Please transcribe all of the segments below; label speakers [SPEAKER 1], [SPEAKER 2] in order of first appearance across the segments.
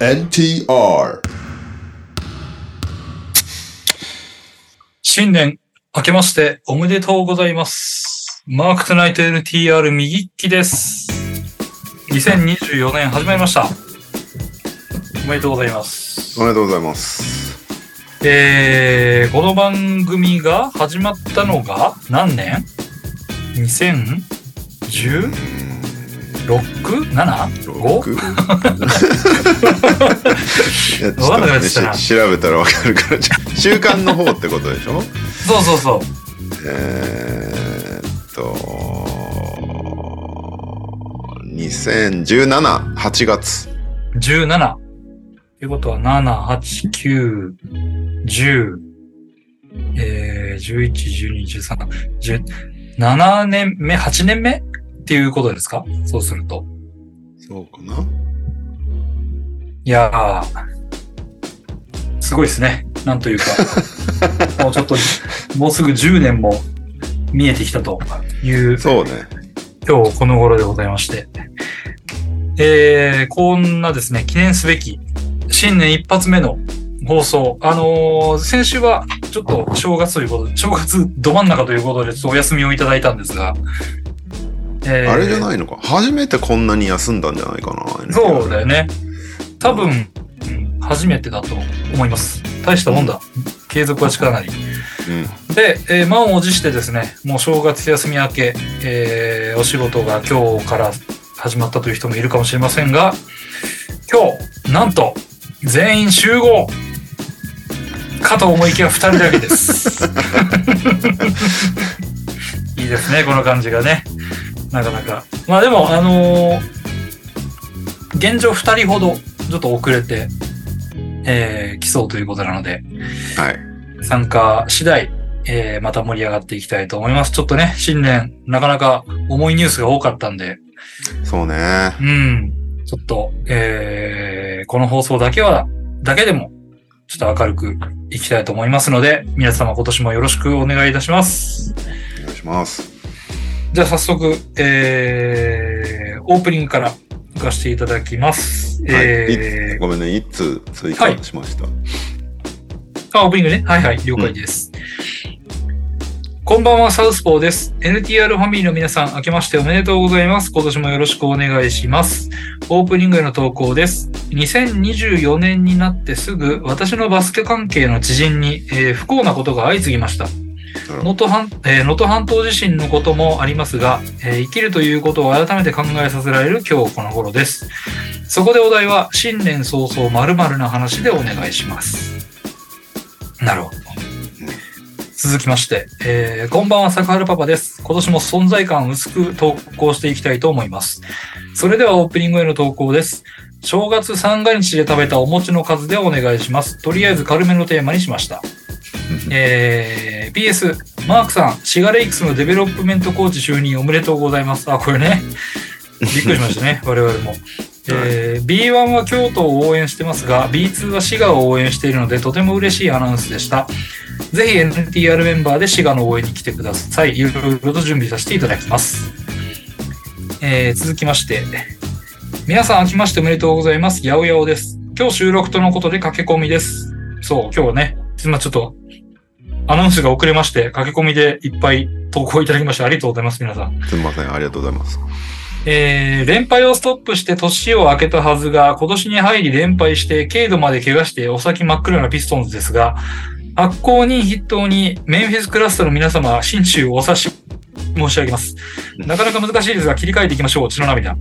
[SPEAKER 1] NTR
[SPEAKER 2] 新年明けましておめでとうございます。マークトゥナイト NTR 右利きです。2024年始まりました。おめでとうございます。
[SPEAKER 3] おめでとうございます。
[SPEAKER 2] えー、この番組が始まったのが何年 ?2016?7?5?
[SPEAKER 3] 僕いやちょ
[SPEAKER 2] わかんなくな
[SPEAKER 3] っ
[SPEAKER 2] っ
[SPEAKER 3] と
[SPEAKER 2] ちゃったな
[SPEAKER 3] し調べたらわかるからじゃあ週刊の方ってことでしょ
[SPEAKER 2] そうそうそう。
[SPEAKER 3] えーっと20178月
[SPEAKER 2] 17。ってことは、7、8、9、10、えー、11、12、13、10、7年目、8年目っていうことですかそうすると。
[SPEAKER 3] そうかない
[SPEAKER 2] やー、すごいですね。なんというか。もうちょっと、もうすぐ10年も見えてきたという
[SPEAKER 3] そうね
[SPEAKER 2] 今日この頃でございまして、えー、こんなですね、記念すべき新年一発目の放送。あのー先週はちょっと正月ということで、正月ど真ん中ということで、ちょっとお休みをいただいたんですが、え
[SPEAKER 3] あれじゃ
[SPEAKER 2] い
[SPEAKER 3] ないのか初めてこんなに休んだんじゃないかな
[SPEAKER 2] そうだよ
[SPEAKER 3] ね
[SPEAKER 2] ね。多分、うん初めてだと思います。大したもんだ。継続は力なり。で、えー満を持してですね、もう正月休み明け、えーお仕事が今日から始まったという人もいるかもしれませんが、今日、なんと、全員集合かと思いきや二人だけです。 いいですね、この感じがね。なかなか。まあでも、あのー現状二人ほど、ちょっと遅れて、えー来そうということなので、
[SPEAKER 3] うん、はい
[SPEAKER 2] 参加次第、えーまた盛り上がっていきたいと思います。ちょっとね、新年、なかなか重いニュースが多かったんで、
[SPEAKER 3] そうね
[SPEAKER 2] うん、ちょっと、えーこの放送だけは、だけでも、ちょっと明るくいきたいと思いますので、皆様今年もよろしくお願いいたします。
[SPEAKER 3] お願いします
[SPEAKER 2] じゃあ早速、えー、オープニングから行かせていただきます。
[SPEAKER 3] はい
[SPEAKER 2] え
[SPEAKER 3] い
[SPEAKER 2] ー
[SPEAKER 3] ごめんね一通追
[SPEAKER 2] は
[SPEAKER 3] 加
[SPEAKER 2] い
[SPEAKER 3] しました、
[SPEAKER 2] あ、オープニングね。はいはい、了解です。こんばんは、サウスポーです。NTR ファミリーの皆さん、明けましておめでとうございます。今年もよろしくお願いします。オープニングへの投稿です。2024年になってすぐ、私のバスケ関係の知人に、えー不幸なことが相次ぎました。
[SPEAKER 3] ら
[SPEAKER 2] 能登半えー能登半島地震のこともありますが、えー生きるということを改めて考えさせられる今日この頃です。そこでお題は、新年早々〇〇な話でお願いします。なるほど。続きまして、えーこんばんは、坂原パパです。今年も存在感薄く投稿していきたいと思います。それではオープニングへの投稿です。正月三が日で食べたお餅の数でお願いします。とりあえず軽めのテーマにしました。えー、PS、マークさん、シガレイクスのデベロップメントコーチ就任おめでとうございます。あ、これね。びっくりしましたね、我々も。えー B1 は京都を応援してますが、B2 は滋賀を応援しているので、とても嬉しいアナウンスでした。ぜひ NTR メンバーで滋賀の応援に来てください。いろいろと準備させていただきます。えー続きまして、皆さん明けましておめでとうございます。やおやおです。今日収録とのことで駆け込みです。そう、今日ね、すいませんちょっとアナウンスが遅れまして、駆け込みでいっぱい投稿いただきましてありがとうございます、皆さん。
[SPEAKER 3] すみませんありがとうございます
[SPEAKER 2] えー連敗をストップして年を明けたはずが、今年に入り連敗して、軽度まで怪我してお先真っ暗なピストンズですが、発行人筆頭にメンフィスクラスターの皆様、心中お察し申し上げます。なかなか難しいですが、切り替えていきましょう、血の涙。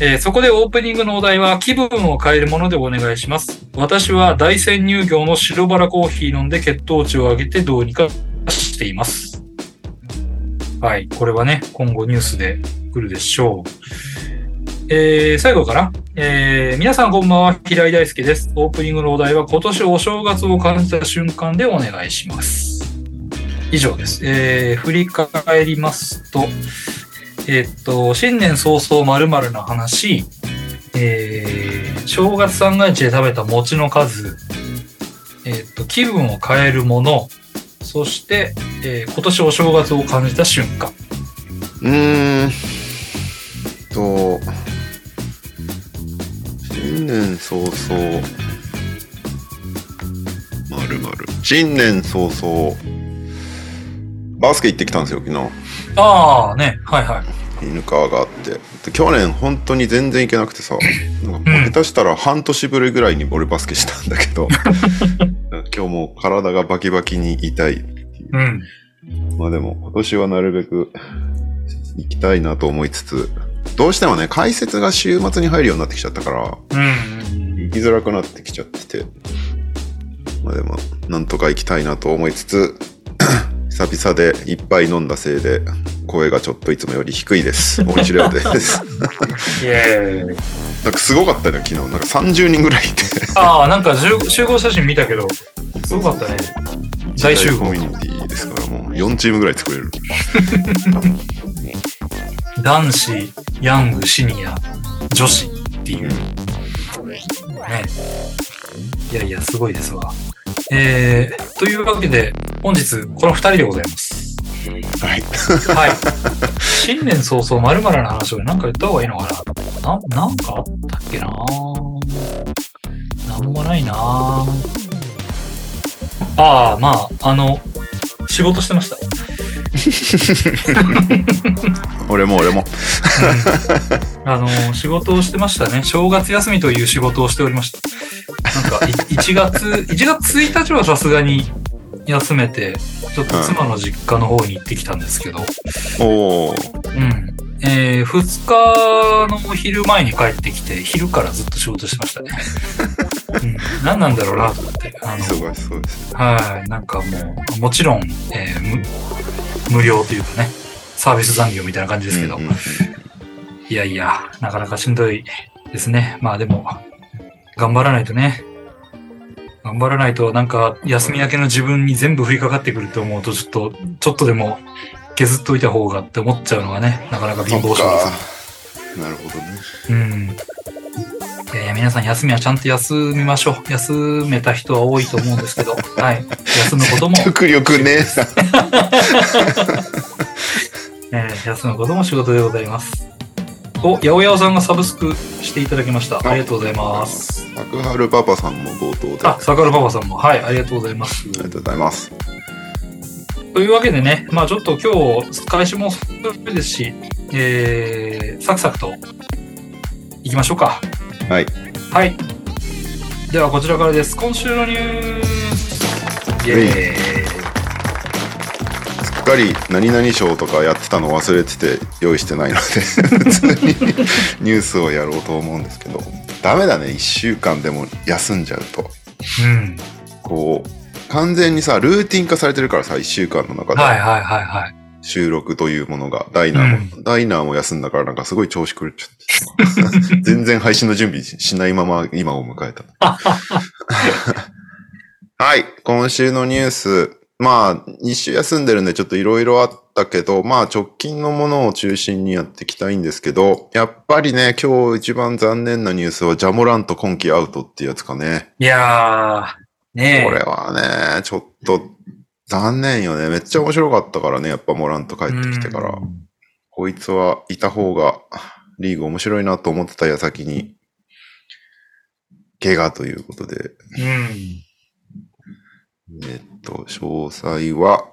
[SPEAKER 2] えーそこでオープニングのお題は、気分を変えるものでお願いします。私は大仙乳業の白バラコーヒー飲んで血糖値を上げてどうにかしています。はい、これはね、今後ニュースで来るでしょう。えー最後かな、えー皆さんこんばんは、平井大輔です。オープニングのお題は、今年お正月を感じた瞬間でお願いします。以上です。えー振り返りますと、えーっと、新年早々〇〇の話、えー正月三が日で食べた餅の数、えーっと、気分を変えるもの、そして、えー今年お正月を感じた瞬間。
[SPEAKER 3] うーんと新年早々。まるまる。新年早々。バスケ行ってきたんですよ、昨日。
[SPEAKER 2] ああ、ね。はいはい。
[SPEAKER 3] 犬川があってで去年本当に全然行けなくてさ なんかもう下手したら半年ぶりぐらいにボルバスケしたんだけ どなんか今日もう体がバキバキに痛い
[SPEAKER 2] うん。
[SPEAKER 3] まあでも今年はなるべく行きたいなと思いつつどうしてもね解説が週末に入るようになってきちゃったから
[SPEAKER 2] うん。
[SPEAKER 3] 行きづらくなってきちゃっててまあでもなんとか行きたいなと思いつつ 久々でいっぱい飲んだせいで声がちょっといつもより低いです大石亮 です
[SPEAKER 2] イエーイ。
[SPEAKER 3] なんかすごかったね、昨日。なんか30人ぐらいいて。
[SPEAKER 2] ああ、なんか集集合写真見たけど、すごかったね。大集合
[SPEAKER 3] コミュニティですから、もう4チームぐらい作れる。
[SPEAKER 2] 男子、ヤング、シニア、女子っていう。ね。いやいや、すごいですわ。えー、というわけで、本日、この二人でございます。
[SPEAKER 3] はい。
[SPEAKER 2] はい。新年早々、まるまるな話をなんか言った方がいいのかな。な、なんかあったっけななんもないなああー、まあ、あの、仕事してました。
[SPEAKER 3] 俺も俺も。
[SPEAKER 2] あの、仕事をしてましたね。正月休みという仕事をしておりました。なんか、い 1月、1月1日はさすがに休めて、ちょっと妻の実家の方に行ってきたんですけど、
[SPEAKER 3] おー。
[SPEAKER 2] うん。えー、2日の昼前に帰ってきて、昼からずっと仕事して ましたね。うん、何なんだろうなと思って。あの
[SPEAKER 3] 忙しそうですね。
[SPEAKER 2] はい、なんかもう、もちろん、えーむ無料というかね、サービス残業みたいな感じですけど、
[SPEAKER 3] うんうん
[SPEAKER 2] いやいや、なかなかしんどいですね。まあでも、頑張らないとね。頑張らないと、なんか、休み明けの自分に全部降りかかってくると思うと、ちょっと、ちょっとでも削っといた方がって思っちゃうのがね、なかなか貧
[SPEAKER 3] そ
[SPEAKER 2] 乏
[SPEAKER 3] っ
[SPEAKER 2] 症で
[SPEAKER 3] か
[SPEAKER 2] す。。
[SPEAKER 3] なるほどね。
[SPEAKER 2] うん。いやいや、皆さん休みはちゃんと休みましょう。休めた人は多いと思うんですけど、はい。休むことも、
[SPEAKER 3] 極力ね。
[SPEAKER 2] えー休むことも仕事でございます。お、八百屋さんがサブスクしていただきました。ありがとうございます。
[SPEAKER 3] 白春パパさんも冒頭で。
[SPEAKER 2] あ
[SPEAKER 3] あ、
[SPEAKER 2] サカルパパさんも、はい、ありがとうございます。
[SPEAKER 3] りがとうございます。
[SPEAKER 2] というわけでね、まあちょっと今日、開始もそうですし、えー、サクサクと、いきましょうか。
[SPEAKER 3] はい。
[SPEAKER 2] はい。では、こちらからです。今週のニュースイエー
[SPEAKER 3] すっかり何々賞とかやってたの忘れてて用意してないので普通にニュースをやろうと思うんですけどダメだね1週間でも休んじゃうと
[SPEAKER 2] イうん。
[SPEAKER 3] こう完全にさルーティン化されてるからさ1週間の中で
[SPEAKER 2] はいはいはいはい。
[SPEAKER 3] 収録というものが、ダイナーも、ダイナーも休んだからなんかすごい調子狂っちゃって。 全然配信の準備しないまま今を迎えた。 はい、今週のニュース。まあ、一週休んでるんでちょっといろいろあったけど、まあ直近のものを中心にやっていきたいんですけど、やっぱりね、今日一番残念なニュースはジャモラント今季アウトっていうやつかね。
[SPEAKER 2] いやー、ねえ。
[SPEAKER 3] これはね、ちょっと残念よね。めっちゃ面白かったからね、やっぱモラント帰ってきてから。
[SPEAKER 2] うん
[SPEAKER 3] こいつはいた方がリーグ面白いなと思ってた矢先に、怪我ということで、
[SPEAKER 2] うん。
[SPEAKER 3] えっと、詳細は、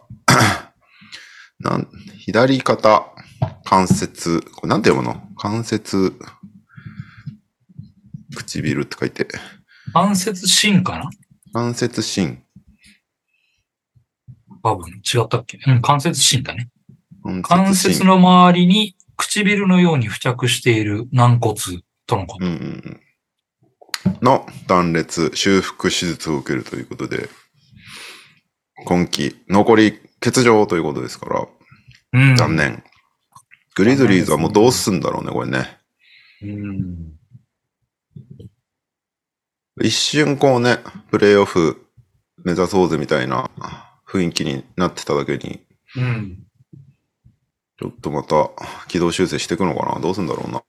[SPEAKER 3] なん左肩関節、これなんて読むの関節、唇って書いて、
[SPEAKER 2] 関節芯かな
[SPEAKER 3] 関節芯、
[SPEAKER 2] 多分、違ったっけうん、関節芯だね。関
[SPEAKER 3] 関
[SPEAKER 2] 節
[SPEAKER 3] 節芯。
[SPEAKER 2] の周りに唇のように付着している軟骨とのこ
[SPEAKER 3] うんうんうんの断裂、修復手術を受けるということで、今季残り欠場ということですから、
[SPEAKER 2] と。うん
[SPEAKER 3] 残。念。グリズリーズはもうどうすんだろうね、これね。
[SPEAKER 2] うん。
[SPEAKER 3] 一瞬こうね、プレイオフ目指そうぜみたいな雰囲気になってただけに、
[SPEAKER 2] うん。
[SPEAKER 3] ちょっとまた軌道修正していくのかなどうすんだろうな。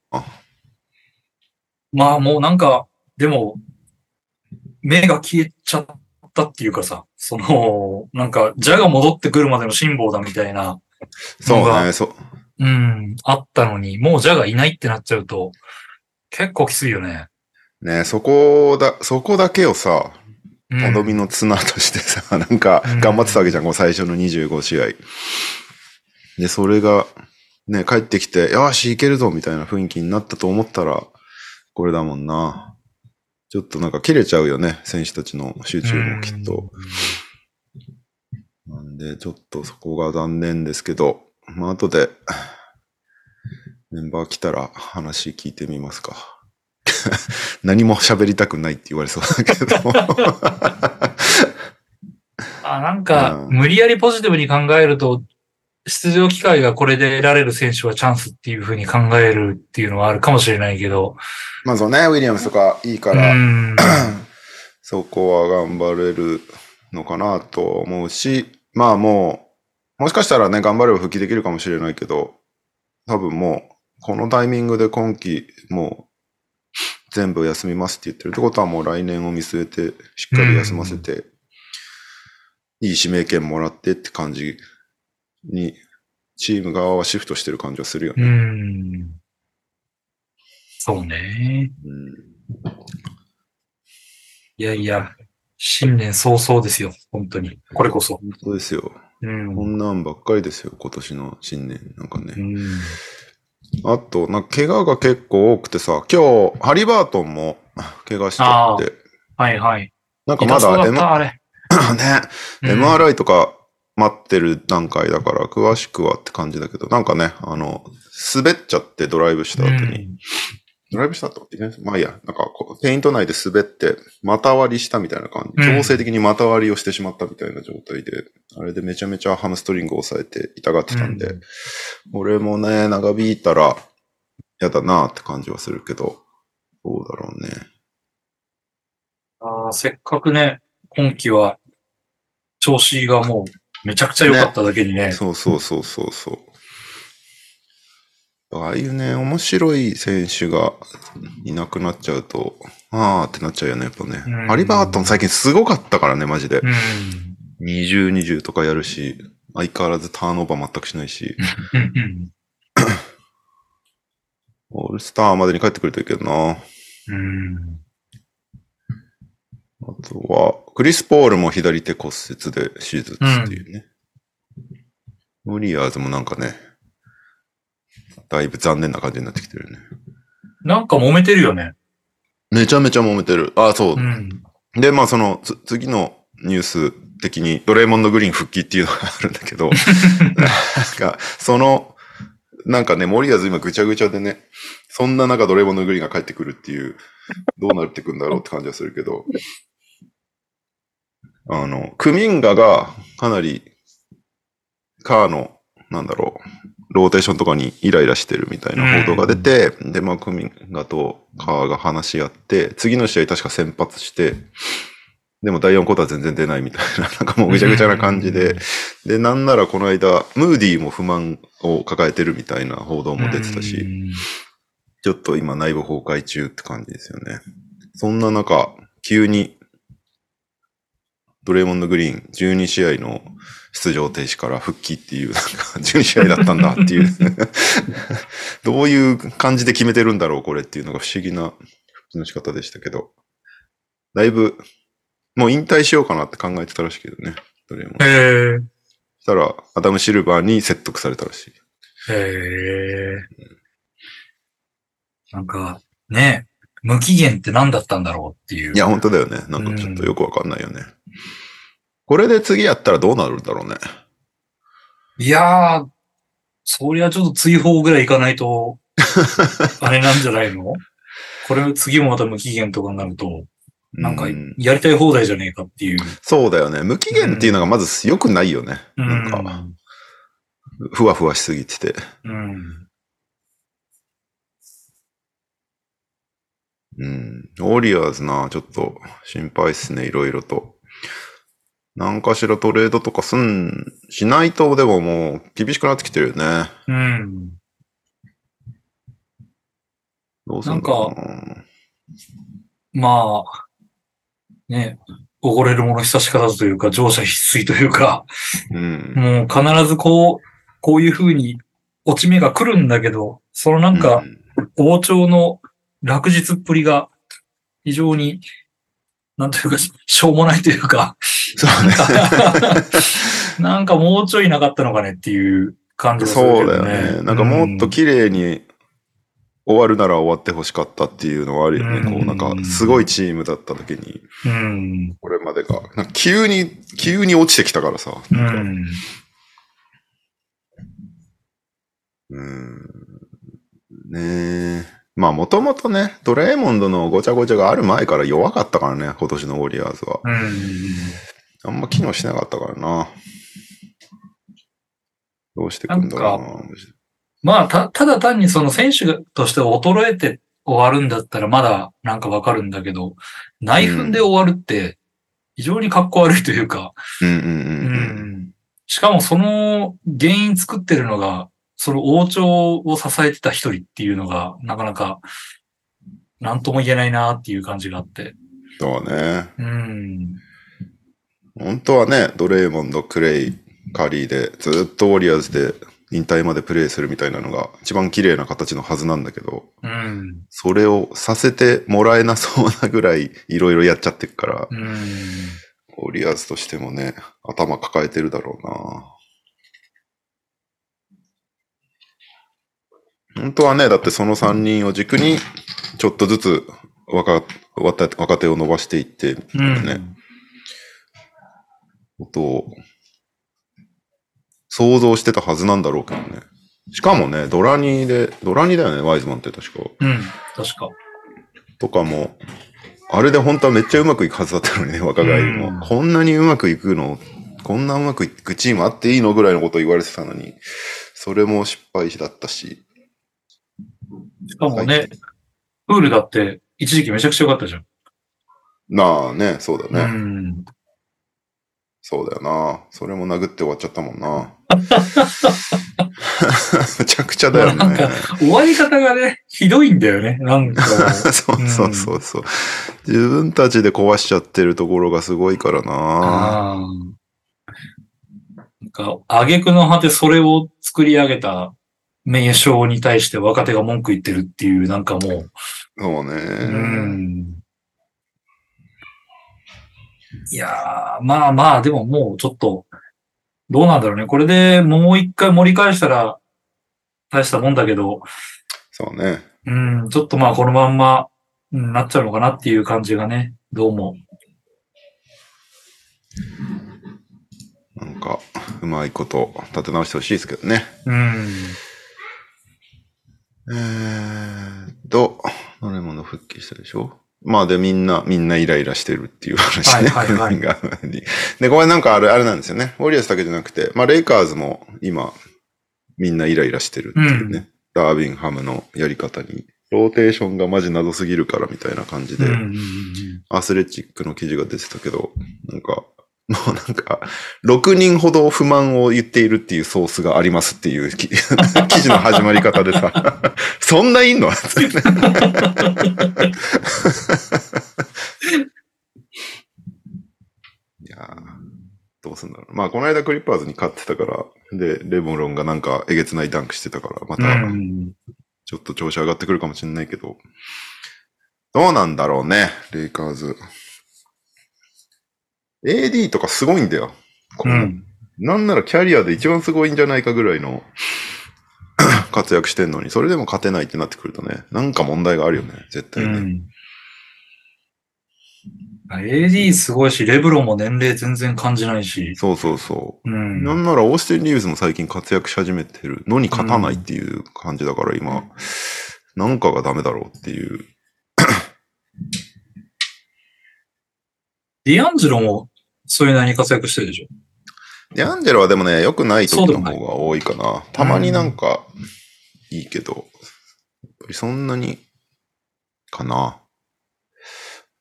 [SPEAKER 2] まあもうなんか、でも、目が消えちゃったっていうかさ、その、なんか、ジャが戻ってくるまでの辛抱だみたいな、
[SPEAKER 3] そう
[SPEAKER 2] な
[SPEAKER 3] ね、そう。
[SPEAKER 2] うん、あったのに、もうジャがいないってなっちゃうと、結構きついよね。
[SPEAKER 3] ね、そこだ、そこだけをさ、
[SPEAKER 2] うん
[SPEAKER 3] とどみの綱としてさ、なんか
[SPEAKER 2] うん
[SPEAKER 3] 頑張ってたわけじゃん、こう最初の25試合。で、それが、ね、帰ってきて、よし、いけるぞみたいな雰囲気になったと思ったら、これだもんな。ちょっとなんか切れちゃうよね、選手たちの集中もきっと。なんで、ちょっとそこが残念ですけど、まあ後で、メンバー来たら話聞いてみますか。 何も喋りたくないって言われそうだけ ど。
[SPEAKER 2] あなんか、
[SPEAKER 3] うん
[SPEAKER 2] 無理やりポジティブに考えると、出場機会がこれで得られる選手はチャンスっていうふうに考えるっていうのはあるかもしれないけど。
[SPEAKER 3] まあそうね、ウィリアムスとかいいか
[SPEAKER 2] う
[SPEAKER 3] ら、
[SPEAKER 2] ん。
[SPEAKER 3] そこは頑張れるのかなと思うし、まあもう、もしかしたらね、頑張れば復帰できるかもしれないけど、多分もう、このタイミングで今季、もう、全部休みますって言ってるってことはもう来年を見据えて、しっかり休ませて、いい指名権もらってって感じに、チーム側はシフトしてる感じはするよね。
[SPEAKER 2] うん。そうね。
[SPEAKER 3] うん
[SPEAKER 2] いやいや、新年早々ですよ。本当に。これこそ。
[SPEAKER 3] 本当ですよ。
[SPEAKER 2] うん。
[SPEAKER 3] こんなんばっかりですよ、今年の新年。なんかね。
[SPEAKER 2] うん
[SPEAKER 3] あと、なんか怪我が結構多くてさ、今日、ハリバートンも 怪我しちゃって、
[SPEAKER 2] はいはい。
[SPEAKER 3] なんかま
[SPEAKER 2] 痛そう
[SPEAKER 3] だ
[SPEAKER 2] った
[SPEAKER 3] M
[SPEAKER 2] あれ。
[SPEAKER 3] ね、
[SPEAKER 2] うん
[SPEAKER 3] MRI とか待ってる段階だから、詳しくはって感じだけど、なんかね、あの、滑っちゃってドライブした後に、
[SPEAKER 2] うん
[SPEAKER 3] ドライブした後ってね、まあいいや、なんかこう、ペイント内で滑って、股割りしたみたいな感じ、
[SPEAKER 2] うん
[SPEAKER 3] 強制的に股割りをしてしまったみたいな状態で、あれでめちゃめちゃハムストリングを抑えて痛がってたんで、
[SPEAKER 2] うん
[SPEAKER 3] 俺もね、長引いたら、やだなって感じはするけど、どうだろうね。
[SPEAKER 2] あーせっかくね、今季は、調子がもう、めちゃくちゃ良かっただけにね。
[SPEAKER 3] そうそうそうそうそう。ああいうね、面白い選手がいなくなっちゃうと、あーってなっちゃうよね、やっぱね
[SPEAKER 2] うん。
[SPEAKER 3] ハリバートン最近すごかったからね、マジで。
[SPEAKER 2] うん。
[SPEAKER 3] 20、20とかやるし、相変わらずターンオーバー全くしないし、
[SPEAKER 2] うんうん
[SPEAKER 3] オールスターまでに帰ってくるといいけどな。あ
[SPEAKER 2] うん
[SPEAKER 3] とは、クリス・ポールも左手骨折で手術っていうね。ウォリアーズもなんかね、だいぶ残念な感じになってきてるね。
[SPEAKER 2] なんか揉めてるよね。
[SPEAKER 3] めちゃめちゃ揉めてる。あ、そう
[SPEAKER 2] う。ん。
[SPEAKER 3] で、まあその、つ次のニュース的に、ドレーモンド・グリーン復帰っていうのがあるんだけど、なんか、その、なんかね、モリアーズ今ぐちゃぐちゃでね、そんな中ドレーモンド・グリーンが帰ってくるっていう、どうなってくんだろうって感じはするけど、あの、クミンガがかなり、カーの、なんだろう、ローテーションとかにイライラしてるみたいな報道が出て、で、まあ、クミンガとカーが話し合って、次の試合確か先発して、でも第4クォーター全然出ないみたいな、なん かもうぐちゃぐちゃな感じで、で、なんならこの間、ムーディーも不満を抱えてるみたいな報道
[SPEAKER 2] うん、
[SPEAKER 3] も出てたし、
[SPEAKER 2] うん。
[SPEAKER 3] ちょっと今内部崩壊中って感じですよね。そんな中、急に、ドレーモンド・グリーン、12試合の出場停止から復帰っていう、なんか、12試合だったんだっていう、 どういう感じで決めてるんだろう、これっていうのが不思議な復帰の仕方でしたけど、だいぶ、もう引退しようかなって考えてたらしいけどね、ドレーモン。
[SPEAKER 2] へえ。
[SPEAKER 3] したら、アダム・シルバーに説得されたらしい。
[SPEAKER 2] へえ。なんか、ね、無期限って何だったんだろうっていう。
[SPEAKER 3] いや、本当だよね。なんかちょっとよくわかんないよね。これで次やったらどうなるんだろうね。
[SPEAKER 2] いやー、そりゃちょっと追放ぐらいいかな いと、あれなんじゃないのこれ次もまた無期限とかになると、なんか
[SPEAKER 3] う
[SPEAKER 2] やりたい放題じゃねえかっていう。
[SPEAKER 3] そうだよね。無期限っていうのがまず良くないよね。なんか、ふわふわしすぎてて。
[SPEAKER 2] うん。うん
[SPEAKER 3] うん。ウォリアーズな、ちょっと心配っすね、いろいろと。なんかしらトレードとかすん、しないと、でももう厳しくなってきてるよね。
[SPEAKER 2] うん。
[SPEAKER 3] どうすんだろうな
[SPEAKER 2] まあ、ね、おごれる者久しからずというか、乗車必須というか、
[SPEAKER 3] うん。
[SPEAKER 2] もう必ずこう、こういう風に落ち目が来るんだけど、そのなんか、
[SPEAKER 3] う
[SPEAKER 2] 王朝の落日っぷりが、非常に、なんというか、しょうもないというか、
[SPEAKER 3] そうね。
[SPEAKER 2] なんかもうちょいなかったのかねっていう感じがするけ
[SPEAKER 3] そうだ
[SPEAKER 2] どね。
[SPEAKER 3] よね。なんかもっと綺麗に終わるなら終わってほしかったっていうのはあるよね。
[SPEAKER 2] うん
[SPEAKER 3] こうなんかすごいチームだった時に、
[SPEAKER 2] うん。
[SPEAKER 3] これまでが。なんか急に、急に落ちてきたからさ。
[SPEAKER 2] う
[SPEAKER 3] なんか
[SPEAKER 2] ん。
[SPEAKER 3] うん。ねえ。まあもともとね、ドレーモンドのごちゃごちゃがある前から弱かったからね、今年のウォリアーズは。
[SPEAKER 2] うん。
[SPEAKER 3] あんま機能しなかったからな。どうしてくんだろうな。
[SPEAKER 2] まあ、た、ただ単にその選手として衰えて終わるんだったらまだなんかわかるんだけど、内紛で終わるって非常に格好悪いというか、
[SPEAKER 3] うんうんう
[SPEAKER 2] う
[SPEAKER 3] んうん。
[SPEAKER 2] ん。しかもその原因作ってるのが、その王朝を支えてた一人っていうのが、なかなか、なんとも言えないなっていう感じがあって。
[SPEAKER 3] そうね。
[SPEAKER 2] うん。
[SPEAKER 3] 本当はね、ドレーモンド、クレイ、カリーで、ずっとウォリアーズで引退までプレイするみたいなのが一番綺麗な形のはずなんだけど、
[SPEAKER 2] うん。
[SPEAKER 3] それをさせてもらえなそうなぐらいいろいろやっちゃってるから
[SPEAKER 2] う、ん。
[SPEAKER 3] ウォリアーズとしてもね、頭抱えてるだろうな。本当はね、だってその3人を軸に、ちょっとずつ若若手若手を伸ばしていって、みたいなね、ことを想像してたはずなんだろうけどね。しかもね、ドラニーで、ドラニーだよね、ワイズマンって確か。
[SPEAKER 2] うん。確か。
[SPEAKER 3] とかも、あれで本当はめっちゃうまくいくはずだったのにね、 若返りも。
[SPEAKER 2] うん
[SPEAKER 3] こんなにうまくいくのこんなうまくいくチームあっていいのぐらいのこと言われてたのに、それも失敗だったし。
[SPEAKER 2] しかもね、プールだって一時期めちゃくちゃ良かったじゃん。
[SPEAKER 3] なあね、そうだね。
[SPEAKER 2] うん。
[SPEAKER 3] そうだよな。それも殴って終わっちゃったもんな。 むちゃくちゃだよ
[SPEAKER 2] なん
[SPEAKER 3] ね
[SPEAKER 2] か。終わり方がね、ひどいんだよね。なんか。
[SPEAKER 3] そうそうそうそう。自分たちで壊しちゃってるところがすごいからな。
[SPEAKER 2] あーなんか、挙句の果てそれを作り上げた名称に対して若手が文句言ってるっていう、なんかも
[SPEAKER 3] そう
[SPEAKER 2] う、う
[SPEAKER 3] ね。
[SPEAKER 2] ん。いやー、まあまあ、でももうちょっと、どうなんだろうね。これでもう一回盛り返したら、大したもんだけど、
[SPEAKER 3] そうね。
[SPEAKER 2] うん、ちょっとまあこのまんま、うんなっちゃうのかなっていう感じがね、どうも。
[SPEAKER 3] なんか、うまいこと立て直してほしいですけどね。
[SPEAKER 2] うん。
[SPEAKER 3] えーっと、ドラえもんの復帰したでしょまあでみんな、みんなイライラしてるっていう話ね。
[SPEAKER 2] はいはいはい
[SPEAKER 3] 国が で、これなんかあれ、あれなんですよね。ウォリアスだけじゃなくて、まあレイカーズも今、みんなイライラしてるっていうね。ダービンハムのやり方に。ローテーションがマジ謎すぎるからみたいな感じ
[SPEAKER 2] う
[SPEAKER 3] で、
[SPEAKER 2] んうんうん
[SPEAKER 3] アスレチックの記事が出てたけど、なんか、もうなんか、6人ほど不満を言っているっていうソースがありますっていうき 記事の始まり方でさ、 そんないんの いやーどうすんだろう。まあ、この間クリッパーズに勝ってたから、で、レボロンがなんかえげつないダンクしてたから、また、
[SPEAKER 2] うんうん。
[SPEAKER 3] ちょっと調子上がってくるかもしれないけど、どうなんだろうね、レイカーズ。AD とかすごいんだよ。こ
[SPEAKER 2] う
[SPEAKER 3] の
[SPEAKER 2] ん。
[SPEAKER 3] なんならキャリアで一番すごいんじゃないかぐらいの 活躍してんのに、それでも勝てないってなってくるとね、なんか問題があるよね、絶対
[SPEAKER 2] う
[SPEAKER 3] ね。
[SPEAKER 2] ん。AD すごいし、レブロンも年齢全然感じないし。
[SPEAKER 3] そうそうそうう。
[SPEAKER 2] ん。
[SPEAKER 3] なんならオースティン・リーブスも最近活躍し始めてるのに勝たないっていう感じだから今、なんかがダメだろうっていう。
[SPEAKER 2] ディアンジェロも、それなりに活躍してるでしょ。
[SPEAKER 3] ディアンジェロはでもね、良くない時
[SPEAKER 2] そうで
[SPEAKER 3] の
[SPEAKER 2] もない
[SPEAKER 3] 方が多いかな。たまになんか、いいけど、やっぱりそんなに、かな。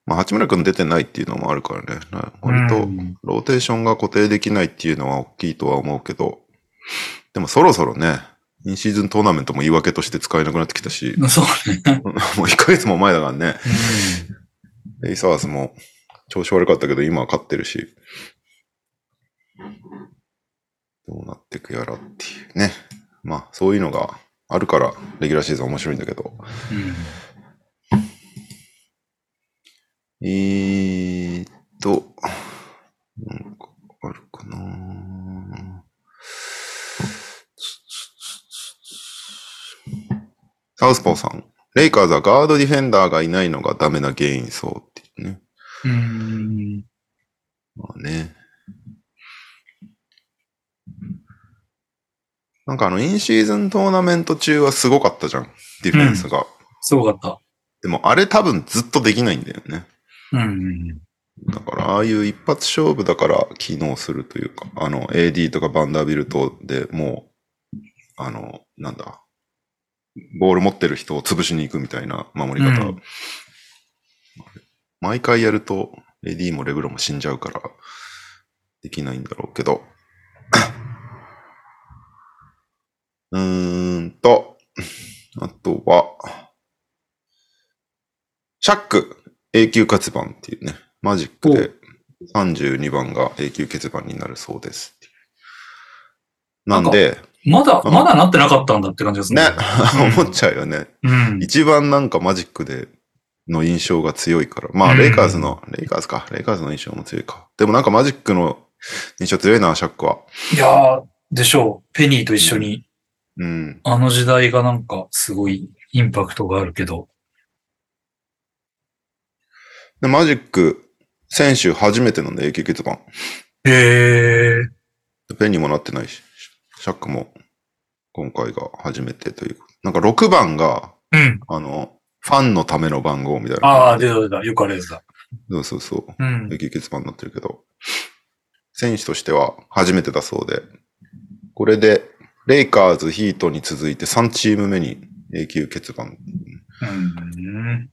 [SPEAKER 3] まあ、八村君出てないっていうのもあるからね。な割
[SPEAKER 2] う
[SPEAKER 3] と、
[SPEAKER 2] ん
[SPEAKER 3] ローテーションが固定できないっていうのは大きいとは思うけど、でもそろそろね、インシーズントーナメントも言い訳として使えなくなってきた し、
[SPEAKER 2] そうね。
[SPEAKER 3] もう1ヶ月も前だからね、レイサーズも調子悪かったけど今は勝ってるし、どうなってくやらっていうね。まあそういうのがあるからレギュラーシーズン面白いんだけど、
[SPEAKER 2] うん。
[SPEAKER 3] ハウスポーさん。レイカーズはガードディフェンダーがいないのがダメな原因そうっていうね。
[SPEAKER 2] うーん。
[SPEAKER 3] まあね。なんかあの、インシーズントーナメント中はすごかったじゃん。ディフェンスが。
[SPEAKER 2] すごかった。
[SPEAKER 3] でもあれ多分ずっとできないんだよね。
[SPEAKER 2] うんうん
[SPEAKER 3] だから、ああいう一発勝負だから機能するというか、あの、AD とかバンダービルトでもう、あの、なんだ、ボール持ってる人を潰しに行くみたいな守り方。
[SPEAKER 2] うん
[SPEAKER 3] 毎回やると、AD もレブロンも死んじゃうから、できないんだろうけど。うーんと、あとは、シャック、永久欠番っていうね、マジックで32番が永久欠番になるそうですっていう。なんで、
[SPEAKER 2] うん。まだ、
[SPEAKER 3] うん
[SPEAKER 2] まだなってなかったんだって感じですね
[SPEAKER 3] ね。
[SPEAKER 2] うん
[SPEAKER 3] 思っちゃうよね。
[SPEAKER 2] うん。
[SPEAKER 3] 一番なんかマジックでの印象が強いから。まあ、
[SPEAKER 2] うん
[SPEAKER 3] レイカーズの、レイカーズか、レイカーズの印象も強いか。でもなんかマジックの印象強いな、シャックは。
[SPEAKER 2] いやー、でしょう。ペニーと一緒に。
[SPEAKER 3] うん。
[SPEAKER 2] あの時代がなんかすごいインパクトがあるけど。
[SPEAKER 3] で、マジック、選手初めてなんで、永久欠番。
[SPEAKER 2] へえ。
[SPEAKER 3] ペンにもなってないし、シャックも今回が初めてという。なんか6番が、
[SPEAKER 2] うん。
[SPEAKER 3] あの、ファンのための番号みたいな。
[SPEAKER 2] ああ、出た出た。よくあるやつだ。
[SPEAKER 3] そうそうそう。
[SPEAKER 2] うん。
[SPEAKER 3] 永久欠番になってるけど、選手としては初めてだそうで、これで、レイカーズ、ヒートに続いて3チーム目に永久欠番。
[SPEAKER 2] うん。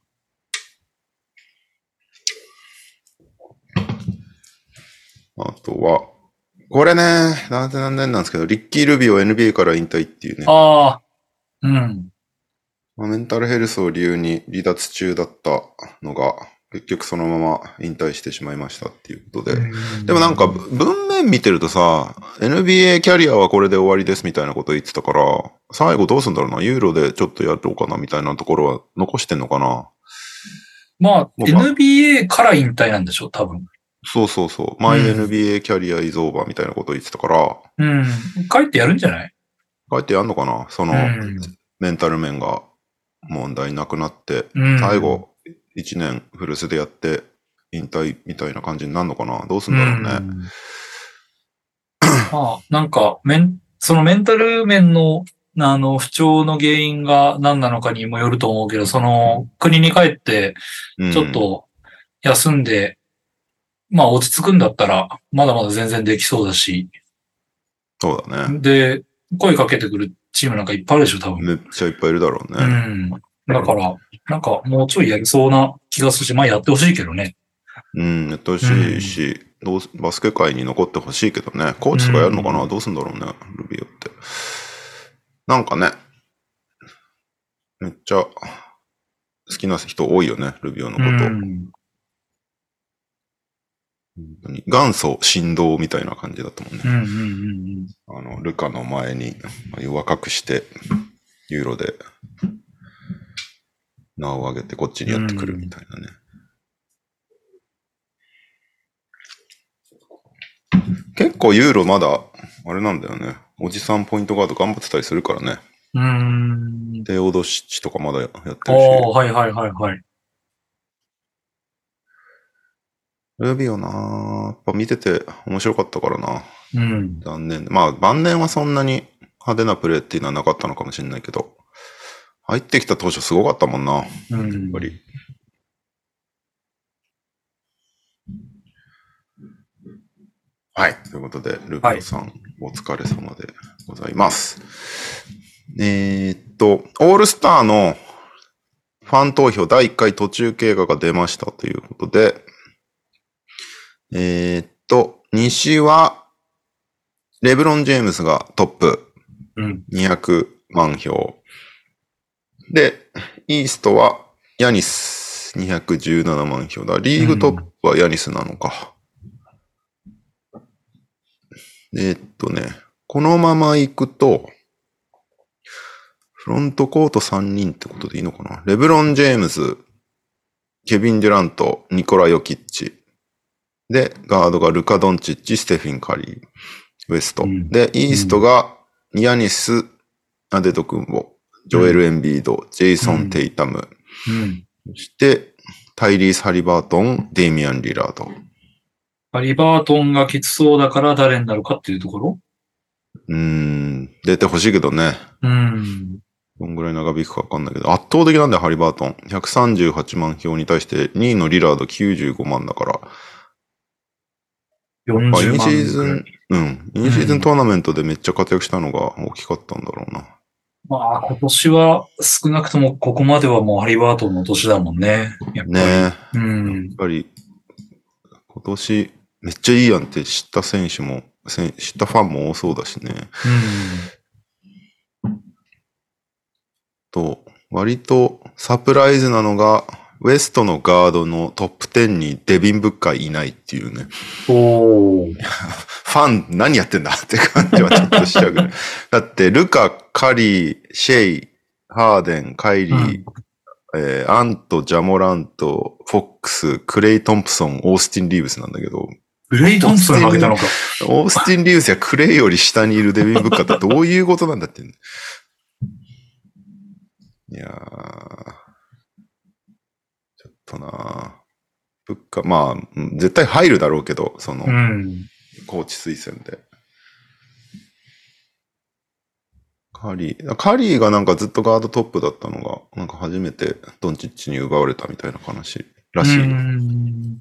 [SPEAKER 3] あとは、これね、なんでなんでなんですけど、リッキー・ルビオ NBA から引退っていうね、
[SPEAKER 2] ああ。うん。
[SPEAKER 3] まあメンタルヘルスを理由に離脱中だったのが、結局そのまま引退してしまいましたっていうことで、でもなんか、文面見てるとさ、NBA キャリアはこれで終わりですみたいなこと言ってたから、最後どうすんだろうな、ユーロでちょっとやろうかなみたいなところは残してんのかな。
[SPEAKER 2] まあ、
[SPEAKER 3] 僕は
[SPEAKER 2] NBA から引退なんでしょ、多分。
[SPEAKER 3] そうそうそう、マイ
[SPEAKER 2] うん
[SPEAKER 3] NBA キャリアイズオーバーみたいなこと言ってたから、
[SPEAKER 2] うん。帰ってやるんじゃない
[SPEAKER 3] 書いてやんのかな、その
[SPEAKER 2] うん
[SPEAKER 3] メンタル面が問題なくなって、
[SPEAKER 2] うん。
[SPEAKER 3] 最後1年古巣でやって引退みたいな感じになるのかな、どうす
[SPEAKER 2] うんん。
[SPEAKER 3] だろうね。
[SPEAKER 2] まあ、なんか、メン、そのメンタル面の、あの、不調の原因が何なのかにもよると思うけど、その、国に帰って、
[SPEAKER 3] うん
[SPEAKER 2] ちょっと休んで、まあ落ち着くんだったら、まだまだ全然できそうだし、
[SPEAKER 3] そうだね。
[SPEAKER 2] で、声かけてくるチームなんかいっぱいあるでしょ、多分。
[SPEAKER 3] めっちゃいっぱいいるだろう
[SPEAKER 2] う
[SPEAKER 3] ね。
[SPEAKER 2] ん。だから、なんかもうちょいやりそうな気がするし、まあやってほしいけどね。
[SPEAKER 3] うん、やってほしいし、どうすバスケ界に残ってほしいけどね、コーチとかやるのかな、どうすんだろうね、ルビオって。なんかね、めっちゃ好きな人多いよね、ルビオの
[SPEAKER 2] う
[SPEAKER 3] こと。
[SPEAKER 2] ん。
[SPEAKER 3] 本当に元祖振動みたいな感じだったもん
[SPEAKER 2] うん
[SPEAKER 3] ね。
[SPEAKER 2] うんうん
[SPEAKER 3] あの、ルカの前にああいう若くして、ユーロで名を上げてこっちにやってくるみたいなね。結構ユーロまだ、あれなんだよね。おじさんポイントガード頑張ってたりするからね。
[SPEAKER 2] うん。うん。
[SPEAKER 3] 帝王ドシッチとかまだやってるし
[SPEAKER 2] あ。あ、はいはいはいはい。
[SPEAKER 3] ルビオなぁやっぱ見てて面白かったからな。
[SPEAKER 2] うん。
[SPEAKER 3] 残念。まあ、晩年はそんなに派手なプレーっていうのはなかったのかもしれないけど、入ってきた当初すごかったもんな、やっ
[SPEAKER 2] うん。
[SPEAKER 3] ぱり。はい。ということで、ルビオさん、お疲れ様でございます。えーっと、オールスターのファン投票第1回途中経過が出ましたということで、えーっと、西は、レブロン・ジェームスがトップ、
[SPEAKER 2] うん。
[SPEAKER 3] 200万票。で、イーストは、ヤニス、217万票だ。リーグトップはヤニスなのか。えーっとね、このまま行くと、フロントコート3人ってことでいいのかなレブロン・ジェームズ、ケビン・デュラント、ニコラ・ヨキッチ。で、ガードがルカ・ドンチッチ、ステフィン・カリー、ウエスト。
[SPEAKER 2] うん
[SPEAKER 3] で、イーストが、ヤニス、アデトクンボ。ジョエル・エンビード、ジェイソン・テイタム、
[SPEAKER 2] うん。
[SPEAKER 3] そして、タイリース・ハリバートン、デイミアン・リラード。
[SPEAKER 2] ハリバートンがきつそうだから誰になるかっていうところ
[SPEAKER 3] うーん、出てほしいけどね。
[SPEAKER 2] うん。
[SPEAKER 3] どんぐらい長引くかわかんないけど、圧倒的なんだよ、ハリバートン。138万票に対して、2位のリラード95万だから。
[SPEAKER 2] 40万
[SPEAKER 3] まあ、イ
[SPEAKER 2] ぐ
[SPEAKER 3] ンシ
[SPEAKER 2] らい。
[SPEAKER 3] ーズン、うん、インシーズントーナメントでめっちゃ活躍したのが大きかったんだろうな。
[SPEAKER 2] まあ、今年は少なくともここまではもうハリバートンの年だもんね。やっぱり。
[SPEAKER 3] ねえ。
[SPEAKER 2] うん
[SPEAKER 3] やっ。ぱり、今年、めっちゃいいやんって知った選手も、せん知ったファンも多そうだしね。と、割とサプライズなのが、ウエストのガードのトップ10にデビン・ブッカーいないっていうね。
[SPEAKER 2] うん。おー
[SPEAKER 3] ファン何やってんだって感じはちょっとしちゃうぐらい。だって、ルカ、カリー、シェイ、ハーデン、カイリー、えーアント、ジャモラント、フォックス、クレイ・トンプソン、オースティン・リーブスなんだけど、
[SPEAKER 2] グレイトンプソンが上げたのか。
[SPEAKER 3] オースティン・リーブスやクレイより下にいるデビン・ブッカーってどういうことなんだって。いやー、ちょっとなーブッカー、まあ、うん絶対入るだろうけど、その、
[SPEAKER 2] うん。
[SPEAKER 3] コーチ推薦で。カリー、カリーがなんかずっとガードトップだったのが、なんか初めてドンチッチに奪われたみたいな話らしい。
[SPEAKER 2] うん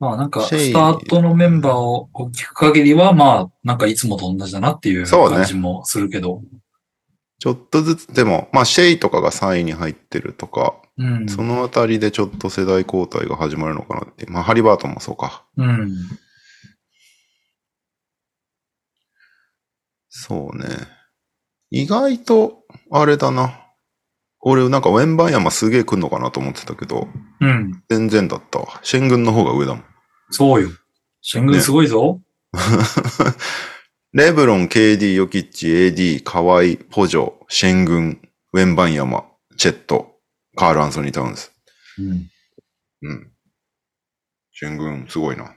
[SPEAKER 2] まあなんか、
[SPEAKER 3] シェイ
[SPEAKER 2] スタートのメンバーを聞く限りは、まあ、なんかいつもと同じだなっていう
[SPEAKER 3] そうね
[SPEAKER 2] 感じもするけど。
[SPEAKER 3] ちょっとずつでも、まあシェイとかが3位に入ってるとか、
[SPEAKER 2] うん。
[SPEAKER 3] そのあたりでちょっと世代交代が始まるのかなって。まあハリバートンもそうか。
[SPEAKER 2] うん。
[SPEAKER 3] そうね。意外と、あれだな。俺なんかウェンバンヤマすげえ来んのかなと思ってたけど、
[SPEAKER 2] うん。
[SPEAKER 3] 全然だったわ。シェン軍の方が上だもん。
[SPEAKER 2] そうよ。シェングンすごいぞ。
[SPEAKER 3] レブロン、KD、ヨキッチ、AD、カワイ、ポジョ、シェングン、ウェンバンヤマ、チェット、カール・アンソニー・タウンズ。
[SPEAKER 2] うん。
[SPEAKER 3] うん。シェングン、すごいな。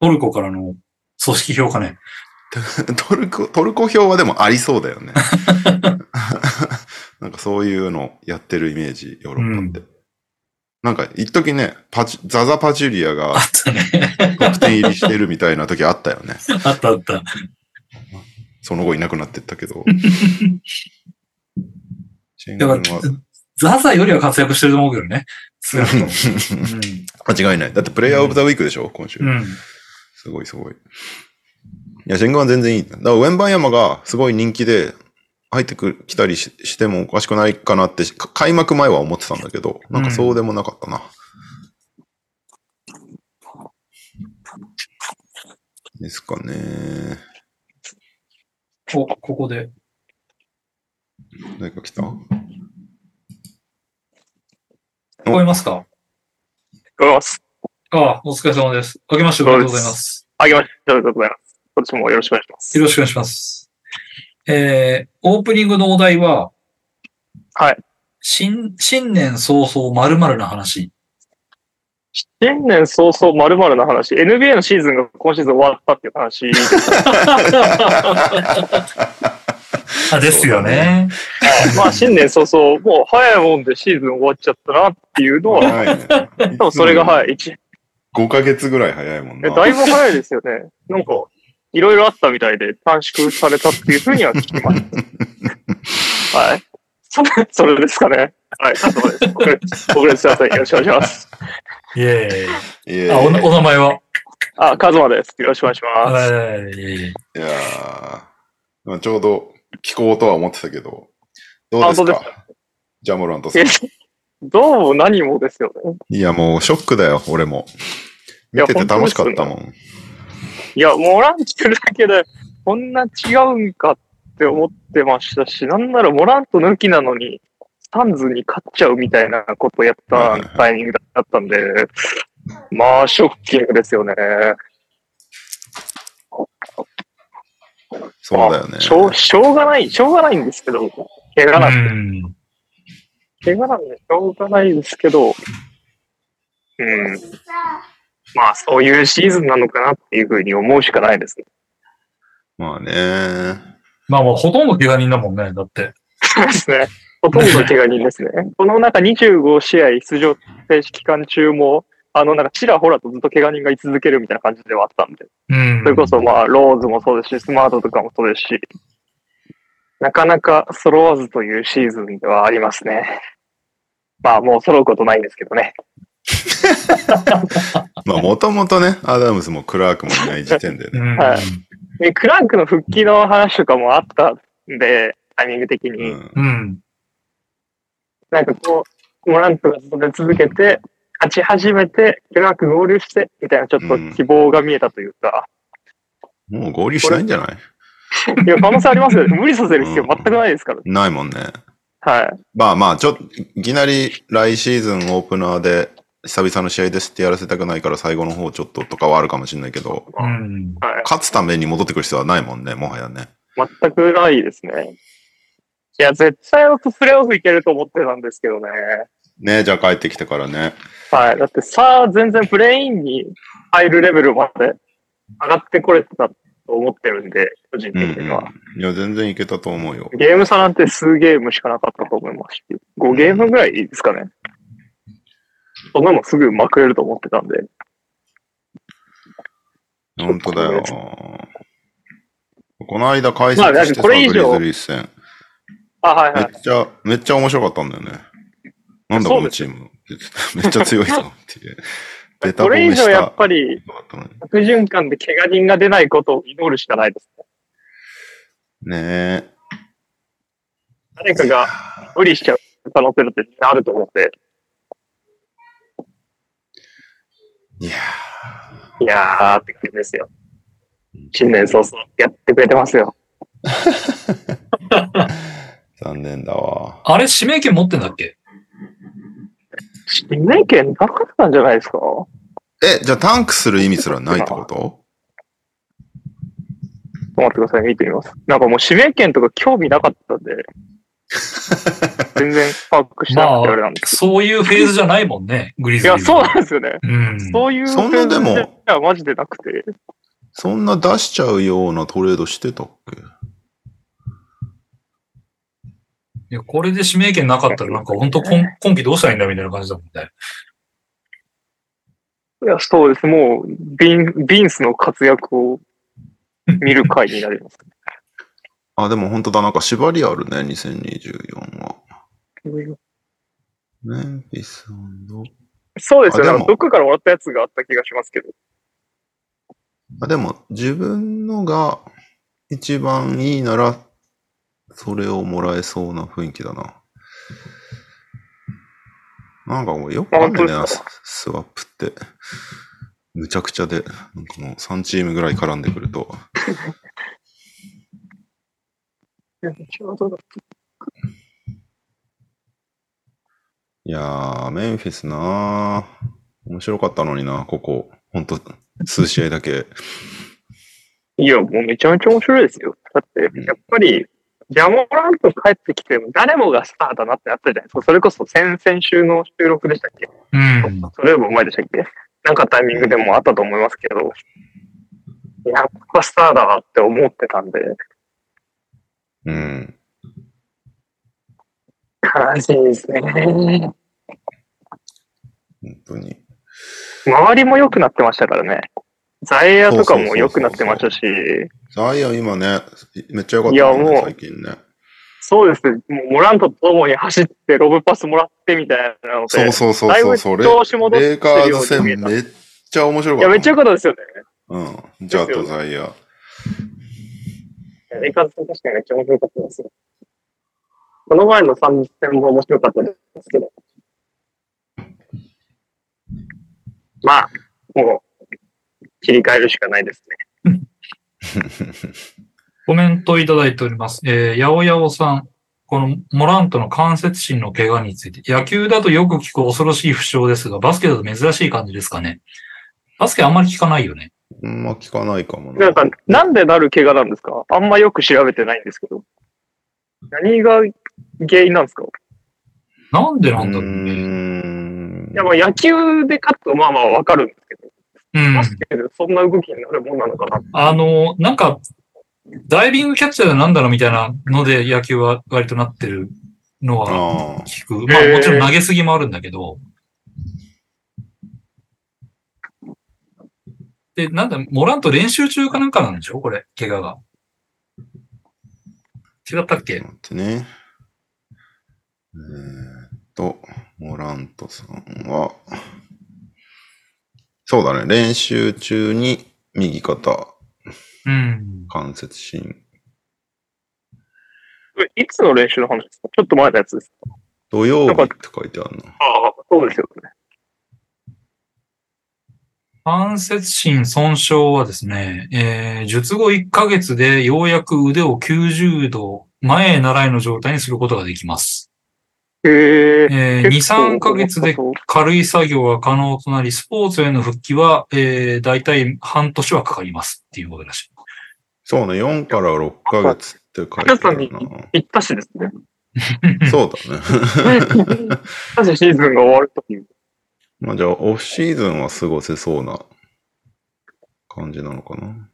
[SPEAKER 2] トルコからの組織評価ね。
[SPEAKER 3] トルコ、トルコ票はでもありそうだよね。 なんかそういうのやってるイメージ、ヨーロッパって。なんか、一時ね、パチザザ・パチュリアが
[SPEAKER 2] あったね。
[SPEAKER 3] 得点入りしてるみたいな時あったよね。
[SPEAKER 2] あったあった。
[SPEAKER 3] その後いなくなってったけ ど。シェング
[SPEAKER 2] だ
[SPEAKER 3] ン
[SPEAKER 2] から、
[SPEAKER 3] は
[SPEAKER 2] ザザよりは活躍してると思うけどね。少なくとも
[SPEAKER 3] 間違いない。だってプレイヤーオブザウィークでしょ、今週。
[SPEAKER 2] うん。うん。
[SPEAKER 3] すごいすごい。いや、シェングンは全然いい。だから、ウェンバンヤマがすごい人気で、入ってくる、来たりししてもおかしくないかなって、か開幕前は思ってたんだけど、なんかそうでもなかったな。ですかね。
[SPEAKER 2] お、ここで。
[SPEAKER 3] 誰か来た
[SPEAKER 2] 聞こえますか
[SPEAKER 1] ございます。
[SPEAKER 2] ああ、お疲れ様です。明けましておめでとうございます。
[SPEAKER 1] あげましておめでとうございます。今年もよろしくお願いします。
[SPEAKER 2] よろしくお願いします。えー、オープニングのお題は、
[SPEAKER 1] はい。
[SPEAKER 2] 新、新年早々〇〇な話。
[SPEAKER 1] 新年早々まるまるな話、NBA のシーズンが今シーズン終わったっていう話。
[SPEAKER 2] あ、ですよね。
[SPEAKER 1] まあ新年早々、もう早いもんでシーズン終わっちゃったなっていうのは、
[SPEAKER 3] はい、ね。
[SPEAKER 1] 多分それが
[SPEAKER 3] い
[SPEAKER 1] はい、一
[SPEAKER 3] つもより。5ヶ月ぐらい早いもん
[SPEAKER 1] え
[SPEAKER 3] な。
[SPEAKER 1] だいぶ早いですよね。なんか、いろいろあったみたいで短縮されたっていうふうには聞きました。はい。それ、それですかね。はい、かとです。ご連ご連絡ください。よろしくお願いします。
[SPEAKER 2] イェーイ。
[SPEAKER 3] いやいや
[SPEAKER 2] あ、おなお名前は
[SPEAKER 1] あ、カズマです。よろしくお願いします。
[SPEAKER 2] はい。
[SPEAKER 3] いやーまあちょうど聞こうとは思ってたけど、どうです
[SPEAKER 1] あ
[SPEAKER 3] か
[SPEAKER 1] どう
[SPEAKER 3] ジャモラントさん
[SPEAKER 1] え。どうも何もですよね。
[SPEAKER 3] いや、もうショックだよ、俺も。
[SPEAKER 1] いや
[SPEAKER 3] 見てて楽しかったもん。
[SPEAKER 1] いや、もらってるだけで、こんな違うんかって思ってましたし、なんならモラント抜きなのに、スタンズに勝っちゃうみたいなことをやったタイミングだったんで、まあ、ショッキングですよね。
[SPEAKER 3] そうだよね
[SPEAKER 1] まあ。しょう、しょうがない、しょうがないんですけど、怪我なん
[SPEAKER 2] う
[SPEAKER 1] で、
[SPEAKER 2] ん。
[SPEAKER 1] 怪我なんでしょうがないですけど、うん。まあ、そういうシーズンなのかなっていうふうに思うしかないですね。
[SPEAKER 3] まあね。
[SPEAKER 2] まあもうほとんど怪我人だもんね、だって。
[SPEAKER 1] そうですね。ほとんど怪我人ですね。この中25試合出場停止期間中も、あの、なんかちらほらとずっと怪我人が居続けるみたいな感じではあったんで、
[SPEAKER 2] うん。
[SPEAKER 1] それこそまあ、ローズもそうですし、スマートとかもそうですし、なかなか揃わずというシーズンではありますね。まあ、もう揃うことないんですけどね。
[SPEAKER 3] まあもともとね、アダムスもクラークもいない時点で
[SPEAKER 2] う
[SPEAKER 3] ね。
[SPEAKER 2] ん。
[SPEAKER 1] はいで、クランクの復帰の話とかもあったんで、タイミング的に。
[SPEAKER 3] うん。
[SPEAKER 2] うん。
[SPEAKER 1] なんかこう、モラントが出続けて、勝ち始めて、クラーク合流して、みたいなちょっと希望が見えたというか、
[SPEAKER 3] もう合流しないんじゃない
[SPEAKER 1] いや、可能性ありますよね。無理させる必要全くないですから。
[SPEAKER 3] ないもんね。
[SPEAKER 1] はい。
[SPEAKER 3] まあまあ、ちょっと、いきなり来シーズンオープナーで久々の試合ですってやらせたくないから最後の方ちょっととかはあるかもしれないけど、
[SPEAKER 2] うん。
[SPEAKER 1] はい。
[SPEAKER 3] 勝つために戻ってくる必要はないもんね、もはやね。
[SPEAKER 1] 全くないですね。いや、絶対僕プレーオフいけると思ってたんですけどね。
[SPEAKER 3] ねじゃあ帰ってきてからね。
[SPEAKER 1] はい。だってさあ、全然プレインに入るレベルまで上がってこれてたと思ってるんで、個人
[SPEAKER 3] う
[SPEAKER 1] 的
[SPEAKER 3] ん、う
[SPEAKER 1] には。
[SPEAKER 3] ん。いや、全然いけたと思うよ。
[SPEAKER 1] ゲーム差なんて数ゲームしかなかったと思いますし、5ゲームぐらいですかね。そんなのすぐまくれると思ってたんで。
[SPEAKER 3] 本当だよ。この間解
[SPEAKER 1] まあだ
[SPEAKER 3] 説し
[SPEAKER 1] っ
[SPEAKER 3] ててさ、
[SPEAKER 1] こ
[SPEAKER 3] グ
[SPEAKER 1] れ
[SPEAKER 3] リ
[SPEAKER 1] 以
[SPEAKER 3] ズ
[SPEAKER 1] 上
[SPEAKER 3] リーズ戦。
[SPEAKER 1] あ、はい
[SPEAKER 3] め
[SPEAKER 1] はい。
[SPEAKER 3] っちゃ、めっちゃ面白かったんだよね。なんだ
[SPEAKER 1] そ
[SPEAKER 3] こ
[SPEAKER 1] う
[SPEAKER 3] の
[SPEAKER 1] です
[SPEAKER 3] チーム。めっちゃ強いぞって いう。ベタ
[SPEAKER 1] こ
[SPEAKER 3] 褒
[SPEAKER 1] れ
[SPEAKER 3] め
[SPEAKER 1] 以
[SPEAKER 3] した
[SPEAKER 1] 上やっぱり、
[SPEAKER 3] のがあったのに
[SPEAKER 1] 悪循環で怪我人が出ないことを祈るしかないですね。
[SPEAKER 3] ねえ。
[SPEAKER 1] 誰かが無理しちゃう可能性だってあると思って。
[SPEAKER 3] いや
[SPEAKER 1] いやーって感じですよ。新年早々やってくれてますよ。
[SPEAKER 3] ー残念だわ。
[SPEAKER 2] あれ、指名権持ってんだっけ
[SPEAKER 1] 指名権なかったんじゃないですか
[SPEAKER 3] え、じゃあタンクする意味すらないってこと
[SPEAKER 1] ちょっと待ってください、見てみます。なんかもう指名権とか興味なかったんで、全然把握してなくてあれなんです。
[SPEAKER 2] そういうフェーズじゃないもんね、グリ
[SPEAKER 1] い
[SPEAKER 2] ズリー
[SPEAKER 1] や、
[SPEAKER 2] は。
[SPEAKER 1] そうなんですよね。
[SPEAKER 2] うん。
[SPEAKER 1] そういう
[SPEAKER 3] そんなでも
[SPEAKER 1] いや、マジでなくて。
[SPEAKER 3] そんな出しちゃうようなトレードしてたっけ
[SPEAKER 2] いや、これで指名権なかったら、なんか本当今、今季どうしたらいいんだみたいな感じだもんね。
[SPEAKER 1] いや、そうです。もう、ビン、ビンスの活躍を見る回になります。
[SPEAKER 3] あ、でも本当だ。なんか縛りあるね、2024は。メンフィス
[SPEAKER 1] そうですよね。
[SPEAKER 3] あでも
[SPEAKER 1] なんかどっかからもらったやつがあった気がしますけど。
[SPEAKER 3] あ、でも自分のが一番いいなら、それをもらえそうな雰囲気だな。なんかもうよくあるんだよ
[SPEAKER 1] あ本当
[SPEAKER 3] な、
[SPEAKER 1] です
[SPEAKER 3] ススワップって。むちゃくちゃで、なんかもう3チームぐらい絡んでくると。いやー、メンフィスなー。面白かったのにな、ここ。ほんと、数試合だけ。
[SPEAKER 1] いや、もうめちゃめちゃ面白いですよ。だって、やっぱり、ジャモラント帰ってきても、誰もがスターだなってなったじゃないですか。それこそ先々週の収録でしたっけ
[SPEAKER 2] うん。
[SPEAKER 1] それよりも前でしたっけなんかタイミングでもあったと思いますけど、やっぱスターだなって思ってたんで、
[SPEAKER 3] うん。
[SPEAKER 1] 悲しいですね。
[SPEAKER 3] 本当に。
[SPEAKER 1] 周りも良くなってましたからね。ザイヤとかも良くなってましたし、
[SPEAKER 3] ザイアン今ね、めっちゃ良かった、ね。
[SPEAKER 1] いやもう
[SPEAKER 3] 最近ね。
[SPEAKER 1] そうです。もうモラントと共に走ってロブパスもらってみたいなので、
[SPEAKER 3] そうそうそう
[SPEAKER 1] だい
[SPEAKER 3] そ
[SPEAKER 1] ぶ
[SPEAKER 3] う、それ。
[SPEAKER 1] 調子戻って
[SPEAKER 3] レ
[SPEAKER 1] る
[SPEAKER 3] イカー
[SPEAKER 1] よ
[SPEAKER 3] ズ
[SPEAKER 1] う
[SPEAKER 3] 戦
[SPEAKER 1] に見えた。い
[SPEAKER 3] めっちゃ面白かった。
[SPEAKER 1] や、めっちゃ良かったですよね。
[SPEAKER 3] うん。じゃあ、あとザイヤ。
[SPEAKER 1] レイカーズ戦確かにめっちゃ面白かったですよ。この前の3戦も面白かったですけど。まあ、もう、切り替えるしかないですね。
[SPEAKER 2] コメントいただいております。えー、やおやおさん。このモラントの関節心の怪我について。野球だとよく聞く恐ろしい負傷ですが、バスケだと珍しい感じですかね。バスケあんまり聞かないよね。
[SPEAKER 3] あんま聞かないかもな。
[SPEAKER 1] なんか、なんでなる怪我なんですかあんまよく調べてないんですけど。何が原因なんですかい
[SPEAKER 2] なんでな
[SPEAKER 3] うん
[SPEAKER 2] だ
[SPEAKER 3] ー
[SPEAKER 2] ろうね。
[SPEAKER 3] ん。
[SPEAKER 1] や、まあ野球で勝つとまあまあわかるんですけど、
[SPEAKER 2] うん
[SPEAKER 1] バ。スケでそんな動きになるもんなのかな。
[SPEAKER 2] あの、なんか、ダイビングキャッチャーなんだろうみたいなので野球は割となってるのは
[SPEAKER 3] ああ。
[SPEAKER 2] 聞く。まあ
[SPEAKER 1] へー
[SPEAKER 2] もちろん投げすぎもあるんだけど。で、なんだ、モラント練習中かなんかなんでしょこれ、怪我が。違ったっけ
[SPEAKER 3] 待ってね。えーっと、モラントさんは、そうだね、練習中に右肩
[SPEAKER 2] うん。
[SPEAKER 3] 関節芯。
[SPEAKER 1] えいつの練習の話ですかちょっと前のやつですか
[SPEAKER 3] 土曜日って書いてあるな。
[SPEAKER 1] ああ、そうですよね。
[SPEAKER 2] 関節心損傷はですね、えー、術後1ヶ月でようやく腕を90度前へ習いの状態にすることができます。
[SPEAKER 1] へえ。
[SPEAKER 2] えー、2、3ヶ月で軽い作業が可能となり、スポーツへの復帰は、えー、大体半年はかかりますっていうことらしい。
[SPEAKER 3] そうね、4から6ヶ月って書いてある
[SPEAKER 1] あ行ったしですね。
[SPEAKER 3] な。そうだね。
[SPEAKER 1] なぜシーズンが終わるときに。
[SPEAKER 3] まあじゃあ、オフシーズンは過ごせそうな感じなのかな。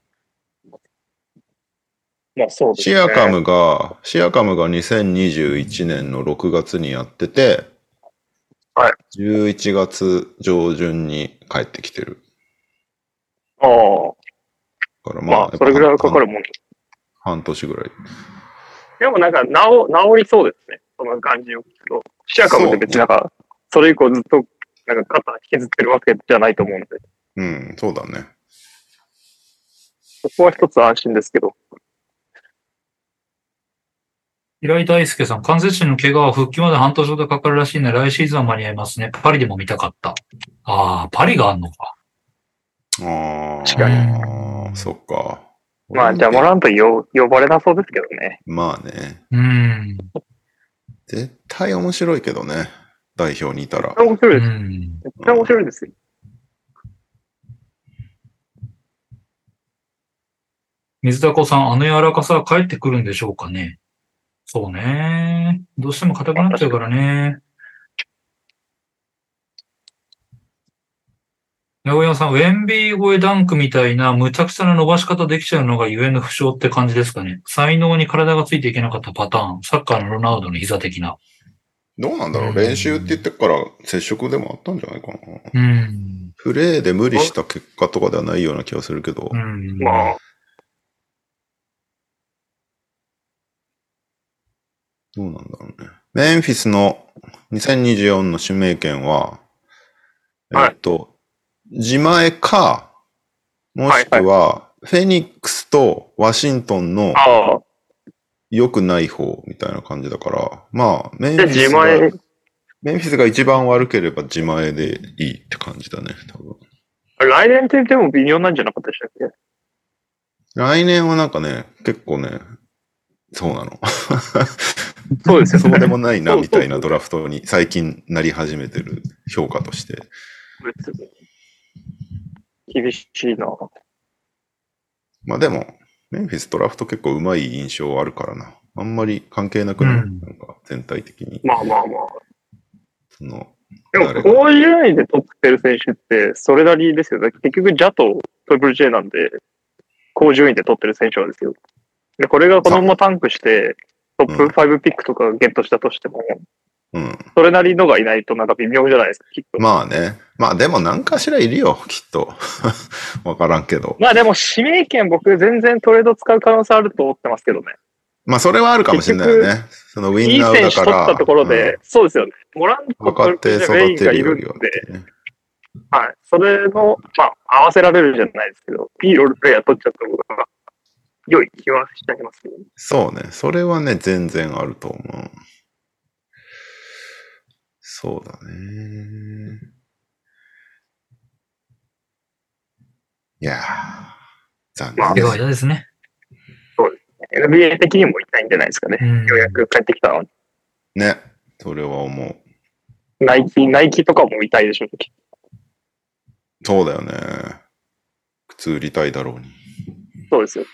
[SPEAKER 1] まあそうです
[SPEAKER 3] シ
[SPEAKER 1] ね。
[SPEAKER 3] アカムが、シアカムが2021年の6月にやってて、
[SPEAKER 1] はい。
[SPEAKER 3] 11月上旬に帰ってきてる
[SPEAKER 1] ああ。
[SPEAKER 3] から、まあ、
[SPEAKER 1] まあ、それぐらいはかか
[SPEAKER 3] る。
[SPEAKER 1] るもん。
[SPEAKER 3] 半年ぐらい。
[SPEAKER 1] でもなんか、治、治りそうですね。その感じを聞くと。シアカムって別になんか、それ以降ずっと、なんか肩引きずってるわけじゃないと思うんで、
[SPEAKER 3] うん、そうだね。
[SPEAKER 1] そこは一つ安心ですけど。
[SPEAKER 2] 平井大輔さん、関節心の怪我は復帰まで半年ほどかかるらしいので、来シーズンは間に合いますね。パリでも見たかった。ああ、パリがあんのか。
[SPEAKER 3] ああ。
[SPEAKER 1] 近い
[SPEAKER 3] そっか。
[SPEAKER 1] まあ、じゃあ、モラント呼呼ばれなそうですけどね。
[SPEAKER 3] まあね。
[SPEAKER 2] うん。
[SPEAKER 3] 絶対面白いけどね。代表にいたら。
[SPEAKER 1] 面白
[SPEAKER 2] う
[SPEAKER 1] いです。
[SPEAKER 2] ん。
[SPEAKER 1] めっちゃ面白いですよ。
[SPEAKER 2] 水田子さん、あの柔らかさは帰ってくるんでしょうかね。そうね。どうしても硬くなっちゃうからね。八百屋さん、ウェンビー越えダンクみたいな無茶苦茶な伸ばし方できちゃうのがゆえの負傷って感じですかね。才能に体がついていけなかったパターン。サッカーのロナウドの膝的な。
[SPEAKER 3] どうなんだろう練習って言ってっから接触でもあったんじゃないかな。
[SPEAKER 2] うん。
[SPEAKER 3] プレーで無理した結果とかではないような気がするけど
[SPEAKER 2] う。ん。
[SPEAKER 1] まあ、
[SPEAKER 3] どうなんだろうね。メンフィスの2024の指名権は、
[SPEAKER 1] はい
[SPEAKER 3] えっと、自前か、もしくは、フェニックスとワシントンの
[SPEAKER 1] ああ。
[SPEAKER 3] 良くない方みたいな感じだから、まあ、メンフ
[SPEAKER 1] じゃあ、
[SPEAKER 3] ィス
[SPEAKER 1] 自
[SPEAKER 3] が、
[SPEAKER 1] 前、
[SPEAKER 3] メンフィスが一番悪ければ自前でいいって感じだね、多分。
[SPEAKER 1] 来年ってでも微妙なんじゃなかったでしたっけ
[SPEAKER 3] 来年はなんかね、結構ね、そうなの。
[SPEAKER 1] そうです
[SPEAKER 3] そうでもないな、
[SPEAKER 1] そう
[SPEAKER 3] みたいなドラフトに最近なり始めてる評価として。
[SPEAKER 1] 厳しいな。
[SPEAKER 3] まあでも、メンフィスドラフト結構うまい印象あるからな。あんまり関係なくない、
[SPEAKER 2] うん
[SPEAKER 3] なんか全体的に。
[SPEAKER 1] まあまあまあ。
[SPEAKER 3] その、
[SPEAKER 1] でも、こういう意味で取ってる選手って、それなりですよね。結局、ジャとトリプル J なんで、高順位で取ってる選手はですよ。で、これがこのままタンクして、トップ5ピックとかゲットしたとしても、
[SPEAKER 3] うん。
[SPEAKER 1] それなりのがいないとなんか微妙じゃないですか、きっと。
[SPEAKER 3] まあね。まあでも何かしらいるよ、きっと。 わからんけど。
[SPEAKER 1] まあでも、指名権僕全然トレード使う可能性あると思ってますけどね。
[SPEAKER 3] まあそれはあるかもしれないよね。そのウ
[SPEAKER 1] い
[SPEAKER 3] ィ
[SPEAKER 1] い
[SPEAKER 3] ンナ
[SPEAKER 1] 選
[SPEAKER 3] ー
[SPEAKER 1] 手
[SPEAKER 3] だ
[SPEAKER 1] 取っ
[SPEAKER 3] から。
[SPEAKER 1] たところで、そうですよね。モラン
[SPEAKER 3] うん、
[SPEAKER 1] ト
[SPEAKER 3] 若
[SPEAKER 1] と
[SPEAKER 3] 手
[SPEAKER 1] レ
[SPEAKER 3] 育
[SPEAKER 1] イン
[SPEAKER 3] て
[SPEAKER 1] が
[SPEAKER 3] る
[SPEAKER 1] い
[SPEAKER 3] よ
[SPEAKER 1] る
[SPEAKER 3] りは
[SPEAKER 1] んで、
[SPEAKER 3] ね。
[SPEAKER 1] はい。それの、まあ、合わせられるじゃないですけど、いいロールプレイヤー取っちゃった方が、良い気はしてきますけど。
[SPEAKER 3] そうね。それはね、全然あると思う。そうだね。いやー、残
[SPEAKER 1] まあ
[SPEAKER 3] 念で
[SPEAKER 2] 怪
[SPEAKER 3] す
[SPEAKER 2] 我は嫌ですね。
[SPEAKER 1] NBA 的にも痛いんじゃないですかね。
[SPEAKER 2] うん
[SPEAKER 1] ようやく帰ってきたのに。
[SPEAKER 3] ね。それは思う。
[SPEAKER 1] ナイキ、ナイキとかも痛いでしょうし。
[SPEAKER 3] そうだよね。靴売りたいだろうに。
[SPEAKER 1] そうですよ。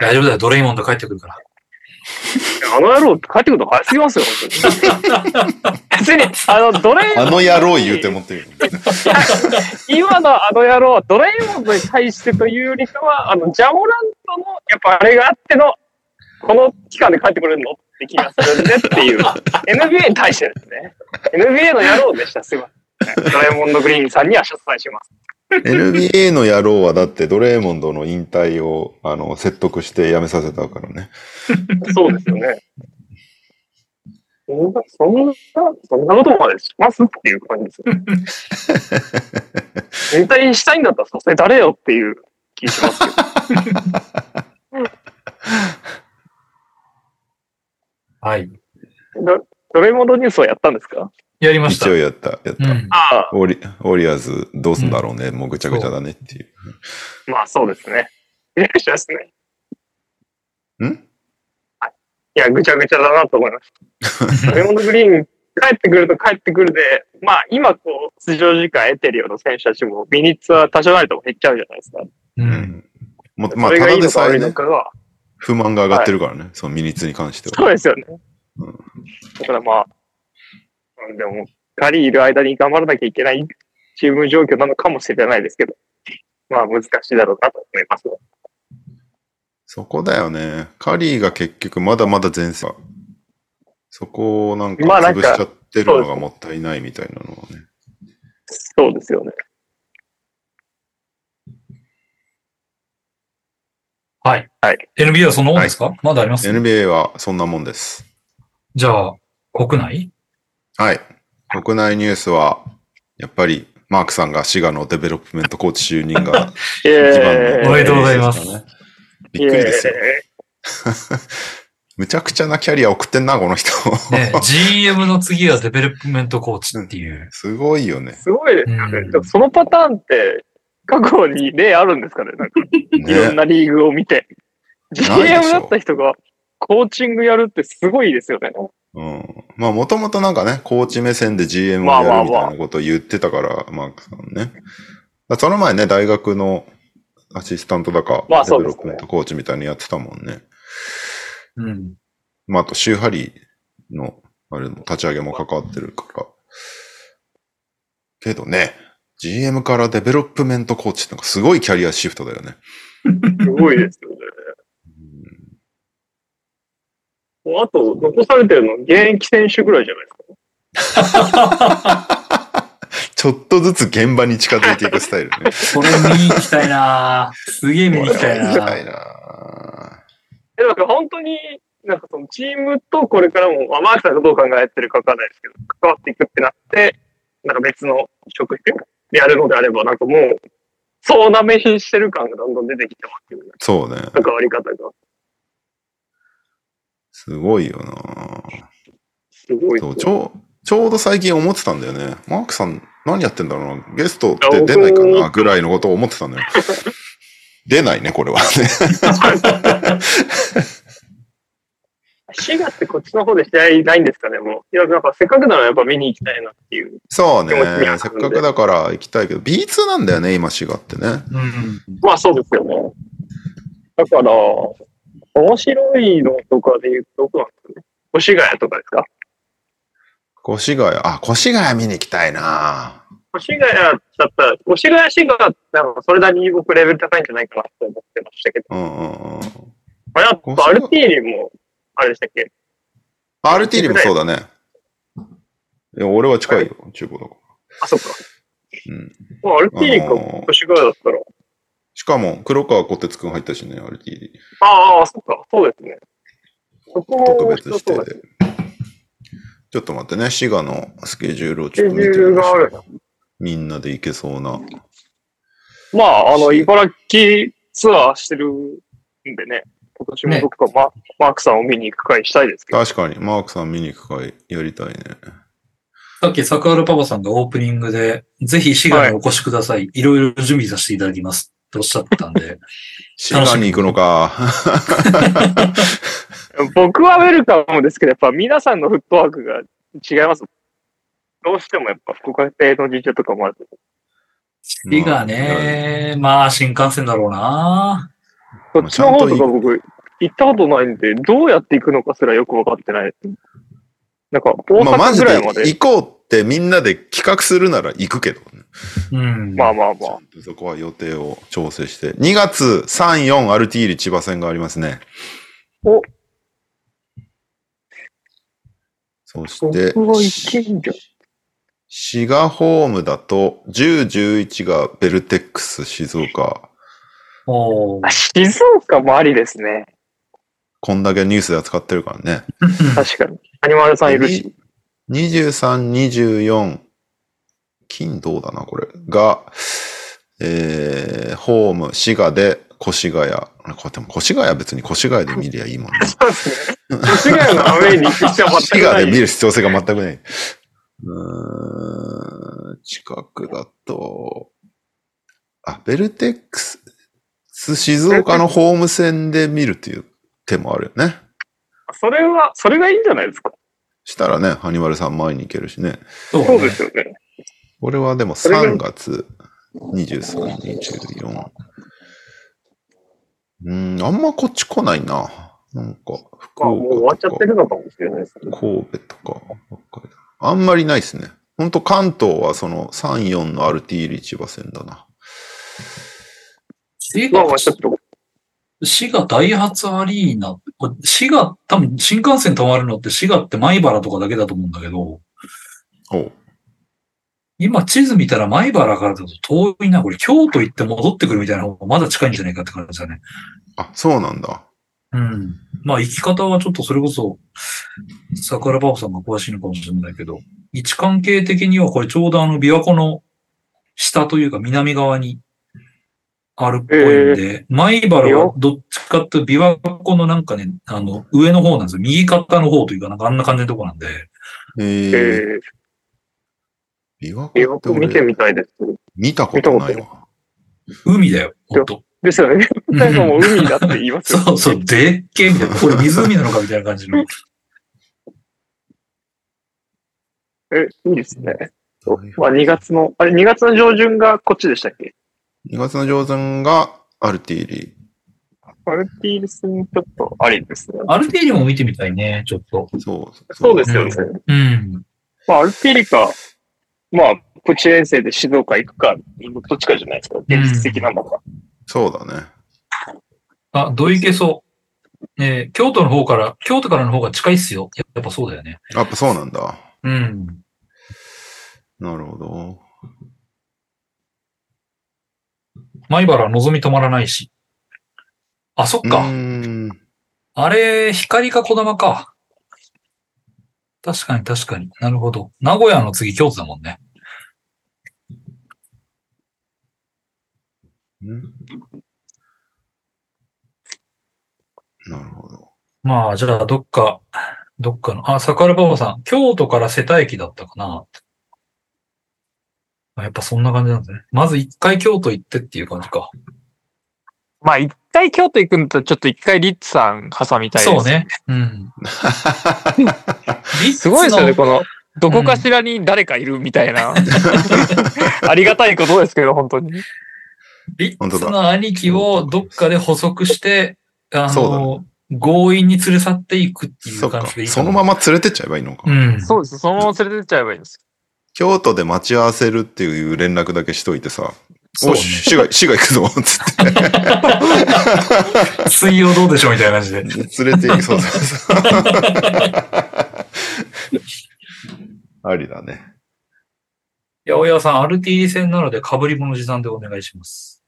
[SPEAKER 2] 大丈夫だよ。ドレイモンド帰ってくるから。
[SPEAKER 1] いやあの野郎って帰ってくるの早すぎますよ、本当に。別に、あの、ドレイ
[SPEAKER 3] あの野郎言うてもってる。
[SPEAKER 1] 今のあの野郎はドレイモンドに対してというよりかは、あの、ジャモラントの、やっぱあれがあっての、この期間で帰ってくれるのって気がするんでって いう、NBA に対してですね。NBA の野郎でした、すいません。ドレイモンド・グリーンさんには謝罪します。
[SPEAKER 3] NBA の野郎はだってドレーモンドの引退をあの説得して辞めさせたからね。
[SPEAKER 1] そうですよね。そんな、そんな、そんなことまでしますっていう感じ ですよ。引退したいんだったらさせたれよっていう気しますけど。
[SPEAKER 2] はい。
[SPEAKER 1] ドドレモンドニュースをやったんですか
[SPEAKER 2] やりまし
[SPEAKER 3] 一
[SPEAKER 2] た。
[SPEAKER 3] 応やった、やっ
[SPEAKER 2] う
[SPEAKER 3] た。
[SPEAKER 2] ん。
[SPEAKER 1] あ
[SPEAKER 3] ウォリウォリアーズどうすんだろうね、もうぐちゃぐちゃだねってい
[SPEAKER 1] あ、まあそうですね。ぐちゃぐちゃですね。
[SPEAKER 3] う。ん
[SPEAKER 1] いや、ぐちゃぐちゃだなと思いました。ドレモンドグリーン、帰ってくると帰ってくるで、まあ今こう、出場時間得てるような選手たちも、ミニッツは多少なりとも減っちゃうじゃないですか。
[SPEAKER 2] う。
[SPEAKER 3] うんん。もうまあ、
[SPEAKER 1] それ
[SPEAKER 3] た
[SPEAKER 1] がい
[SPEAKER 3] だ
[SPEAKER 1] い
[SPEAKER 3] で
[SPEAKER 1] のか
[SPEAKER 3] さ
[SPEAKER 1] 悪
[SPEAKER 3] え
[SPEAKER 1] いの
[SPEAKER 3] ね、
[SPEAKER 1] かが、
[SPEAKER 3] 不満が上がってるからね、そのミニッツに関して
[SPEAKER 1] そう
[SPEAKER 3] は。
[SPEAKER 1] ですよね。
[SPEAKER 3] うん
[SPEAKER 1] だからまあ、うんでも、カリーいる間に頑張らなきゃいけないチーム状況なのかもしれないですけど、まあ難しいだろうなと思いますね。
[SPEAKER 3] そこだよね。カリーが結局まだまだ前世。そこをなんか
[SPEAKER 1] まあなんか
[SPEAKER 3] 潰しちゃってるのがもったいないみたいなのはね。
[SPEAKER 1] そうですよね。
[SPEAKER 2] はい。
[SPEAKER 1] はい。
[SPEAKER 2] NBA はそんなもんですか、まだあります、
[SPEAKER 3] NBA はそんなもんです。
[SPEAKER 2] じゃあ、国内
[SPEAKER 3] はい。国内ニュースは、やっぱりマークさんが滋賀のデベロップメントコーチ就任が
[SPEAKER 1] え
[SPEAKER 3] 一番
[SPEAKER 2] お
[SPEAKER 3] の
[SPEAKER 2] め
[SPEAKER 1] え
[SPEAKER 2] でとうございます
[SPEAKER 3] ニュースでしたねびっくりですよ。むちゃくちゃなキャリア送ってんな、この人。
[SPEAKER 2] ね、GM の次がデベロップメントコーチっていう。
[SPEAKER 3] すごいよね。
[SPEAKER 1] すごいですよね。
[SPEAKER 2] うん
[SPEAKER 1] でもそのパターンって、過去に例あるんですかねなんかいろん
[SPEAKER 3] ね
[SPEAKER 1] なリーグを見て。
[SPEAKER 3] しょ
[SPEAKER 1] GM だった人がコーチングやるってすごいですよね。
[SPEAKER 3] うん、まあ、もともとなんかね、コーチ目線で GM を
[SPEAKER 1] まあま
[SPEAKER 3] や
[SPEAKER 1] あ
[SPEAKER 3] るみたいなことを言ってたから、マークさんね。だその前ね、大学のアシスタントだか、
[SPEAKER 1] まあそう
[SPEAKER 3] デ
[SPEAKER 1] で
[SPEAKER 3] ベ
[SPEAKER 1] す
[SPEAKER 3] ロッ
[SPEAKER 1] ね
[SPEAKER 3] プメントコーチみたいにやってたもんね。
[SPEAKER 2] うん。
[SPEAKER 3] まあ、あと、シューハリーの、あれも、立ち上げも関わってるから。けどね、GM からデベロップメントコーチってなんかすごいキャリアシフトだよね。
[SPEAKER 1] すごいですよね。もうあと、残されてるの現役選手ぐらいじゃないですか。
[SPEAKER 3] ちょっとずつ現場に近づいていくスタイルね。
[SPEAKER 2] それ見に行きたいなぁすげえ見に行きたい
[SPEAKER 3] 行きた
[SPEAKER 2] ないぁ
[SPEAKER 3] な
[SPEAKER 1] え、なんか本当に、なんかそのチームとこれからも、まあ、マークさんがどう考えてるかわかんないですけど、関わっていくってなって、なんか別の職種でやるのであれば、なんかもう、そうなめ品してる感がどんどん出てきてますよね。
[SPEAKER 3] そうね。
[SPEAKER 1] 関わり方が。
[SPEAKER 3] すごいよな
[SPEAKER 1] すごいです
[SPEAKER 3] そ
[SPEAKER 1] ね。
[SPEAKER 3] うちょう、ちょうど最近思ってたんだよね。マークさん、何やってんだろうな。ゲストって出ないかなぐらいのことを思ってたんだよ。 出ないね、これ はね。
[SPEAKER 1] 滋賀ってこっちの方で試合ないんですかね、もう。いや、なんかせっかくならやっぱ見に行きたいなっていう。
[SPEAKER 3] そうね
[SPEAKER 1] 気持ちになるん。で
[SPEAKER 3] せっかくだから行きたいけど、B2 なんだよね、今、滋賀ってね。
[SPEAKER 2] うん。
[SPEAKER 1] まあそうですよね。だから、面白いのとかで言うと、どこなんですかね。越谷とかですか
[SPEAKER 3] 越谷、あ、越谷見に行きたいな
[SPEAKER 1] 越谷だったら、越谷市が、なんかそれなりに僕レベル高いんじゃないかなと思ってましたけど。
[SPEAKER 3] うんうんうん。
[SPEAKER 1] あれ、あとアルティーリも、あれでしたっけ
[SPEAKER 3] RT にもそうだね。いや、俺は近いよ、中古だか
[SPEAKER 1] あ、そっか。
[SPEAKER 3] ら。うん。
[SPEAKER 1] まあ、アルティーリか
[SPEAKER 3] あのー
[SPEAKER 1] 越谷だったら。
[SPEAKER 3] しかも、黒川小鉄くん入ったしね、RT に。
[SPEAKER 1] ああ、そっか。そうですね。そこも
[SPEAKER 3] 特
[SPEAKER 1] 面
[SPEAKER 3] 別
[SPEAKER 1] 白
[SPEAKER 3] 指
[SPEAKER 1] そ
[SPEAKER 3] 定
[SPEAKER 1] うだ
[SPEAKER 3] で
[SPEAKER 1] し。。
[SPEAKER 3] ちょっと待ってね、滋賀のスケジュールをちょっと見て
[SPEAKER 1] スケジュー
[SPEAKER 3] み
[SPEAKER 1] ル
[SPEAKER 3] まし
[SPEAKER 1] がある
[SPEAKER 3] ょう。みんなで行けそうな。
[SPEAKER 1] まあ、あの、茨城ツアーしてるんでね。今年も僕か、ママークさんを見に行く会したいですけど。
[SPEAKER 3] 確かに、マークさん見に行く会やりたいね。
[SPEAKER 2] さっきサクアルパパさんがオープニングで、ぜひ滋賀にお越しください。い、ろいろ準備させていただきます。とおっしゃってたんで。
[SPEAKER 3] 滋賀に行くのか。
[SPEAKER 1] 僕はウェルカムですけど、やっぱ皆さんのフットワークが違います。どうしてもやっぱ、副会系の事情とかもあると。
[SPEAKER 2] 滋賀ね、まあ新幹線だろうな。
[SPEAKER 1] そっちの方とか僕、行ったことないんで、どうやって行くのかすらよくわかってない。なんか、大
[SPEAKER 3] まあ、マ
[SPEAKER 1] 阪
[SPEAKER 3] ジ
[SPEAKER 1] ぐ
[SPEAKER 3] で
[SPEAKER 1] らいまで。
[SPEAKER 3] 行こうってみんなで企画するなら行くけどね。
[SPEAKER 2] うん。
[SPEAKER 1] まあまあまあ。
[SPEAKER 3] そこは予定を調整して。2月3、4アルティーリ千葉戦がありますね。
[SPEAKER 1] お
[SPEAKER 3] そして
[SPEAKER 1] 僕、は行けんじゃん。
[SPEAKER 3] 滋賀ホームだと、10、11がベルテックス静岡。
[SPEAKER 2] おー
[SPEAKER 1] あ、静岡もありですね。
[SPEAKER 3] こんだけニュースで扱ってるからね。
[SPEAKER 1] 確かに。アニマルさんいるし。
[SPEAKER 3] 23、24、金どうだな、これ。が、えー、ホーム、滋賀で、越谷。これでも越谷は別に越谷で見りゃいいもんな。
[SPEAKER 1] そうですね。越谷のアウェイに行く必要は全
[SPEAKER 3] 滋
[SPEAKER 1] くな
[SPEAKER 3] 賀
[SPEAKER 1] い。
[SPEAKER 3] で見る必要性が全くない。うーん、近くだと、あ、ベルテックス、静岡のホーム戦で見るという手もあるよね。
[SPEAKER 1] それは、それがいいんじゃないですか。
[SPEAKER 3] したらね、ハニバルさん前に行けるしね。
[SPEAKER 2] そう
[SPEAKER 1] そう
[SPEAKER 2] ね
[SPEAKER 1] ですよね。
[SPEAKER 3] 俺はでも
[SPEAKER 1] それ
[SPEAKER 3] 3
[SPEAKER 1] が
[SPEAKER 3] 月23、24。うん、あんまこっち来ないな。なんか、福
[SPEAKER 1] まあ、もう終わ
[SPEAKER 3] 岡
[SPEAKER 1] っち
[SPEAKER 3] と
[SPEAKER 1] ゃ
[SPEAKER 3] か
[SPEAKER 1] ってるのかもしれないですけど。
[SPEAKER 3] 神戸とか、北海道あんまりないですね。ほんと関東はその3、4のアルティーリ千葉線だな。
[SPEAKER 2] 滋
[SPEAKER 1] まあ
[SPEAKER 2] 賀
[SPEAKER 1] まあ、ちょっと、
[SPEAKER 2] 滋賀ダイハツアリーナ。これ滋賀、多分新幹線止まるのって滋賀って米原とかだけだと思うんだけど、
[SPEAKER 3] おう
[SPEAKER 2] 今地図見たら米原からだと遠いな。これ京都行って戻ってくるみたいな方がまだ近いんじゃないかって感じだね。
[SPEAKER 3] あ、そうなんだ。
[SPEAKER 2] うん。まあ行き方はちょっとそれこそ、桜庭さんが詳しいのかもしれないけど、位置関係的にはこれちょうどあの琵琶湖の下というか南側にあるっぽいんで、米原はどっちかっていうと琵琶湖のなんかね、あの上の方なんですよ。右肩の方というかなんかあんな感じのとこなんで、
[SPEAKER 3] え
[SPEAKER 1] え
[SPEAKER 3] ー、
[SPEAKER 1] ー、
[SPEAKER 3] 琵琶
[SPEAKER 1] え
[SPEAKER 3] 湖って
[SPEAKER 1] ー、見て
[SPEAKER 3] 俺
[SPEAKER 1] みたいです。
[SPEAKER 3] 見たことない
[SPEAKER 1] 見た
[SPEAKER 3] わ。
[SPEAKER 2] 海だよ、ほんと。
[SPEAKER 1] ですよね。大悟も海だって言い ますよ。
[SPEAKER 2] そうそう、でっけえみたいな。これ湖なのかみたいな感じの。
[SPEAKER 1] え、いいですね。まあ、2月の、あれ、2月の上旬がこっちでしたっけ
[SPEAKER 3] 2月の上旬がアルティーリ。
[SPEAKER 1] アルティールスにちょっとありですね。
[SPEAKER 2] アルティーリも見てみたいね、ちょっと。
[SPEAKER 3] そう。
[SPEAKER 1] そうですよね。
[SPEAKER 2] うん。
[SPEAKER 1] まあ、アルティーリか、まあ、プチ遠征で静岡行くか、どっちかじゃないですか。現実的なのか。
[SPEAKER 3] そうだね。
[SPEAKER 2] あ、どいけそう。えー京都の方から、京都からの方が近いっすよ。やっぱそうだよね。
[SPEAKER 3] やっぱそうなんだ。
[SPEAKER 2] うん。
[SPEAKER 3] なるほど。
[SPEAKER 2] 米原は望み止まらないし。あ、そっ
[SPEAKER 3] う
[SPEAKER 2] か。
[SPEAKER 3] ーん。
[SPEAKER 2] あれ、光か小玉か。確かに確かに。なるほど。名古屋の次京都だもんね。
[SPEAKER 3] うんなるほど。
[SPEAKER 2] まあ、じゃあ、どっか、どっかの、あ、桜パパさん、京都から瀬田駅だったかな。あやっぱそんな感じなんですね。まず一回京都行ってっていう感じか。
[SPEAKER 4] まあ、一回京都行くんだったら、ちょっと一回リッツさん挟みたいです。
[SPEAKER 2] そう。ね。 うん。
[SPEAKER 4] すごいですよね、
[SPEAKER 2] リッツの
[SPEAKER 4] この、どこかしらに誰かいるみたい な。ありがたいことですけど、本当に。
[SPEAKER 2] リ
[SPEAKER 3] 本
[SPEAKER 2] ッ
[SPEAKER 3] 当
[SPEAKER 2] ツ
[SPEAKER 3] だ
[SPEAKER 2] の兄貴をどっかで捕捉して、あ
[SPEAKER 3] そ
[SPEAKER 2] の、強引に連れ去っていくってい
[SPEAKER 3] そうっ
[SPEAKER 2] 感
[SPEAKER 3] か
[SPEAKER 2] じでいい。
[SPEAKER 3] そのまま連れてっちゃえばいいのか。
[SPEAKER 2] ま。うん。
[SPEAKER 4] そうです。そのまま連れてっちゃえばいいんです。
[SPEAKER 3] 京都で待ち合わせるっていう連絡だけしといてさ、
[SPEAKER 2] そう
[SPEAKER 3] お
[SPEAKER 2] ね
[SPEAKER 3] し、滋賀、滋賀行くぞっつって、
[SPEAKER 2] 水曜どうでしょうみたいな感じで。
[SPEAKER 3] 連れて行 く。そうそうそう。 ありだね。
[SPEAKER 2] 八百屋さん、アルティーリ戦なので被り物持参でお願いします。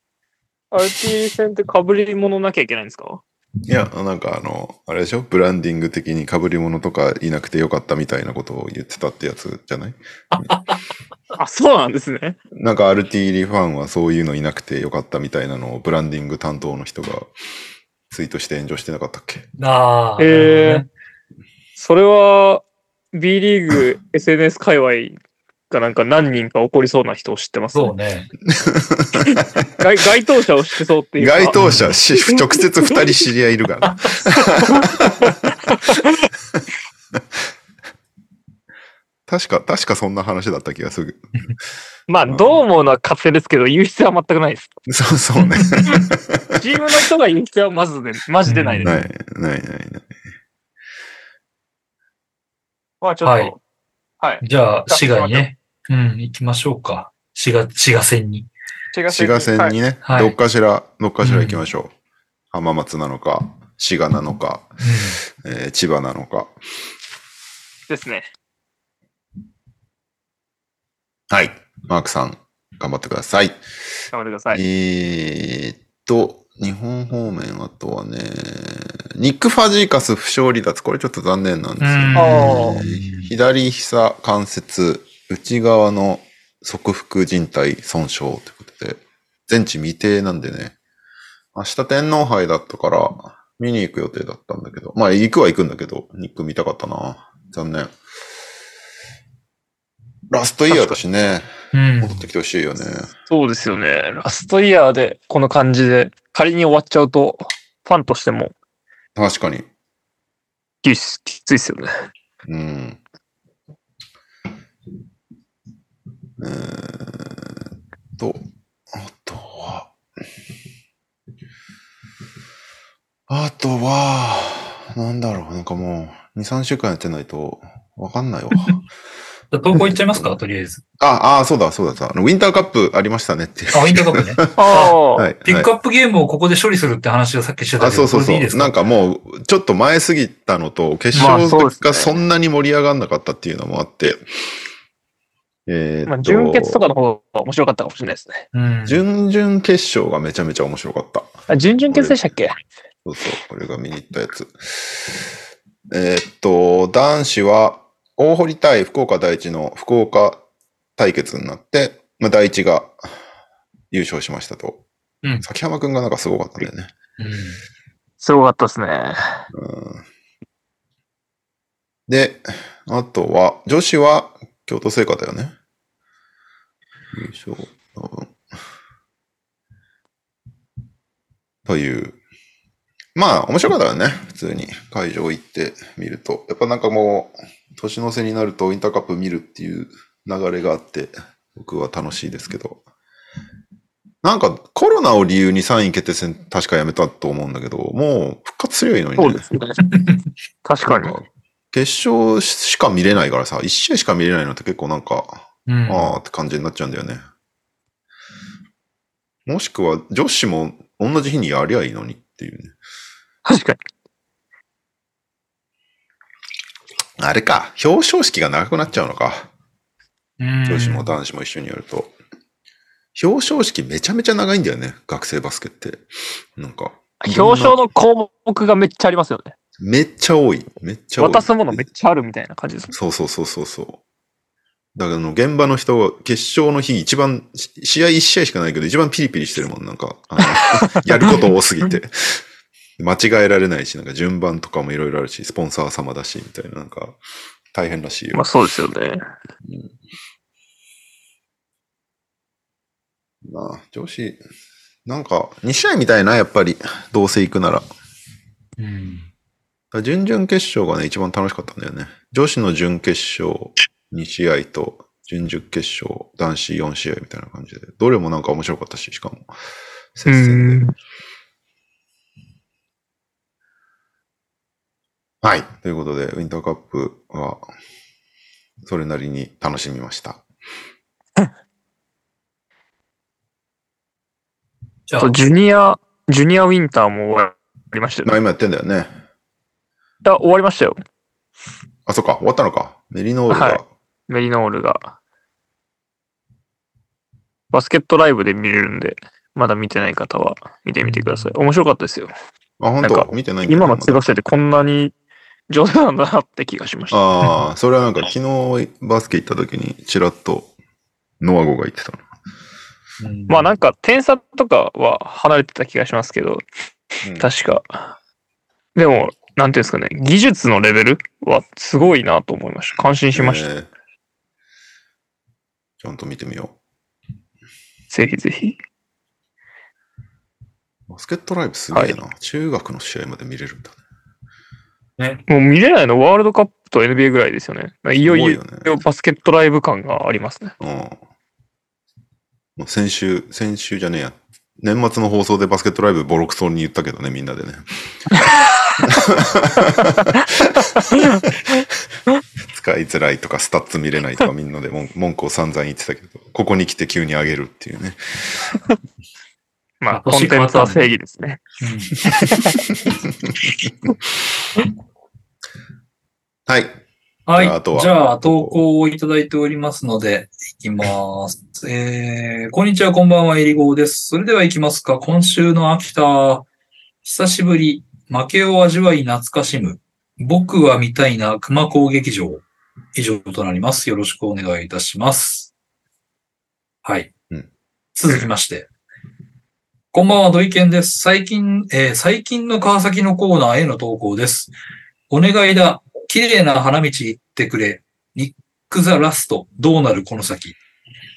[SPEAKER 4] アルティー戦って被り物なきゃいけないんですか
[SPEAKER 3] いや、なんかあの、あれでしょブランディング的に被り物とかいなくてよかったみたいなことを言ってたってやつじゃない
[SPEAKER 4] あ、そうなんですね。
[SPEAKER 3] なんかアルティーリファンはそういうのいなくてよかったみたいなのをブランディング担当の人がツイートして炎上してなかったっけ
[SPEAKER 2] ああ。
[SPEAKER 4] へー
[SPEAKER 2] なるほどね
[SPEAKER 4] それは、B リーグ SNS 界隈がなんか何人か起こりそうな人を知ってます、
[SPEAKER 2] そう
[SPEAKER 4] ね。
[SPEAKER 2] ね。
[SPEAKER 4] 該該当者を知ってそうっていうか。
[SPEAKER 3] 該当者、し直接二人知り合いいるから。確か、確かそんな話だった気がする。
[SPEAKER 4] まあ、どう思うのは勝手ですけど、言う必要は全くないです。
[SPEAKER 3] そうそうね。
[SPEAKER 4] チームの人が言う必要はまずで、マジでないです。
[SPEAKER 3] ない、ない、ない、ない。
[SPEAKER 1] まあちょっと、
[SPEAKER 2] はい
[SPEAKER 1] はい。
[SPEAKER 2] じゃあ、滋賀にね。うん、行きましょうか。滋賀、滋賀戦に。
[SPEAKER 1] 滋賀
[SPEAKER 3] 滋賀戦にね、
[SPEAKER 2] はい
[SPEAKER 3] どっかしら、どっかしら行きましょう。浜松なのか、滋賀なのか、えー千葉なのか。
[SPEAKER 4] ですね。
[SPEAKER 3] はい。マークさん、頑張ってください。
[SPEAKER 4] 頑張ってください。
[SPEAKER 3] えーっと、日本方面、あとはね、ニック・ファジーカス負傷離脱。これちょっと残念なんですよ
[SPEAKER 2] うん
[SPEAKER 3] ね。
[SPEAKER 4] あー
[SPEAKER 3] 左膝関節、内側の側腹靭帯損傷ということで、全治未定なんでね、明日天皇杯だったから、見に行く予定だったんだけど、まあ行くは行くんだけど、ニック見たかったな。残念。ラストイヤーだしね、
[SPEAKER 2] うん。うん
[SPEAKER 3] 戻ってきてほしいよね。
[SPEAKER 4] そうですよね。ラストイヤーで、この感じで、仮に終わっちゃうと、ファンとしても、
[SPEAKER 3] 確かに。
[SPEAKER 4] きつきついですよね。
[SPEAKER 3] うん。うーんと、あとは、あとは、なんだろう、なんかもう、2、3週間やってないと、わかんないわ。
[SPEAKER 2] じゃあ投稿いっちゃいますか、とりあえず。
[SPEAKER 3] あ、あ、そうだ、そうだ、そうだあのウィンターカップありましたねっていう。
[SPEAKER 2] あ、ウィンターカップね。
[SPEAKER 4] ああ、
[SPEAKER 3] はい。
[SPEAKER 2] ピッ
[SPEAKER 3] はい
[SPEAKER 2] クアップゲームをここで処理するって話をさっきしてた
[SPEAKER 3] あ
[SPEAKER 2] け
[SPEAKER 3] そ
[SPEAKER 2] ど、
[SPEAKER 3] うそう
[SPEAKER 2] これ
[SPEAKER 3] そ
[SPEAKER 2] でいいです
[SPEAKER 3] う。
[SPEAKER 2] か
[SPEAKER 3] なんかもう、ちょっと前すぎたのと、決
[SPEAKER 4] ま
[SPEAKER 3] 勝
[SPEAKER 4] あそうですね
[SPEAKER 3] がそんなに盛り上がんなかったっていうのもあって、えーっと
[SPEAKER 4] まあ、純潔とかの方が面白かったかもしれないですね。
[SPEAKER 2] うん。
[SPEAKER 3] 準々決勝がめちゃめちゃ面白かった。
[SPEAKER 4] あ、準々決でしたっけ
[SPEAKER 3] そうそう、俺が見に行ったやつ。えーっと、男子は大堀対福岡第一の福岡対決になって、まあ、第一が優勝しましたと。
[SPEAKER 2] うん
[SPEAKER 3] 崎山くんがなんかすごかったんだよね。
[SPEAKER 2] うん
[SPEAKER 4] すごかったですね。
[SPEAKER 3] うんで、あとは、女子は京都聖火だよね。優勝、多分。という。まあ、面白かったよね。普通に会場行ってみると。やっぱなんかもう、年の瀬になるとインターカップ見るっていう流れがあって、僕は楽しいですけど。なんかコロナを理由に3位決定戦確かやめたと思うんだけど、もう復活するよいいのにね。
[SPEAKER 4] すね。確かに。
[SPEAKER 3] 決勝しか見れないからさ、1試合しか見れないのって結構なんか、
[SPEAKER 2] うん。
[SPEAKER 3] あーって感じになっちゃうんだよね。もしくは女子も同じ日にやりゃいいのにっていうね。
[SPEAKER 4] 確かに。
[SPEAKER 3] あれか、表彰式が長くなっちゃうのか。
[SPEAKER 2] うん
[SPEAKER 3] 女子も男子も一緒にやると。表彰式めちゃめちゃ長いんだよね、学生バスケって。なんか、
[SPEAKER 4] 表彰の項目がめっちゃありますよね。
[SPEAKER 3] めっちゃ多い。めっちゃ多い。
[SPEAKER 4] 渡すものめっちゃあるみたいな感じですね。
[SPEAKER 3] そうそうそうそうそう。だからあの現場の人は決勝の日一番、し試合一試合しかないけど一番ピリピリしてるもん、なんか。あ のやること多すぎて。間違えられないし、なんか順番とかもいろいろあるし、スポンサー様だし、みたいな、なんか、大変らしいよ。
[SPEAKER 4] まあそうですよね。
[SPEAKER 3] まあ、女子、なんか、2試合みたいな、やっぱり、どうせ行くなら。だか
[SPEAKER 2] うん。
[SPEAKER 3] ら準々決勝がね、一番楽しかったんだよね。女子の準決勝2試合と、準々決勝、男子4試合みたいな感じで、どれもなんか面白かったし、しかも、接戦で。はい。ということで、ウィンターカップは、それなりに楽しみました。
[SPEAKER 2] じゃあ
[SPEAKER 4] と、、ジュニア、ジュニアウィンターも終わりましたよ
[SPEAKER 3] まあ
[SPEAKER 4] ね。
[SPEAKER 3] 今やってんだよね。
[SPEAKER 4] あ終わりましたよ。
[SPEAKER 3] あ、そっか、終わったのか。メリノールが、
[SPEAKER 4] はいメリノールが。バスケットライブで見れるんで、まだ見てない方は見てみてください。面白かったですよ。
[SPEAKER 3] あ、本
[SPEAKER 4] なん
[SPEAKER 3] 当
[SPEAKER 4] か
[SPEAKER 3] 見てないんだよね
[SPEAKER 4] 今の
[SPEAKER 3] まだ
[SPEAKER 4] 津学生ってこんなに上手なんだなって気がしました。
[SPEAKER 3] ああ、それはなんか昨日バスケ行った時にちらっとノアゴが言ってたの。
[SPEAKER 2] うん
[SPEAKER 4] まあなんか点差とかは離れてた気がしますけど、
[SPEAKER 3] うん
[SPEAKER 4] 確か。でも、なんていうんですかね、技術のレベルはすごいなと思いました。感心しました。
[SPEAKER 3] えーちゃんと見てみよ
[SPEAKER 4] ぜひぜひ。
[SPEAKER 3] う。バスケットライブすげえな、中学の試合まで見れるんだね。
[SPEAKER 4] もう見れないのワールドカップと NBA ぐらいですよね。いよいよ
[SPEAKER 3] すごよね。
[SPEAKER 4] バスケットライブ感がありますね。
[SPEAKER 3] うん。もう先週、先週じゃねえや。年末の放送でバスケットライブボロクソに言ったけどね、みんなでね。 使いづらいとか、スタッツ見れないとか、みんなで文文句を散々言ってたけど、ここに来て急に上げるっていうね。
[SPEAKER 4] まあ、コン
[SPEAKER 2] 年
[SPEAKER 4] テ
[SPEAKER 2] 変わっ
[SPEAKER 4] ンツ
[SPEAKER 2] たん
[SPEAKER 4] は
[SPEAKER 2] で
[SPEAKER 4] 正義ですね。
[SPEAKER 2] うん
[SPEAKER 3] はい。
[SPEAKER 2] はい。
[SPEAKER 3] じゃああとは
[SPEAKER 2] じゃあ、投稿をいただいておりますので、いきます。えー、こんにちは、こんばんは、えりごーです。それでは行きますか。今週の秋田、久しぶり、負けを味わい懐かしむ。僕は見たいな、熊高劇場。以上となります。よろしくお願いいたします。はい。
[SPEAKER 3] うん
[SPEAKER 2] 続きまして。こんばんは、土井健です。最近、えー最近の川崎のコーナーへの投稿です。お願いだ。綺麗な花道行ってくれ。ニック・ザ・ラスト。どうなるこの先。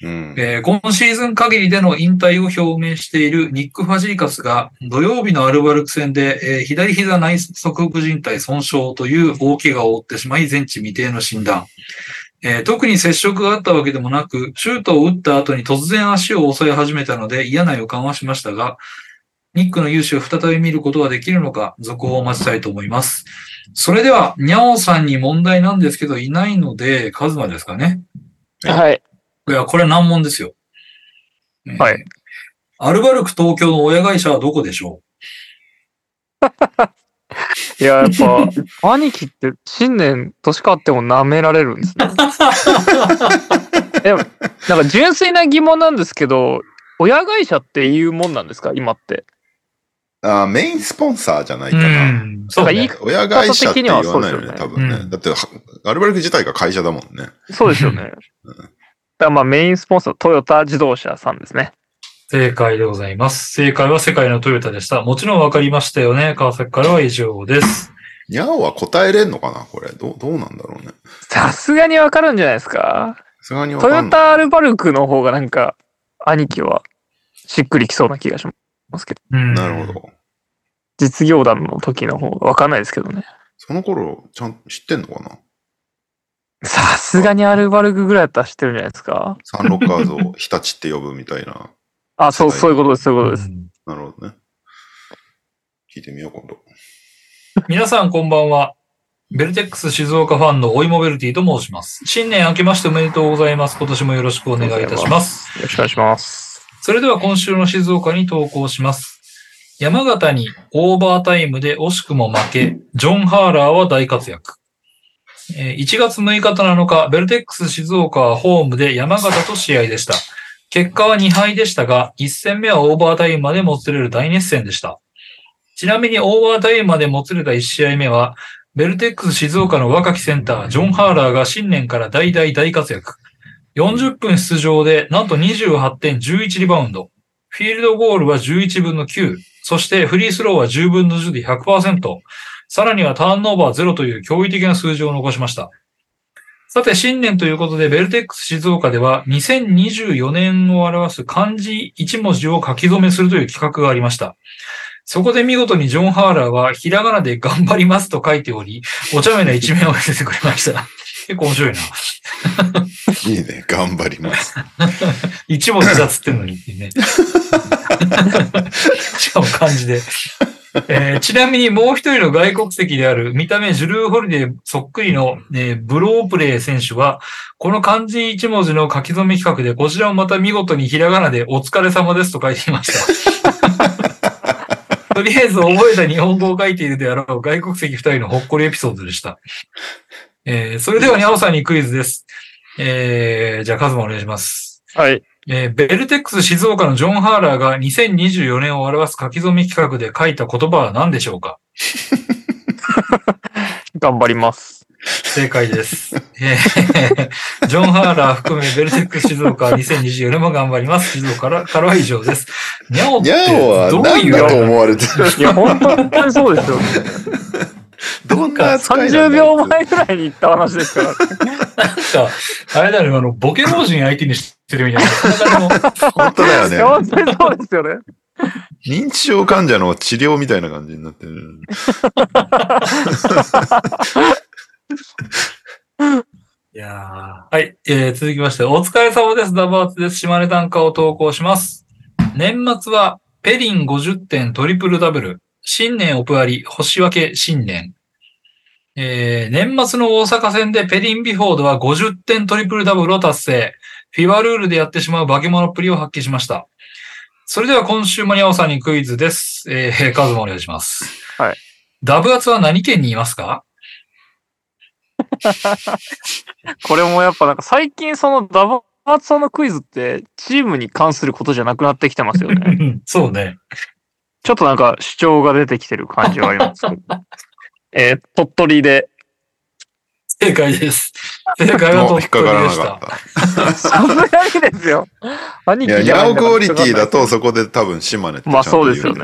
[SPEAKER 3] うん。
[SPEAKER 2] えー今シーズン限りでの引退を表明しているニック・ファジーカスが土曜日のアルバルク戦で、えー左膝内側部靭帯損傷という大怪我を負ってしまい全治未定の診断。えー特に接触があったわけでもなく、シュートを打った後に突然足を押さえ始めたので嫌な予感はしましたが、ニックの勇姿を再び見ることはできるのか、続報を待ちたいと思います。それでは、ニャオさんに問題なんですけど、いないので、カズマですかね。
[SPEAKER 4] はい。
[SPEAKER 2] いや、これ難問ですよ。
[SPEAKER 4] はい。
[SPEAKER 2] アルバルク東京の親会社はどこでしょ
[SPEAKER 4] いや、やっぱ、 兄貴って新年年変わっても舐められるんですね。でも、なんか純粋な疑問なんですけど、親会社っていうもんなんですか今って。
[SPEAKER 3] あーメインスポンサーじゃないうかな。
[SPEAKER 2] ん。そう
[SPEAKER 4] なんかい
[SPEAKER 2] ね
[SPEAKER 4] い。
[SPEAKER 3] 親会社って言わないよね、多分ね。
[SPEAKER 2] には
[SPEAKER 4] 方的
[SPEAKER 2] そうですよねうん
[SPEAKER 3] だって、はアルバルク自体が会社だもんね。
[SPEAKER 4] そうですよね。
[SPEAKER 3] うん
[SPEAKER 4] だからまあメインスポンサー、トヨタ自動車さんですね。
[SPEAKER 2] 正解でございます。正解は世界のトヨタでした。もちろんわかりましたよね。川崎からは以上です。
[SPEAKER 3] にゃおは答えれんのかなこれ。どう、どうなんだろうね。
[SPEAKER 4] さすがにわかるんじゃないですか
[SPEAKER 3] さすがにわ
[SPEAKER 4] ト
[SPEAKER 3] かん
[SPEAKER 4] ヨ
[SPEAKER 3] ない。
[SPEAKER 4] タアルバルクの方がなんか、兄貴はしっくりきそうな気がしますけど、
[SPEAKER 2] うん。
[SPEAKER 3] なるほど。
[SPEAKER 4] 実業団の時の方がわかんないですけどね。
[SPEAKER 3] その頃、ちゃんと知ってんのかな
[SPEAKER 4] さすがにアルバルクぐらいだったら知ってるんじゃないですか
[SPEAKER 3] サンロッカーズを日立って呼ぶみたいな。
[SPEAKER 4] あ、そう、
[SPEAKER 3] はい
[SPEAKER 4] そういうことです、そういうことです。
[SPEAKER 2] うん
[SPEAKER 3] なるほどね。聞いてみよう、今 度。
[SPEAKER 2] 皆さんこんばんは。ベルテックス静岡ファンのオイモベルティと申します。新年明けましておめでとうございます。今年もよろしくお願いいたします。
[SPEAKER 4] よろしくお願いします。
[SPEAKER 2] それでは今週の静岡に投稿します。山形にオーバータイムで惜しくも負け、ジョン・ハーラーは大活躍。えー1月6日と7日、ベルテックス静岡はホームで山形と試合でした。結果は2敗でしたが、1戦目はオーバータイムまでもつれる大熱戦でした。ちなみにオーバータイムまでもつれた1試合目は、ベルテックス静岡の若きセンター、ジョン・ハーラーが新年から大々大活躍。40分出場で、なんと28点11リバウンド。フィールドゴールは11分の9。そしてフリースローは10分の10で100%。さらにはターンオーバー0という驚異的な数字を残しました。さて、新年ということで、ベルテックス静岡では、2024年を表す漢字1文字を書き初めするという企画がありました。そこで見事にジョン・ハーラーは、ひらがなで頑張りますと書いており、お茶目な一面を見せてくれました。 結構面白いな。
[SPEAKER 3] いいね、頑張ります。
[SPEAKER 2] 一文字だっつってんのにっていうね。しかも漢字で。えーちなみにもう一人の外国籍である見た目ジュルー・ホリデーそっくりの、えーブロープレイ選手は、この漢字一文字の書き初め企画で、こちらをまた見事にひらがなでお疲れ様ですと書いていました。 とりあえず覚えた日本語を書いているであろう外国籍二人のほっこりエピソードでした。えーそれではにゃおさんにクイズです。えーじゃあカズマお願いします。
[SPEAKER 4] はい。
[SPEAKER 2] えーベルテックス静岡のジョン・ハーラーが2024年を表す書き初め企画で書いた言葉は何でしょうか
[SPEAKER 4] 頑張 ります。
[SPEAKER 2] 正解 です。えージョン・ハーラー含めベルテックス静岡は2024年も頑張ります。静岡からからは以上です。にゃおっ
[SPEAKER 3] に
[SPEAKER 2] て
[SPEAKER 3] ゃおは
[SPEAKER 2] どう
[SPEAKER 3] 何
[SPEAKER 2] いう
[SPEAKER 3] だと思われてる
[SPEAKER 4] いや、本当にそうですよ、ね。
[SPEAKER 3] どんな扱いな
[SPEAKER 4] 30
[SPEAKER 3] んだろ
[SPEAKER 4] 秒
[SPEAKER 3] う
[SPEAKER 4] 前ぐらいに言った話ですから。
[SPEAKER 2] か、あれだね、あの、ボケ老人相手にしてるみたいな。なんかでも
[SPEAKER 3] 本当だ
[SPEAKER 4] いや
[SPEAKER 3] よね。
[SPEAKER 4] 本当にそうですよね。
[SPEAKER 3] 認知症患者の治療みたいな感じになってる。
[SPEAKER 2] いやーはい、えー続きまして、お疲れ様です。ダバーツです。島根短歌を投稿します。年末は、ペリン50点トリプルダブル、新年オプアリ、星分け新年。えー年末の大阪戦でペリンビフォードは50点トリプルダブルを達成。フィバルールでやってしまう化け物っぷりを発揮しました。それでは今週もにゃおさんにクイズです。えー、カズもお願いします。
[SPEAKER 4] はい。
[SPEAKER 2] ダブアツは何県にいますか
[SPEAKER 4] これもやっぱなんか最近そのダバーツさんのクイズってチームに関することじゃなくなってきてますよ ね。
[SPEAKER 2] そうね。
[SPEAKER 4] ちょっとなんか主張が出てきてる感じはありますけど。 えー鳥取で。
[SPEAKER 2] 正解です。正解は
[SPEAKER 3] もう
[SPEAKER 2] 鳥
[SPEAKER 3] 引っか
[SPEAKER 2] 取
[SPEAKER 3] から
[SPEAKER 2] で
[SPEAKER 3] な
[SPEAKER 2] した。
[SPEAKER 3] かった。
[SPEAKER 4] さすがにですよ。兄
[SPEAKER 3] い
[SPEAKER 4] 貴
[SPEAKER 3] や、ニ
[SPEAKER 4] じゃ
[SPEAKER 3] ャ
[SPEAKER 4] ない
[SPEAKER 3] オ
[SPEAKER 4] んだ
[SPEAKER 3] ク
[SPEAKER 4] から
[SPEAKER 3] オリティだと、そこで多分島根ってちゃ
[SPEAKER 4] まあ
[SPEAKER 3] んと
[SPEAKER 4] そう
[SPEAKER 3] 言
[SPEAKER 4] ですよね。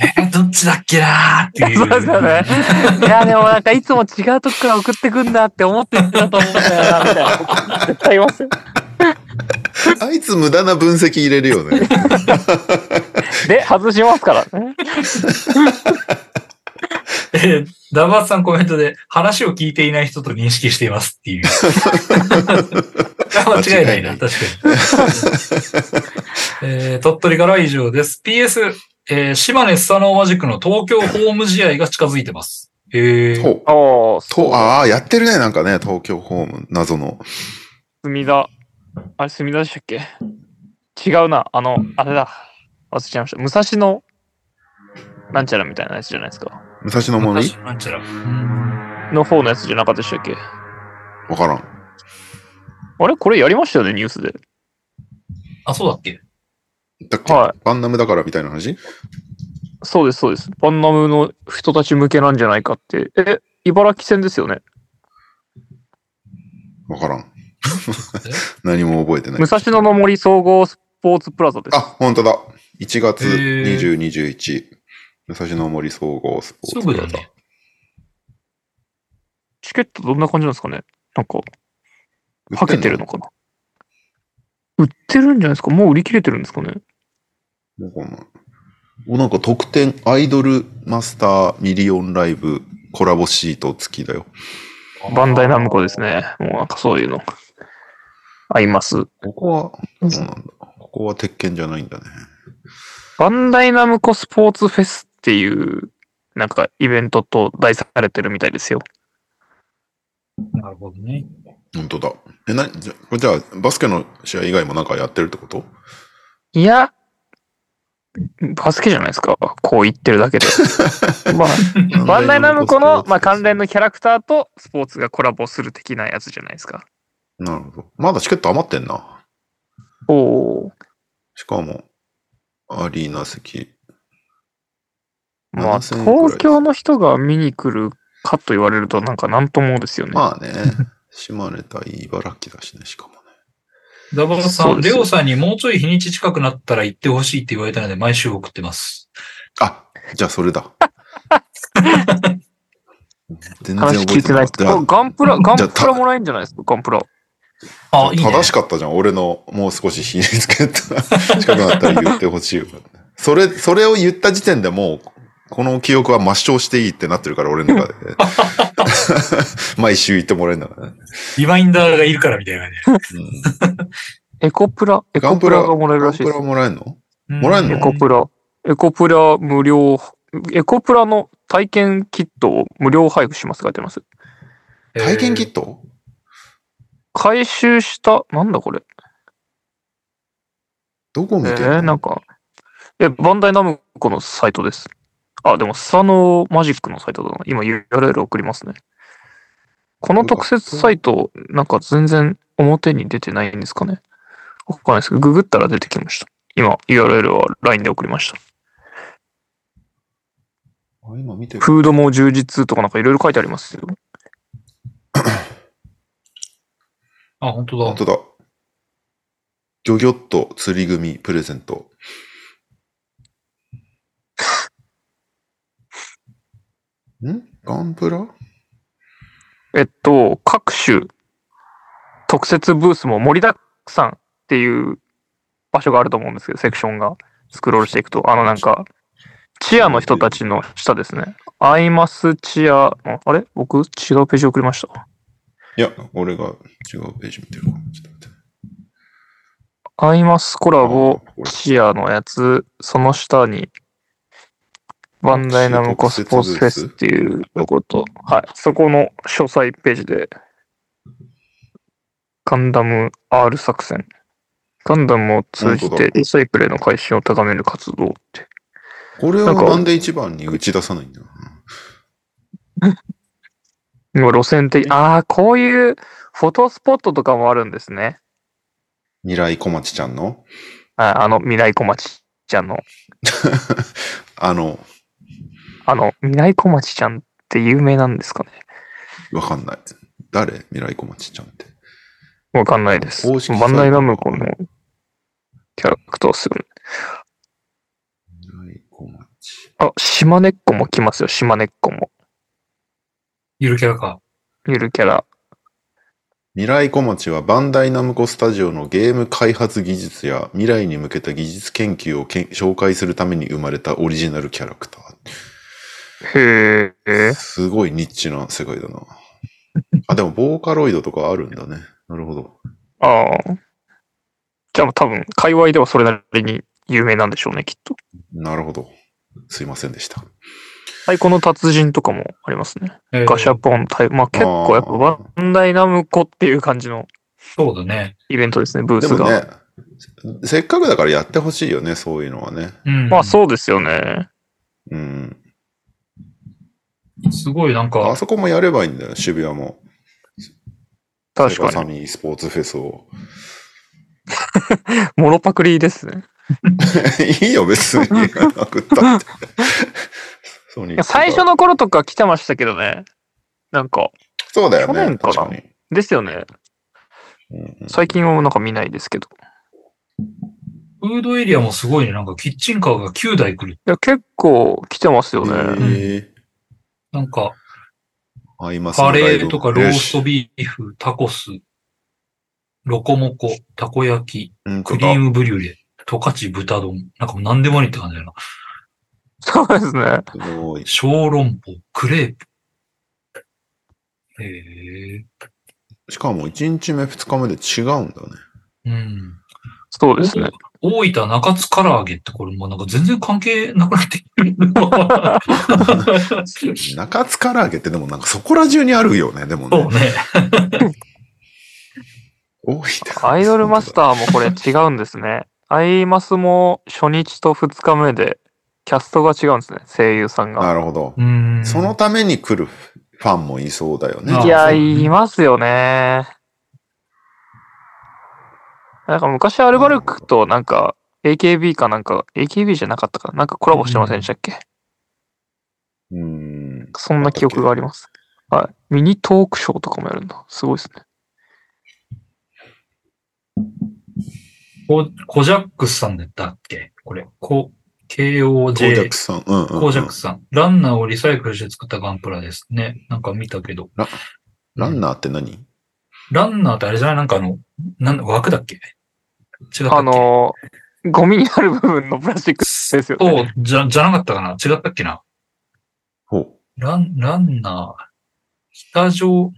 [SPEAKER 2] えーどっちだっけなーっていう。
[SPEAKER 4] そうですよね。いや、でもなんかいつも違うとこから送ってくんだって思ってたと思うんだよな、みたいな。絶対いますよ。
[SPEAKER 3] あいつ無駄な分析入れるよね。
[SPEAKER 4] で、外しますからね。
[SPEAKER 2] えーダバーツさんコメントで、話を聞いていない人と認識していま すっていう。間違いないな、確かに。えー鳥取からは以上です。PS、えー島根スサノーマジックの東京ホーム試合が近づいてます。えー、
[SPEAKER 3] ほう
[SPEAKER 4] おー、
[SPEAKER 3] と、ああ、やってるね、なんかね、東京ホーム、謎の。
[SPEAKER 4] 墨田。あれ、墨田でしたっけ違うな。あの、あれだ。忘れちゃいました。武蔵野、なんちゃらみたいなやつじゃないですか。
[SPEAKER 3] 武蔵野森
[SPEAKER 2] なんちゃら。うん
[SPEAKER 4] の方のやつじゃなかったでしたっけ
[SPEAKER 3] わからん。
[SPEAKER 4] あれこれやりましたよね、ニュースで。
[SPEAKER 2] あ、そうだっけ
[SPEAKER 3] だっけ、
[SPEAKER 4] はい
[SPEAKER 3] バンナムだからみたいな話
[SPEAKER 4] そうです、そうです。バンナムの人たち向けなんじゃないかって。え、茨城戦ですよね。
[SPEAKER 3] わから ん。何も覚えてない
[SPEAKER 4] 武。蔵野の森総合スポーツプラザです。
[SPEAKER 3] あ、本当だ。1月
[SPEAKER 2] へ
[SPEAKER 3] 20、21。武蔵野森総合スポ
[SPEAKER 2] す
[SPEAKER 3] ーツ
[SPEAKER 2] ぐ
[SPEAKER 3] プ
[SPEAKER 2] だ
[SPEAKER 3] ラザ。
[SPEAKER 2] ね。
[SPEAKER 4] チケットどんな感じなんですかねなんか、
[SPEAKER 3] 売
[SPEAKER 4] は
[SPEAKER 3] って
[SPEAKER 4] け
[SPEAKER 3] ん
[SPEAKER 4] てるのかな売ってるんじゃないですかもう売り切れてるんですかね
[SPEAKER 3] わかんないおなんか特典、アイドルマスターミリオンライブコラボシート付きだよ。
[SPEAKER 4] バンダイナムコですね。もうなんかそういうの。あります。
[SPEAKER 3] ここは、そうなんだ。ここは鉄拳じゃないんだね。
[SPEAKER 4] バンダイナムコスポーツフェスっていう、なんかイベントと題されてるみたいですよ。
[SPEAKER 2] なるほどね。
[SPEAKER 3] 本当だ。え、な、じゃこれじゃあ、バスケの試合以外もなんかやってるってこと
[SPEAKER 4] いや、バスケじゃないですか。こう言ってるだけ で。まあ、バンダイナムコの、まあ、関連のキャラクターとスポーツがコラボする的なやつじゃないですか。
[SPEAKER 3] なるほど。まだチケット余ってんな。
[SPEAKER 4] おお
[SPEAKER 3] しかも、アリーナ席。
[SPEAKER 4] ー。ま
[SPEAKER 3] 7000円くら
[SPEAKER 4] あ、
[SPEAKER 3] いです
[SPEAKER 4] 東京の人が見に来るかと言われると、なんかなんともですよね。
[SPEAKER 3] まあね、島根対茨城だしね、しかもね。
[SPEAKER 2] ダバさ
[SPEAKER 4] そ
[SPEAKER 2] ん、
[SPEAKER 4] うで
[SPEAKER 2] レ
[SPEAKER 4] す
[SPEAKER 2] オさんにもうちょい日にち近くなったら行ってほしいって言われたので、毎週送ってます。
[SPEAKER 3] あ、じゃあそれ だ。全然
[SPEAKER 4] 話聞いてないですけど、
[SPEAKER 3] 覚
[SPEAKER 4] ガンプラ、ガン
[SPEAKER 3] じゃあ
[SPEAKER 4] プラもらえるんじゃないですか、ガンプラ。
[SPEAKER 2] あ、
[SPEAKER 3] え
[SPEAKER 2] い
[SPEAKER 3] て
[SPEAKER 2] い
[SPEAKER 3] ない。
[SPEAKER 2] ね。
[SPEAKER 3] 正しかったじゃん。俺のもう少しひねりつけ た近くなったら言ってほしいよ。それ、それを言った時点でもう、この記憶は抹消していいってなってるから、俺の 中で。毎週言ってもらえるんだからね。
[SPEAKER 2] リマインダーがいるからみたいなね。
[SPEAKER 3] うん
[SPEAKER 4] エコプラ、エ
[SPEAKER 3] ガ
[SPEAKER 4] コ
[SPEAKER 3] ンプ
[SPEAKER 4] プ
[SPEAKER 3] ラ
[SPEAKER 4] ラがもらえる
[SPEAKER 3] ガ
[SPEAKER 4] ら
[SPEAKER 3] ン
[SPEAKER 4] しい
[SPEAKER 3] プ
[SPEAKER 4] で
[SPEAKER 3] ラ
[SPEAKER 4] す。
[SPEAKER 3] もらえるのもらえんの
[SPEAKER 4] エコプラ、エコプラ無料、エコプラの体験キットを無料配布しますって書いてます。
[SPEAKER 3] 体験キ
[SPEAKER 2] ト
[SPEAKER 3] ット
[SPEAKER 4] 回収した、なんだこれ。
[SPEAKER 3] どこ見
[SPEAKER 4] え
[SPEAKER 3] てる
[SPEAKER 4] ー、なんか、え、バンダイナムコのサイトです。あ、でも、スサノーマジックのサイトだな。今 URL 送りますね。この特設サイト、なんか全然表に出てないんですかね。わかんないですけど、ググったら出てきました。今 URL は LINE で送りました。
[SPEAKER 3] あ今見てる。
[SPEAKER 4] フードも充実とかなんかいろいろ書いてありますよ。
[SPEAKER 2] あ、本当
[SPEAKER 3] 本
[SPEAKER 2] だ。
[SPEAKER 3] 当だ。ギョギョッと釣り組プレゼント。んガンプラ
[SPEAKER 4] えっと、各種特設ブースも盛りだくさんっていう場所があると思うんですけど、セクションがスクロールしていくと、あのなんか、チアの人たちの下ですね。アイマスチア、ああれ僕違うページ送りました。
[SPEAKER 3] いや、俺が違うページ見てるかも。ちょっと待ってね
[SPEAKER 4] アイマスコラボ
[SPEAKER 3] あこれ
[SPEAKER 4] チアのやつ、その下に、バンダイナムコスポーツフェスっていうロゴと、はい、そこの詳細ページで、ガンダム R 作戦。ガンダムを通じ
[SPEAKER 3] 本当
[SPEAKER 4] てリサイクルへの改進を高める活動って。
[SPEAKER 3] これ
[SPEAKER 4] な
[SPEAKER 3] を
[SPEAKER 4] んか
[SPEAKER 3] なんで一番に打ち出さないんだろうな。
[SPEAKER 4] 今路線的、ああ、こういうフォトスポットとかもあるんですね。
[SPEAKER 3] 未来小町ちゃんの
[SPEAKER 4] はい、あの未来小町ちゃんの。
[SPEAKER 3] あの、
[SPEAKER 4] あの、未来小町ちゃんって有名なんですかね
[SPEAKER 3] わかんない。誰未来小町ちゃんって。
[SPEAKER 4] わかんないです。
[SPEAKER 3] 公式サイト
[SPEAKER 4] バンダイナムコのキャラクターですよね。
[SPEAKER 3] 未来小町。
[SPEAKER 4] あ、島根っこも来ますよ、島根っこも。
[SPEAKER 2] ゆるキャラか。
[SPEAKER 4] ゆるキャラ。
[SPEAKER 3] 未来小町はバンダイナムコスタジオのゲーム開発技術や未来に向けた技術研究をけん紹介するために生まれたオリジナルキャラクタ
[SPEAKER 4] へえ
[SPEAKER 3] ー。。すごいニッチな世界だな。あ、でもボーカロイドとかあるんだね。なるほど。
[SPEAKER 4] ああ。じゃあ多分、界隈ではそれなりに有名なんでしょうね、きっと。
[SPEAKER 3] なるほど。すいませんでした。
[SPEAKER 4] 太鼓の達人とかもありますね。
[SPEAKER 2] えー
[SPEAKER 4] ガシャポン、太まあ結構やっぱバンダイナムコっていう感じの
[SPEAKER 2] そうだね。
[SPEAKER 4] イベントですね、ブー
[SPEAKER 3] で
[SPEAKER 4] ス
[SPEAKER 3] も
[SPEAKER 4] が。
[SPEAKER 3] ね、せっかくだからやってほしいよね、そういうのはね。
[SPEAKER 2] うん。
[SPEAKER 4] まあそうですよね。
[SPEAKER 3] うん。
[SPEAKER 2] すごいなん
[SPEAKER 3] あ
[SPEAKER 2] か、
[SPEAKER 3] そこもやればいいんだよ、渋谷も。
[SPEAKER 4] 確
[SPEAKER 3] セガ
[SPEAKER 4] か
[SPEAKER 3] サ
[SPEAKER 4] に。
[SPEAKER 3] ミースポーツフェスを。
[SPEAKER 4] モロパクリですね。
[SPEAKER 3] いいよ、別 に。なくったって。ソニ
[SPEAKER 4] い
[SPEAKER 3] ー
[SPEAKER 4] や最初の頃とか来てましたけどね。なんか、
[SPEAKER 3] そうだよね。
[SPEAKER 4] 去年かな
[SPEAKER 3] 確に
[SPEAKER 4] ですよね。
[SPEAKER 3] うんうん
[SPEAKER 4] 最近はなんか見ないですけど。
[SPEAKER 2] フードエリアもすごいね。なんかキッチンカーが9台来る。
[SPEAKER 4] いや、結構来てますよね。
[SPEAKER 3] へー
[SPEAKER 2] なんか、
[SPEAKER 3] アイマスの
[SPEAKER 2] カ
[SPEAKER 3] ライ
[SPEAKER 2] レ
[SPEAKER 3] ブ
[SPEAKER 2] ーとかローストビーフ、タコス、ロコモコ、たこ焼き、
[SPEAKER 3] うん
[SPEAKER 2] ク
[SPEAKER 3] とか
[SPEAKER 2] リームブリュレ、トカチ豚丼。なんかもう何でもありって感じだな。
[SPEAKER 4] そうですね。
[SPEAKER 3] すごい
[SPEAKER 2] 小籠包、クレープ。へえ。
[SPEAKER 3] しかも1日目、2日目で違うんだね。
[SPEAKER 2] うん。
[SPEAKER 4] そうですね。
[SPEAKER 2] 大分中津唐揚げってこれもうなんか全然関係なくなってきてる。そ
[SPEAKER 3] 中津唐揚げってでもなんかそこら中にあるよね、でもね
[SPEAKER 2] う。 ね。
[SPEAKER 3] 多いって
[SPEAKER 4] アイドルマスターもこれ違うんですね。アイマスも初日と2日目でキャストが違うんですね。声優さんが。
[SPEAKER 3] なるほど。
[SPEAKER 2] うん。
[SPEAKER 3] そのために来るファンもいそうだよね。
[SPEAKER 2] あ
[SPEAKER 4] い
[SPEAKER 2] そ
[SPEAKER 4] や、
[SPEAKER 2] うね
[SPEAKER 4] いますよね。なんか昔アルバルクとなんか AKB かなんか、AKB じゃなかったかななんかコラボしてませんでしたっけ、
[SPEAKER 3] うん。
[SPEAKER 4] そんな記憶があります。はい。ミニトークショーとかもやるんだ。すごいですね。
[SPEAKER 2] コ、コジャックスさんだったっけこれ。
[SPEAKER 3] コー
[SPEAKER 2] コ、
[SPEAKER 3] ジャ
[SPEAKER 2] KOJ
[SPEAKER 3] ック。さん。うんうん、うん。
[SPEAKER 2] コージャックスさん。ランナーをリサイクルして作ったガンプラですね。なんか見たけど。
[SPEAKER 3] ラランナーって何
[SPEAKER 2] ランナーってあれじゃないなんかあの、なん枠だっけ違ったっけ
[SPEAKER 4] あのーゴミになる部分のプラスチックですよね。
[SPEAKER 2] そう、じゃ、じゃなかったかな違ったっけな
[SPEAKER 3] ほう。
[SPEAKER 2] ラン、ランナー、北上、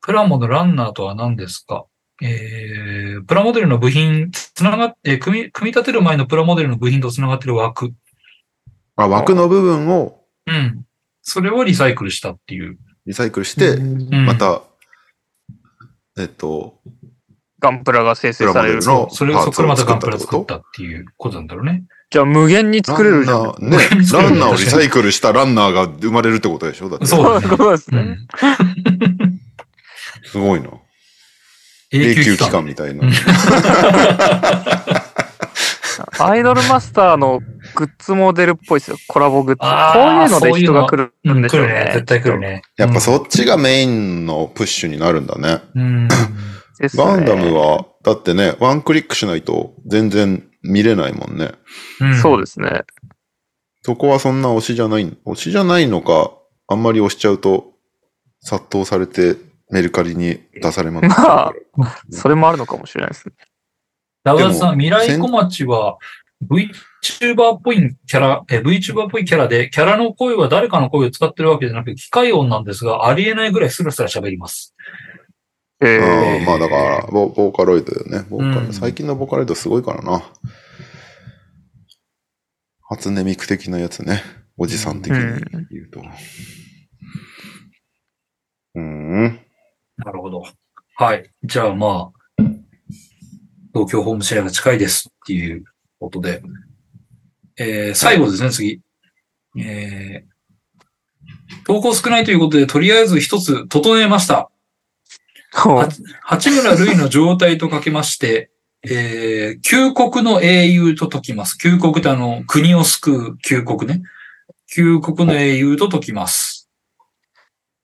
[SPEAKER 2] プラモのランナーとは何ですかえー、プラモデルの部品、つながって、組み、組み立てる前のプラモデルの部品とつながってる枠。
[SPEAKER 3] あ、枠の部分を
[SPEAKER 2] うん。それをリサイクルしたっていう。
[SPEAKER 3] リサイクルして、
[SPEAKER 2] うん、
[SPEAKER 3] また、えっと、
[SPEAKER 4] ガンプラが生
[SPEAKER 3] プ
[SPEAKER 4] 成
[SPEAKER 3] ラ
[SPEAKER 4] さ
[SPEAKER 3] モデ
[SPEAKER 4] れる
[SPEAKER 3] ル。の
[SPEAKER 2] それをそこからまたガンプラ作っ
[SPEAKER 3] パー
[SPEAKER 2] たっていうことなんだろうね。
[SPEAKER 4] じゃあ無限に作れるじゃん。
[SPEAKER 3] ランナ ーね、ランナーをリサイクルしたランナーが生まれるってことでしょだって。
[SPEAKER 2] そう
[SPEAKER 4] そういうことです
[SPEAKER 2] う
[SPEAKER 4] ね。
[SPEAKER 2] ん。
[SPEAKER 3] すごいな。
[SPEAKER 2] 永
[SPEAKER 3] 永久
[SPEAKER 2] 久期
[SPEAKER 3] 期
[SPEAKER 2] 間。
[SPEAKER 3] 間みたいな
[SPEAKER 2] うん。
[SPEAKER 4] アイドルマスターのグッズも出るっぽいですよ。コラボグッズ。
[SPEAKER 2] あ
[SPEAKER 4] こうい
[SPEAKER 2] ー
[SPEAKER 4] うので人が来るんでし
[SPEAKER 2] 来
[SPEAKER 4] ょう
[SPEAKER 2] る
[SPEAKER 4] ね。
[SPEAKER 2] ね。絶対来る。ね。
[SPEAKER 3] やっぱそっちがメインのプッシュになるんだね。
[SPEAKER 2] うん。
[SPEAKER 4] ですね
[SPEAKER 3] ガンダムは、だってね、ワンクリックしないと全然見れないもんね。
[SPEAKER 2] うん。
[SPEAKER 4] そう
[SPEAKER 2] で
[SPEAKER 4] ですね。
[SPEAKER 3] そこはそんな推しじゃない、推しじゃないのか、あんまり推しちゃうと、殺到されてメルカリに出されます。
[SPEAKER 4] まあそれもあるのかもしれないですね。
[SPEAKER 2] ラウダさん、未来小町は VTuber VTuber っぽいキャラ、えー VTuber っぽいキャラで、キャラの声は誰かの声を使ってるわけじゃなく、機械音なんですが、ありえないぐらいスラスラ喋ります。
[SPEAKER 4] え
[SPEAKER 3] うんまあだからボ、ボーカロイドよね。ボーカロ
[SPEAKER 2] うん
[SPEAKER 3] 最近のボーカロイドすごいからな。初音ミク的なやつね。おじさん的に言うと。うん。
[SPEAKER 2] なるほど。はい。じゃあまあ、東京ホームシェアが近いですっていうことで。えー、最後ですね、次。えー、投稿少ないということで、とりあえず一つ整えました。
[SPEAKER 4] ー、
[SPEAKER 2] 八村塁の状態とかけまして、えー、旧国の英雄と解きます。旧国ってあの、国を救う旧国ね。旧国の英雄と解きます。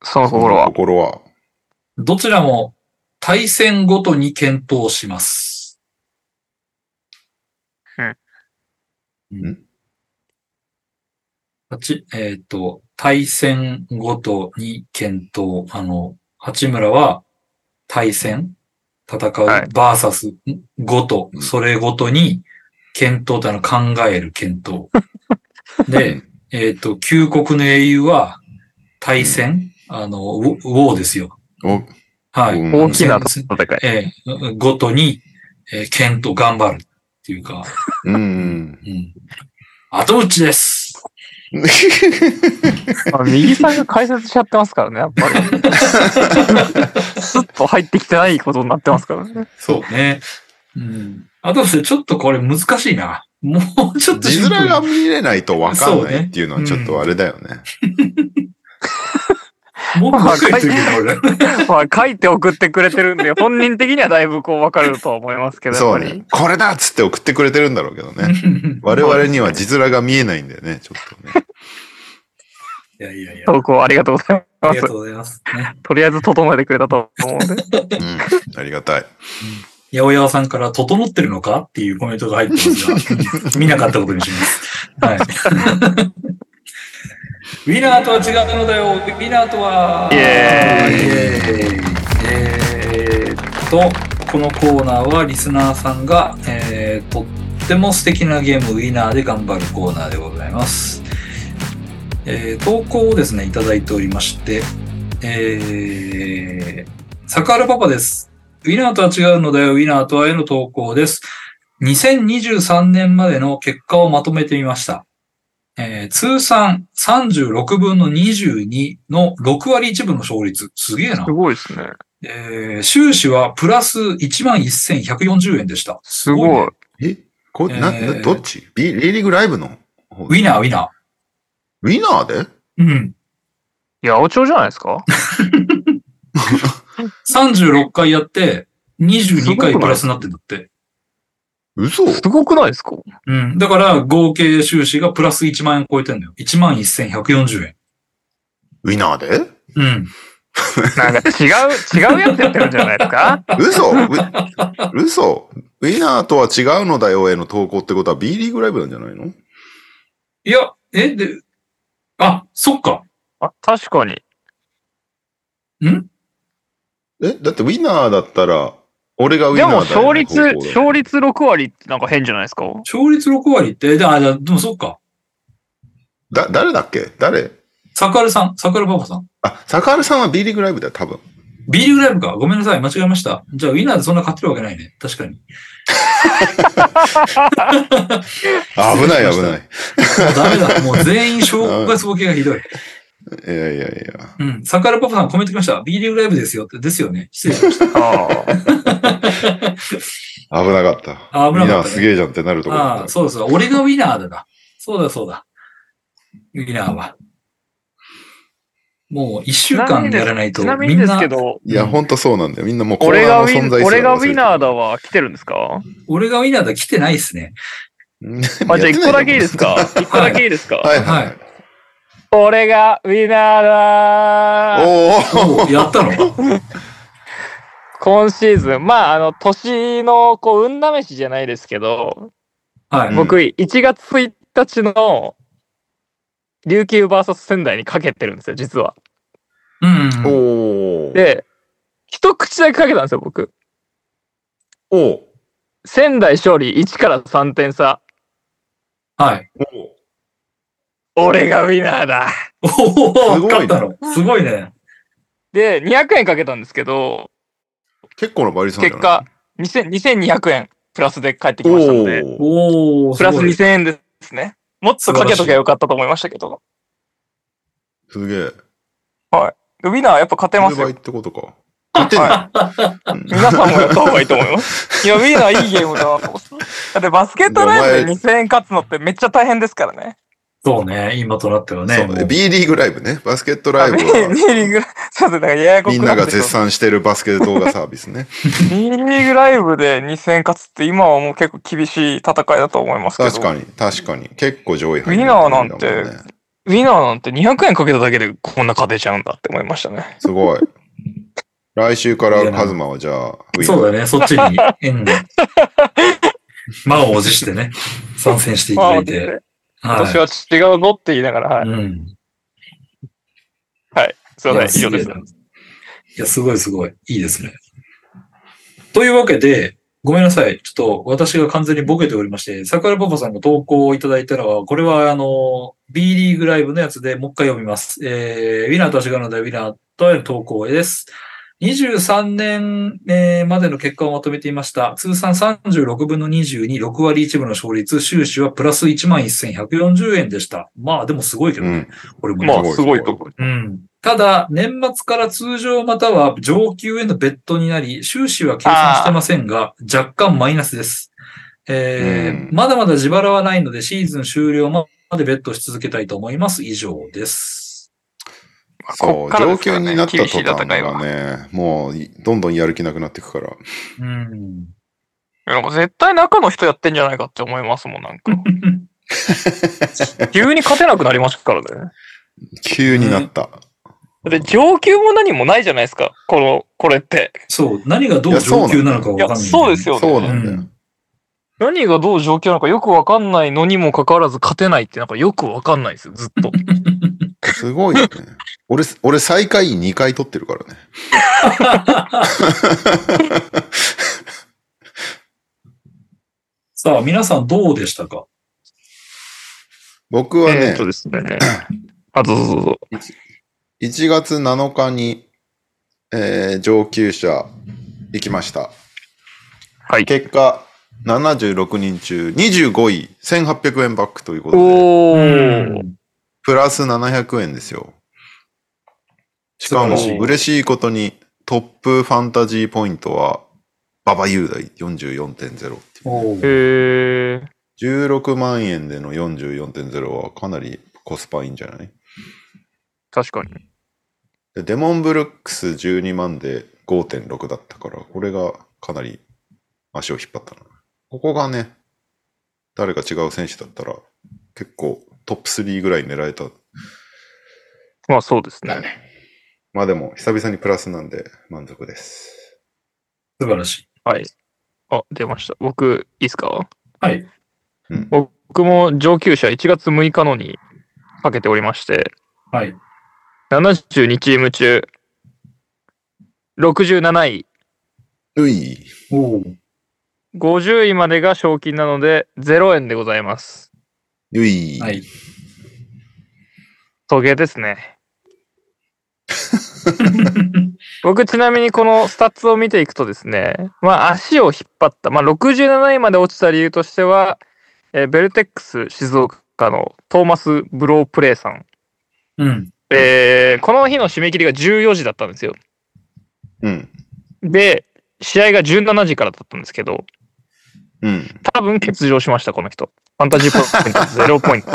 [SPEAKER 4] その心は。
[SPEAKER 3] 心は。
[SPEAKER 2] どちらも対戦ごとに検討します。
[SPEAKER 3] うん
[SPEAKER 2] 八、えっ、と、対戦ごとに検討。あの、八村は対戦、戦う、
[SPEAKER 4] はい
[SPEAKER 2] バーサスんごと、それごとに検討ってあの考える検 討。で、えっ、と、旧国の英雄は対戦、あの、ウォウォーですよ。
[SPEAKER 3] お
[SPEAKER 2] はい。
[SPEAKER 3] うん
[SPEAKER 4] 大きな戦い。
[SPEAKER 2] えーごとに、えー検討頑張るっていうか、
[SPEAKER 3] うん。
[SPEAKER 2] うん。後打ちです。
[SPEAKER 4] まあ右さんが解説しちゃってますからね、やっぱ り。スッと入ってきてないことになってますからね。
[SPEAKER 3] そう。
[SPEAKER 2] ね。うん。あとですね、ちょっとこれ難しいな。もうちょっと
[SPEAKER 3] 字
[SPEAKER 2] シンプル
[SPEAKER 3] 面が見れないとわかん
[SPEAKER 2] そう
[SPEAKER 3] ない
[SPEAKER 2] ね
[SPEAKER 3] っていうのはちょっとあれだよね。
[SPEAKER 2] もっと分かりるこれ。
[SPEAKER 4] まあ書いて送ってくれてるんで、本人的にはだいぶこう分かるとは思いますけど、やっ
[SPEAKER 3] そう
[SPEAKER 4] ぱり。
[SPEAKER 3] ね。これだっつって送ってくれてるんだろうけどね。我々には字面が見えないんだよね、ちょっとね。
[SPEAKER 2] いやいやいや。
[SPEAKER 4] 投稿ありがとうござい
[SPEAKER 2] あ
[SPEAKER 4] ま
[SPEAKER 2] り
[SPEAKER 4] す
[SPEAKER 2] がと。うございます。ね、
[SPEAKER 4] とりあえず整えてくれたと思うん
[SPEAKER 3] う
[SPEAKER 4] で。
[SPEAKER 3] ん。ありがたい。
[SPEAKER 2] 八百屋さんから、整ってるのかっていうコメントが入ってます が、見なかったことにします。はい。ウィナーとは違うのだよ。ウィナーとは。
[SPEAKER 4] イエ
[SPEAKER 2] イエーイえーっと、このコーナーはリスナーさんが、えーとっても素敵なゲームウィナーで頑張るコーナーでございます。えー投稿をですね、いただいておりまして、えー、サカールパパです。ウィナーとは違うのだよ、ウィナーとはへの投稿です。2023年までの結果をまとめてみました。えー通算36分の22の6割1分の勝率。すげえな
[SPEAKER 4] す。ごいですね。
[SPEAKER 2] えー収支はプラス11,140円でした。
[SPEAKER 4] すごい。
[SPEAKER 3] えこれ、な、
[SPEAKER 2] えー
[SPEAKER 3] どっち ?B、リリーグライブの方
[SPEAKER 2] ウィナー、ウィナ
[SPEAKER 3] ウィナーで
[SPEAKER 2] ー。うん。
[SPEAKER 4] いや、八百長じゃないですか
[SPEAKER 2] 36回やって、22回プラスになってんだって。
[SPEAKER 3] 嘘
[SPEAKER 4] すごくないですか
[SPEAKER 2] うん。だから、合計収支がプラス1万円超えてんだよ。11,140円。
[SPEAKER 3] ウィナーで
[SPEAKER 2] うん。
[SPEAKER 4] なんか違う、違うやつやってるんじゃないですか
[SPEAKER 3] 嘘ウィ嘘ウィナーとは違うのだよへの投稿ってことは B リーグライブなんじゃないの
[SPEAKER 2] いや、え、で、あ、そっか。
[SPEAKER 4] あ、確かに。
[SPEAKER 3] えだってウィナーだったら、俺がウィ
[SPEAKER 4] で
[SPEAKER 3] ナーだ
[SPEAKER 4] も
[SPEAKER 3] よの投稿
[SPEAKER 4] 勝率、
[SPEAKER 3] だよ
[SPEAKER 4] 勝率6割ってなんか変じゃないですか
[SPEAKER 2] 勝率6割って、であ、ででもそっか。
[SPEAKER 3] だ、誰だっけ誰
[SPEAKER 2] 桜井さん、桜井パパさん。
[SPEAKER 3] あ、坂原さんは B リーグライブだよ、多分。
[SPEAKER 2] ビールグライブか。ごめんなさい。間違えました。じゃあ、ウィナーでそんな勝ってるわけないね。確かに。
[SPEAKER 3] あ危ない、危ない。
[SPEAKER 2] 失礼しましもうダ メだ。もう全員小がボケがひどい。
[SPEAKER 3] いやいやいや。
[SPEAKER 2] うん。桜パパさんコメント来ました。ビールグライブですよって。ですよね。失礼しまし
[SPEAKER 4] ああ。
[SPEAKER 3] 危なかった。
[SPEAKER 2] あ危なかったね
[SPEAKER 3] ウィナーすげえじゃんってなると
[SPEAKER 2] た。
[SPEAKER 3] ころだった
[SPEAKER 2] ああ、そうそう。俺がウィナーだな。そうだそうだ。ウィナーは。もう一週間やらないと。
[SPEAKER 4] ちなみ
[SPEAKER 2] み
[SPEAKER 4] に
[SPEAKER 2] ん
[SPEAKER 4] です
[SPEAKER 2] な
[SPEAKER 4] け、ど、
[SPEAKER 3] いや、ほんとそうなんだよ。みんなもうコーナ
[SPEAKER 4] 俺が
[SPEAKER 3] ーの
[SPEAKER 4] ウィ
[SPEAKER 3] 存在
[SPEAKER 4] ン、
[SPEAKER 3] すら
[SPEAKER 4] 俺がウ
[SPEAKER 3] 忘れて
[SPEAKER 4] ィ
[SPEAKER 3] る
[SPEAKER 4] ナーだわ、来てるんですか
[SPEAKER 2] 俺がウィナーだ来てないで すね。
[SPEAKER 4] あ、じゃあ一個だけいいですか一個だけいいですか、
[SPEAKER 3] はいは
[SPEAKER 2] はいい。。
[SPEAKER 4] 俺がウィナーだー
[SPEAKER 3] お
[SPEAKER 2] お
[SPEAKER 3] お
[SPEAKER 2] うやったの
[SPEAKER 4] 今シーズン、まあ、あの、年の、こう、運試しじゃないですけど、
[SPEAKER 2] はい。
[SPEAKER 3] うん
[SPEAKER 4] 僕、1月1日の、琉球 VS 仙台にかけてるんですよ、実は。
[SPEAKER 2] うん。
[SPEAKER 3] おお
[SPEAKER 4] で、一口だけかけたんですよ、僕。
[SPEAKER 3] お
[SPEAKER 4] 仙台勝利1から3点差。
[SPEAKER 2] はい。
[SPEAKER 1] 俺がウィナーだ。
[SPEAKER 2] おお、
[SPEAKER 3] すごい
[SPEAKER 2] 勝ったの。すごいね。
[SPEAKER 4] で、200円かけたんですけど、
[SPEAKER 3] 結構な倍率なんじ
[SPEAKER 4] 結
[SPEAKER 3] ゃな
[SPEAKER 4] 果、2000 2200円プラスで帰ってき
[SPEAKER 3] い
[SPEAKER 4] ましたので、
[SPEAKER 3] おー
[SPEAKER 2] おお、
[SPEAKER 4] プラス
[SPEAKER 2] すごい
[SPEAKER 4] 2000円ですね。もっとかけときゃよかったと思いましたけど。
[SPEAKER 3] すげえ。
[SPEAKER 4] ウィナーやっぱ勝てます
[SPEAKER 3] 10倍
[SPEAKER 4] よ。
[SPEAKER 3] ってことか。勝てんの
[SPEAKER 4] は
[SPEAKER 3] うん
[SPEAKER 4] 皆さんもやった方がいいと思います。いや、ウィナーいいゲームだなと思って。だってバスケットライブで2000円勝つのってめっちゃ大変ですからね。
[SPEAKER 2] そうね、今となってはね。
[SPEAKER 3] そう
[SPEAKER 2] もう
[SPEAKER 3] B リーグライブね。バスケットライブ
[SPEAKER 4] ミ
[SPEAKER 3] は、
[SPEAKER 4] リーグ、そうですね、ややこ
[SPEAKER 3] み
[SPEAKER 4] く
[SPEAKER 3] んな
[SPEAKER 4] なって
[SPEAKER 3] が
[SPEAKER 4] きま
[SPEAKER 3] 絶
[SPEAKER 4] す。
[SPEAKER 3] 賛してるバスケ動画サービスね。
[SPEAKER 4] ミリーグライブで2000円勝つって今はもう結構厳しい戦いだと思いますけど。
[SPEAKER 3] 確かに、確かに。結構上位入
[SPEAKER 4] ウィ
[SPEAKER 3] る
[SPEAKER 4] ナーなんてウィナーなんて200円かけただけでこんな勝てちゃうんだって思いましたね。
[SPEAKER 3] すごい。来週からカズマはじゃあ、ウィナー
[SPEAKER 2] そうだね、そっちに、 うん。満を持してね、参戦していただいて。
[SPEAKER 4] 今年
[SPEAKER 2] は。
[SPEAKER 4] は違うぞって言いながら、はいい。
[SPEAKER 2] うん。いやげえ。
[SPEAKER 4] すいません、以上です
[SPEAKER 2] ないや、すごいすごい。いいですね。というわけで、ごめんなさい。ちょっと私が完全にボケておりまして、桜パパさんが投稿をいただいたのは、これはあの、B リーグライブのやつでもう一回読みます。えー、ウィナーと足がなでウィナーとへの投稿です。23年、えーまでの結果をまとめていました。通算36分の22、6割1分の勝率、収支はプラス11,140円でした。まあでもすごいけど
[SPEAKER 3] う
[SPEAKER 2] ね。
[SPEAKER 3] ん。
[SPEAKER 2] これもね
[SPEAKER 4] まあ、すごいとこ。
[SPEAKER 2] うん。ただ、年末から通常または上級への別途になり、収支は計算してませんが、若干マイナスです。えー
[SPEAKER 3] うん
[SPEAKER 2] まだまだ自腹はないので、シーズン終了まで別途し続けたいと思います。以上です。
[SPEAKER 3] そう、上級になった
[SPEAKER 4] 厳
[SPEAKER 3] 途
[SPEAKER 4] しい戦
[SPEAKER 3] 端
[SPEAKER 4] い
[SPEAKER 3] が
[SPEAKER 4] は。
[SPEAKER 3] ね、もうい、どんどんやる気なくなってくから。
[SPEAKER 2] うん。
[SPEAKER 4] なんか絶対中の人やってんじゃないかって思いますもん、なん か。急に勝てなくなりますからね。
[SPEAKER 3] 急になった。
[SPEAKER 4] で、上級も何もないじゃないですか、この、これって。
[SPEAKER 2] そう。何がどう上級なのかわ
[SPEAKER 4] い
[SPEAKER 2] かんな
[SPEAKER 4] や、
[SPEAKER 2] い。
[SPEAKER 4] そうですよ
[SPEAKER 3] そう
[SPEAKER 4] ね。
[SPEAKER 3] なんだ
[SPEAKER 2] う
[SPEAKER 3] よ。
[SPEAKER 4] 何がどう上級なのかよくわかんないのにもかかわらず勝てないってなんかよくわかんないですよ、ずっと。
[SPEAKER 3] すごいよね。 俺、俺最下位2回取ってるからね。
[SPEAKER 2] さあ、皆さんどうでしたか
[SPEAKER 3] 僕はね、
[SPEAKER 4] ですね。あ、そうそうそう。
[SPEAKER 3] 1月7日に、えー上級者行きました。
[SPEAKER 4] はい
[SPEAKER 3] 結果、76人中25位、1800円バックということで、
[SPEAKER 4] お
[SPEAKER 2] う
[SPEAKER 4] ー。
[SPEAKER 2] ん
[SPEAKER 3] プラス700円ですよ。しかも、
[SPEAKER 2] 素晴らしい
[SPEAKER 3] 嬉しいことに、トップファンタジーポイントは、馬場雄大44.0っていう。
[SPEAKER 2] おう
[SPEAKER 4] へー。
[SPEAKER 3] 16万円での44.0はかなりコスパいいんじゃない
[SPEAKER 4] 確かに。
[SPEAKER 3] でデモンブルックス12万で5.6だったから、これがかなり足を引っ張ったな。ここがね、誰か違う選手だったら、結構トップ3ぐらい狙えた。
[SPEAKER 4] まあそうですね。
[SPEAKER 3] まあでも、久々にプラスなんで満足です。
[SPEAKER 2] 素晴らしい。
[SPEAKER 4] はい。あ、出ました。僕、いいですか
[SPEAKER 2] はい。
[SPEAKER 3] うん
[SPEAKER 4] 僕も上級者1月6日のにかけておりまして、
[SPEAKER 2] はい。
[SPEAKER 4] 72チーム中、67位、
[SPEAKER 3] うい。
[SPEAKER 2] おう
[SPEAKER 4] 50位までが賞金なので、0円でございます。
[SPEAKER 3] うい。
[SPEAKER 2] はい。
[SPEAKER 4] トゲですね。僕ちなみにこのスタッツを見ていくとですね、まあ足を引っ張った、まあ67位まで落ちた理由としては、えーベルテックス静岡のトーマス・ブロープレイさん。
[SPEAKER 2] うん。
[SPEAKER 4] えーこの日の締め切りが14時だったんですよ。
[SPEAKER 3] うん。
[SPEAKER 4] で、試合が17時からだったんですけど、
[SPEAKER 3] うん。
[SPEAKER 4] 多分欠場しました、この人。ファンタジーポイント0ポイ ント。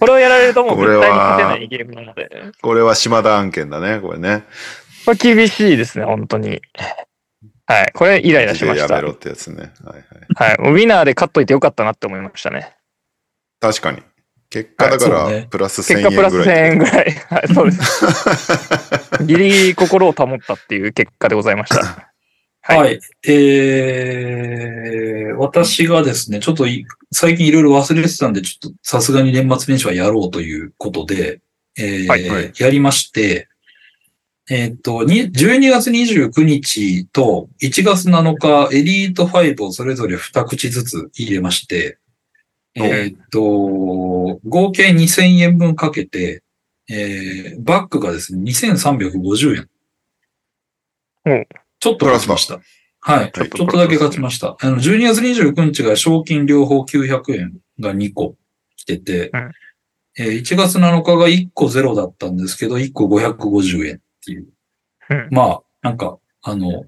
[SPEAKER 4] これをやられるともう絶対に勝てないゲームなので。
[SPEAKER 3] これは島田案件だね、これね。
[SPEAKER 4] これ厳しいですね、本当に。はい。これイライラしまし
[SPEAKER 3] や
[SPEAKER 4] た。は
[SPEAKER 3] め
[SPEAKER 4] い。
[SPEAKER 3] ろってやつね。はいはい。
[SPEAKER 4] もうウィナーで勝っといてよかったなって思いましたね。
[SPEAKER 3] 確かに。結果だか
[SPEAKER 2] はいそう
[SPEAKER 3] ら
[SPEAKER 2] ね、
[SPEAKER 3] プラス1000円
[SPEAKER 4] 結果
[SPEAKER 3] ぐら
[SPEAKER 4] プラ
[SPEAKER 3] い。
[SPEAKER 4] ス1000円ぐら い。はい、そうです。ギリギリ心を保ったっていう結果でございま した。はい
[SPEAKER 2] はい。えー、私がですね、ちょっとい最近いろいろ忘れてたんで、ちょっとさすがに年末年始はやろうということで、えー
[SPEAKER 4] はいはい
[SPEAKER 2] やりまして、えーっと、に12月29日と1月7日、エリート5をそれぞれ2口ずつ入れまして、えーっと、合計2000円分かけて、えー、バッグがですね、2350円。
[SPEAKER 1] うん
[SPEAKER 2] ちょっと勝ちました。はい。
[SPEAKER 3] ちょっと
[SPEAKER 2] ちょっとだけ勝ちました。あの、12月29日が賞金両方900円が2個来てて、
[SPEAKER 4] うん
[SPEAKER 2] えー1月7日が1個0だったんですけど、1個550円っていう。
[SPEAKER 4] うん
[SPEAKER 2] まあ、なんか、あの、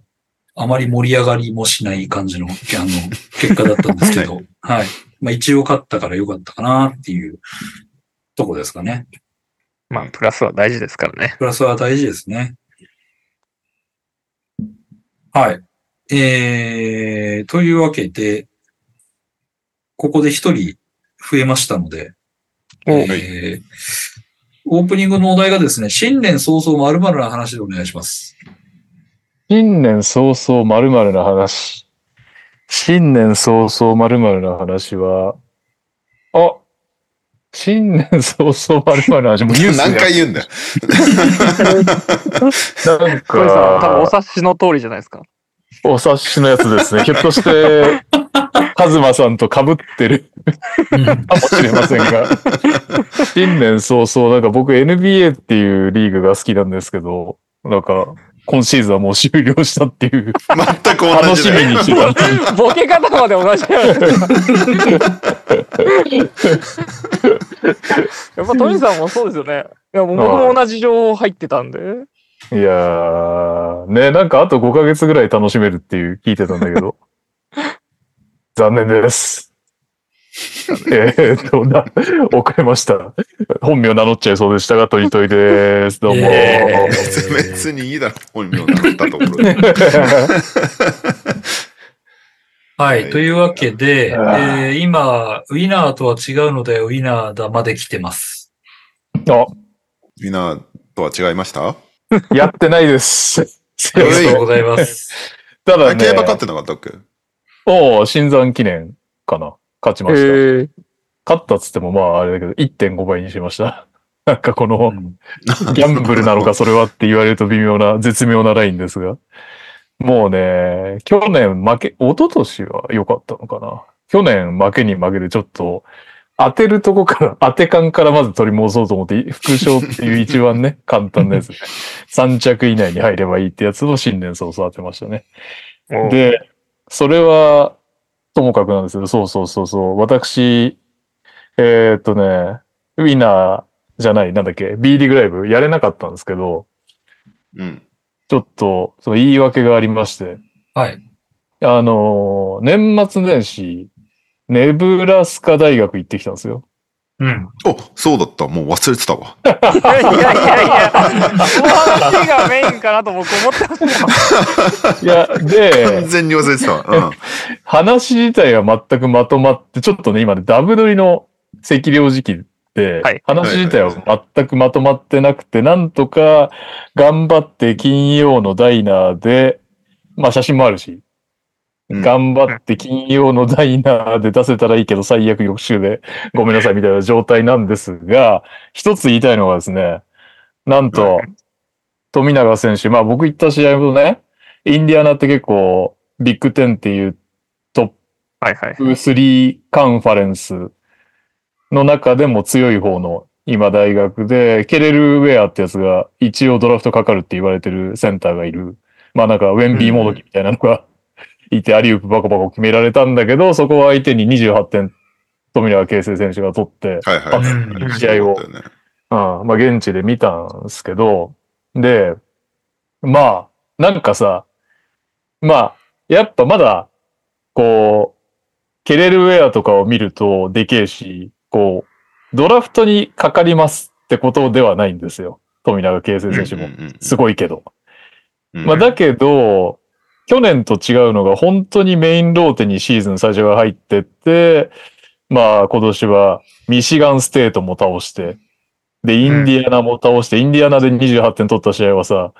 [SPEAKER 2] あまり盛り上がりもしない感じの、あの、結果だったんですけ ど、はい。まあ一応勝ったから良かったかなっていうとこですかね。
[SPEAKER 4] まあ、プラスは大事ですからね。
[SPEAKER 2] プラスは大事ですね。はい。えー、というわけで、ここで一人増えましたので、
[SPEAKER 4] お
[SPEAKER 2] えーオープニングのお題がですね、新年早々〇〇な話でお願いします。
[SPEAKER 5] 新年早々〇〇な話。新年早々〇〇な話は、あ新年早々〇〇な話、もうニュー ス
[SPEAKER 3] 何回言うんだよ。
[SPEAKER 5] やなん
[SPEAKER 4] これさ、多分お
[SPEAKER 5] か、
[SPEAKER 4] 察しの通りじゃないですか。
[SPEAKER 5] お察しのやつ ですね。ひょっとして、カズマさんと被ってる
[SPEAKER 2] うん
[SPEAKER 5] かもしれませんが、新年早々、なんか僕 NBA っていうリーグが好きなんですけど、なんか、今シーズンはもう終了したっていう、
[SPEAKER 3] 全く同
[SPEAKER 5] 楽
[SPEAKER 3] じ
[SPEAKER 5] し
[SPEAKER 3] だ
[SPEAKER 5] み
[SPEAKER 3] よ。
[SPEAKER 5] にして た。
[SPEAKER 4] ボケ方まで同じやん。やっ ぱトニーさんもそうですよね。いや、もう僕も同じ情報入ってたんで。
[SPEAKER 5] いやー、ね、なんかあと5ヶ月ぐらい楽しめるっていう聞いてたんだ けど。残念です。えーっと、な、 遅れました。本名名乗っちゃいそうでしたが、とりとりです。どうも。
[SPEAKER 2] え
[SPEAKER 3] 別 別にいいだろ、本名なったとこ ろで。
[SPEAKER 2] はい。というわけで、え
[SPEAKER 5] あー
[SPEAKER 2] ー今、ウィナーとは違うので、ウィナーだまで来てます。
[SPEAKER 5] あ、
[SPEAKER 3] みんなとは違いました
[SPEAKER 5] やってないです。
[SPEAKER 2] あ
[SPEAKER 5] た
[SPEAKER 2] りがとうございます。
[SPEAKER 5] だね
[SPEAKER 3] 競馬、勝ってなかったっけ
[SPEAKER 5] おう新山記念かな。勝ちました。
[SPEAKER 4] え
[SPEAKER 5] 勝ったっつっても、まあ、あれだけど、1.5倍にしました。なんかこの、
[SPEAKER 2] うん
[SPEAKER 5] ギャンブルなのかそれはって言われると微妙な、絶妙なラインですが。もうね、去年負け、一昨年は良かったのかな。去年負けに負けでちょっと、当てるとこから、 当て感からまず取り戻そうと思って、副賞っていう一番ね、 簡単なやつ。3着以内に入ればいいってやつを新年早々当てましたね。
[SPEAKER 4] ー
[SPEAKER 5] で、それは、ともかくなんですけど、そうそうそうそう。私、えーっとね、ウィナーじゃない、なんだっけ、B リーグライブやれなかったんですけど、
[SPEAKER 3] うん。
[SPEAKER 5] ちょっと、その言い訳がありまして、
[SPEAKER 2] はい。
[SPEAKER 5] あのー年末年始、ネブラスカ大学行ってきたんですよ。
[SPEAKER 2] うん。
[SPEAKER 3] お、そうだった。もう忘れてたわ。
[SPEAKER 4] いやいやい やいや、この話がメインかなと僕思ってましたよ。
[SPEAKER 5] いや、
[SPEAKER 3] 完
[SPEAKER 5] で、
[SPEAKER 3] 全に忘れてたわ。
[SPEAKER 5] 話自体は全くまとまって、ちょっとね、今ね、ダブ撮りの赤量時期で、
[SPEAKER 4] はい
[SPEAKER 5] 話自体
[SPEAKER 3] はいはいは
[SPEAKER 5] は全くまとまってなくて、なんとか頑張って金曜のダイナーで、まあ写真もあるし、
[SPEAKER 3] うん
[SPEAKER 5] 頑張って金曜のダイナーで出せたらいいけど、最悪翌週でごめんなさいみたいな状態なんですが、一つ言いたいのがですね、なんと、富永選手、まあ僕行った試合もね、インディアナって結構、ビッグ10っていうトップ
[SPEAKER 4] はいはい。
[SPEAKER 5] 3カンファレンスの中でも強い方の今大学で、ケレル・ウェアってやつが一応ドラフトかかるって言われてるセンターがいる。まあなんかウェンビーもどきみたいなのが いて、アリウープバコバコ決められたんだけど、そこを相手に28点、富永啓生選手が取って、
[SPEAKER 3] はいはいはい
[SPEAKER 2] うん
[SPEAKER 3] はい。
[SPEAKER 5] 試合を
[SPEAKER 3] そうだよね
[SPEAKER 5] うん、まあ現地で見たんすけど、で、まあ、なんかさ、まあ、やっぱまだ、こう、ケレルウェアとかを見るとでけえし、こう、ドラフトにかかりますってことではないんですよ。富永啓生選手も。すごいけど。まあだけど、去年と違うのが本当にメインローテにシーズン最初が入ってって、まあ今年はミシガンステートも倒して、で、インディアナも倒して、インディアナで28点取った試合はさ、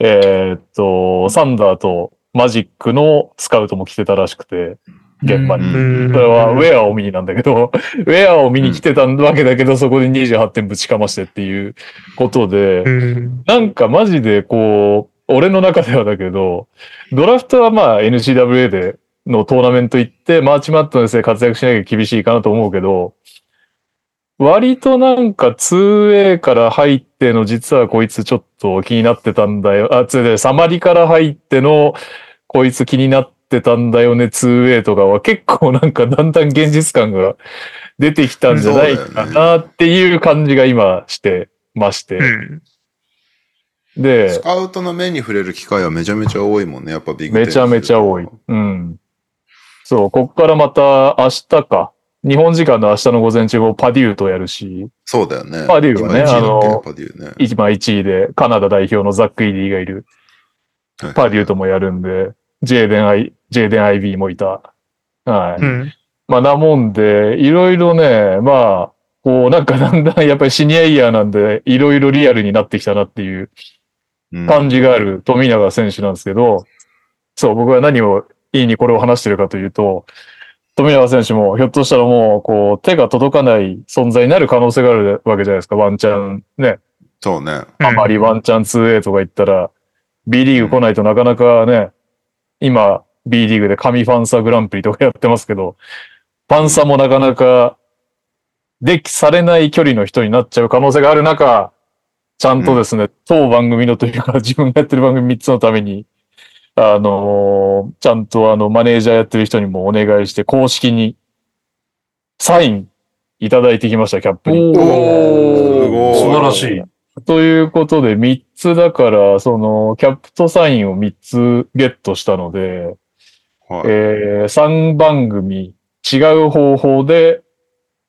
[SPEAKER 5] えーっと、サンダーとマジックのスカウトも来てたらしくて、現場に。
[SPEAKER 3] うん
[SPEAKER 5] それはウェアを見になんだ けど、ウェアを見に来てたわけだけど、そこで28点ぶちかましてっていうことで、
[SPEAKER 4] うん
[SPEAKER 5] なんかマジでこう、俺の中ではだけど、ドラフトはまあ NCWA でのトーナメント行って、マーチマットネスで活躍しなきゃ厳しいかなと思うけど、割となんか 2A から入っての、実はこいつちょっと気になってたんだよ。あ、つで、サマリから入っての、こいつ気になってたんだよね、2A とかは結構なんかだんだん現実感が出てきたんじゃないかなっていう感じが今してまして。
[SPEAKER 4] うん。
[SPEAKER 5] で、
[SPEAKER 3] スカウトの目に触れる機会はめちゃめちゃ多いもんね、やっぱビッグ
[SPEAKER 5] めちゃめちゃ多い。うん。そう、こっからまた明日か。日本時間の明日の午前中もパデューとやるし、
[SPEAKER 3] そうだよね。
[SPEAKER 5] パデューはね
[SPEAKER 3] 今1位だっけ
[SPEAKER 5] あの
[SPEAKER 3] パデューね。
[SPEAKER 5] 一番1位でカナダ代表のザック・イリーがいる
[SPEAKER 3] はい
[SPEAKER 5] パデューともやるんで、ジェーデン・アイ、ジェーデン・アイビーもいた。はい。
[SPEAKER 4] うん。
[SPEAKER 5] まあ、なもんで、いろいろね、まあ、こう、なんかだんだんやっぱりシニアイヤーなんで、いろいろリアルになってきたなっていう
[SPEAKER 3] うん
[SPEAKER 5] 感じがある富永選手なんですけど、そう、僕は何を、いいにこれを話してるかというと、富永選手もひょっとしたらもう、こう、手が届かない存在になる可能性があるわけじゃないですか、ワンチャン。ね、
[SPEAKER 3] そうね。
[SPEAKER 5] あまりワンチャン 2A とか言ったら、B リーグ来ないとなかなかね、今、B リーグで神ファンサグランプリとかやってますけど、ファンサもなかなか、デッキされない距離の人になっちゃう可能性がある中、ちゃんとですね、当番組のというか、 自分がやってる番組3つのために、あのーちゃんとあの、マネージャーやってる人にもお願いして、公式に、サインいただいてきました、キャップに。
[SPEAKER 3] おーすごい
[SPEAKER 2] 素晴らしい。
[SPEAKER 5] ということで、3つだから、その、キャプトサインを3つゲットしたので、
[SPEAKER 3] はい。
[SPEAKER 5] えー、3番組違う方法で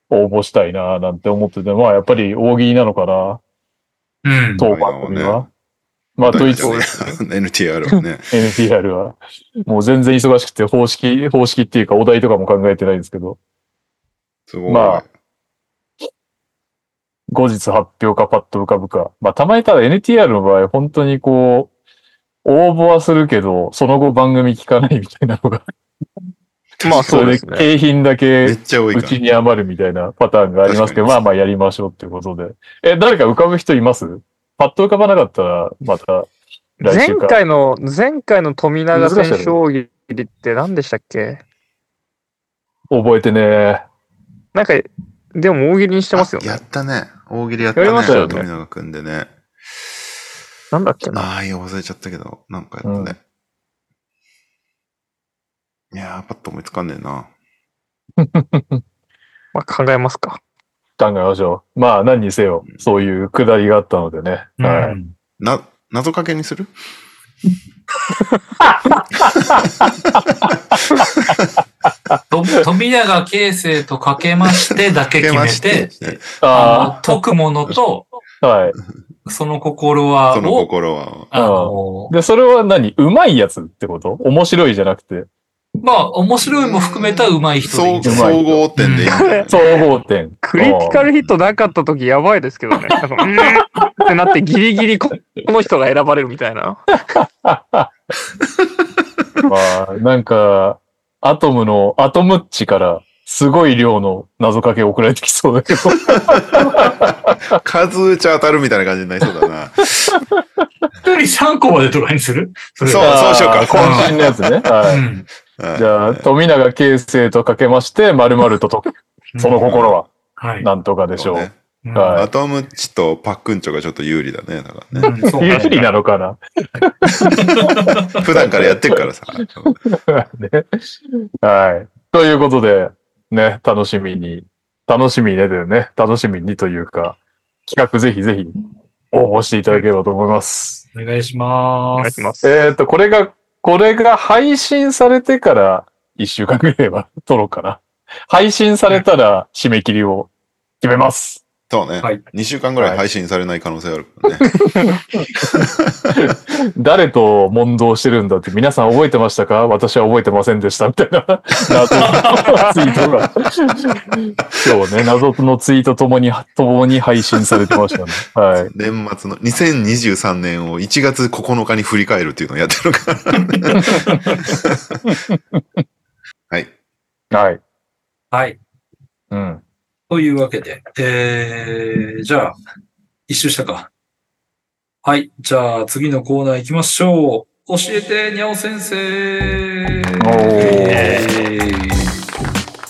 [SPEAKER 5] 応募したいな、なんて思ってて、まあ、やっぱり大喜利なのかな、
[SPEAKER 2] うん。
[SPEAKER 5] 当番組
[SPEAKER 3] そうなの
[SPEAKER 5] は。まあ、といつ
[SPEAKER 3] そうだよね NTR はね。
[SPEAKER 5] NTR は。もう全然忙しくて、方式、方式っていうか、お題とかも考えてないんですけど、
[SPEAKER 3] すごい。
[SPEAKER 5] まあ後日発表かパッと浮かぶか。まあ、たまにただ NTR の場合、本当にこう、応募はするけど、その後番組聞かないみたいなのが
[SPEAKER 4] まあ
[SPEAKER 5] そ
[SPEAKER 4] そうで
[SPEAKER 5] れ
[SPEAKER 4] す
[SPEAKER 5] で
[SPEAKER 4] ね。
[SPEAKER 5] 景品だ
[SPEAKER 3] めっ
[SPEAKER 5] け
[SPEAKER 3] ちゃ多いうから。
[SPEAKER 5] ちに余るみたいなパターンがあります
[SPEAKER 3] 確か
[SPEAKER 5] けど、
[SPEAKER 3] に
[SPEAKER 5] まあまあやりましょうっていうことで。え、誰か浮かぶ人いますパッと浮かばなかったら、また来
[SPEAKER 4] 前
[SPEAKER 5] 週か。
[SPEAKER 4] 回の、前回の富永選手大喜利って何でしたっけ
[SPEAKER 5] 覚えてね。
[SPEAKER 4] なんか、でも大喜利にしてますよ
[SPEAKER 3] あ
[SPEAKER 4] ね
[SPEAKER 3] や。ったね。大喜利やったね。
[SPEAKER 5] やりましたよね
[SPEAKER 3] 富永くんでね。
[SPEAKER 4] なんだっけな。
[SPEAKER 3] ああ、いや、忘れちゃったけど、なんかやったね。いやー、パッと思いつかんねえな。
[SPEAKER 4] まあ考えますか。
[SPEAKER 5] 考えましょう。まあ何にせよ、そういうくだりがあったのでね。
[SPEAKER 2] うん
[SPEAKER 5] はい。
[SPEAKER 3] な、謎かけにする
[SPEAKER 2] と富永啓生とかけましてだけ決め
[SPEAKER 3] かけま
[SPEAKER 2] て、
[SPEAKER 3] して
[SPEAKER 2] あの
[SPEAKER 5] あ
[SPEAKER 2] 解くものと、
[SPEAKER 5] あ、はい。
[SPEAKER 2] その心は
[SPEAKER 3] その
[SPEAKER 2] を、
[SPEAKER 3] 心は。
[SPEAKER 2] あの、
[SPEAKER 5] で、それは何うまいやつってこと面白いじゃなくて、
[SPEAKER 2] まあ、面白いも含めた上手い人でいい
[SPEAKER 3] 総
[SPEAKER 2] んじゃ
[SPEAKER 5] う
[SPEAKER 2] ない
[SPEAKER 5] まい
[SPEAKER 3] 総合点でいいんじゃない
[SPEAKER 5] 総合点。
[SPEAKER 4] クリティカルヒットなかった時やばいです けどね。なんかうーんってなってギリギリここの人が選ばれるみたいな。
[SPEAKER 5] まあ、なんか、アトムの、アトムッチから、すごい量の謎かけ送られてきそうだけど。
[SPEAKER 3] 数打ち当たるみたいな感じになりそうだな。
[SPEAKER 2] 一人3個までトライにするそれ
[SPEAKER 3] そう
[SPEAKER 2] は
[SPEAKER 3] しようか
[SPEAKER 5] あー渾身のやつね。
[SPEAKER 2] う
[SPEAKER 5] は
[SPEAKER 2] ん。
[SPEAKER 3] はい
[SPEAKER 5] い。 じゃあ、富永啓生とかけまして、〇〇と解く。その心は、
[SPEAKER 2] はい。
[SPEAKER 5] なんとかでし
[SPEAKER 3] そ
[SPEAKER 5] ょ
[SPEAKER 3] う
[SPEAKER 5] う
[SPEAKER 3] ね。
[SPEAKER 2] うん
[SPEAKER 5] はい
[SPEAKER 3] アトムッチとパックンチョがちょっと有利だね。だからね。
[SPEAKER 2] うんそう
[SPEAKER 5] 有
[SPEAKER 2] ね
[SPEAKER 5] 利なのかな
[SPEAKER 3] 普段からやってるから さ。
[SPEAKER 5] ねはい。ということで、ね、楽しみに、楽しみにね、だよね。楽しみにというか、企画ぜひぜひ応募していただければと思います。
[SPEAKER 2] お願いしま
[SPEAKER 4] お願い
[SPEAKER 2] す。
[SPEAKER 4] します。
[SPEAKER 5] えっ、と、これが、これが配信されてから一週間ぐらいは撮ろうかな。配信されたら締め切りを決めます。
[SPEAKER 3] そうね。
[SPEAKER 2] はい
[SPEAKER 3] 2週間ぐらい配信されない可能性あるからね。
[SPEAKER 5] 誰と問答してるんだって皆さん覚えてましたか私は覚えてませんでしたみたいな謎のツイートが。そうね、謎のツイートともに、ともに配信されてましたね。はい。
[SPEAKER 3] 年末の2023年を1月9日に振り返るっていうのをやってるから、ね。 はい。
[SPEAKER 5] はい。
[SPEAKER 2] はい。
[SPEAKER 5] うん。
[SPEAKER 2] というわけで、えー、じゃあ、一周したか。はい。じゃあ、次のコーナー行きましょう。教えて、にゃお先生。
[SPEAKER 5] おー
[SPEAKER 2] えーフ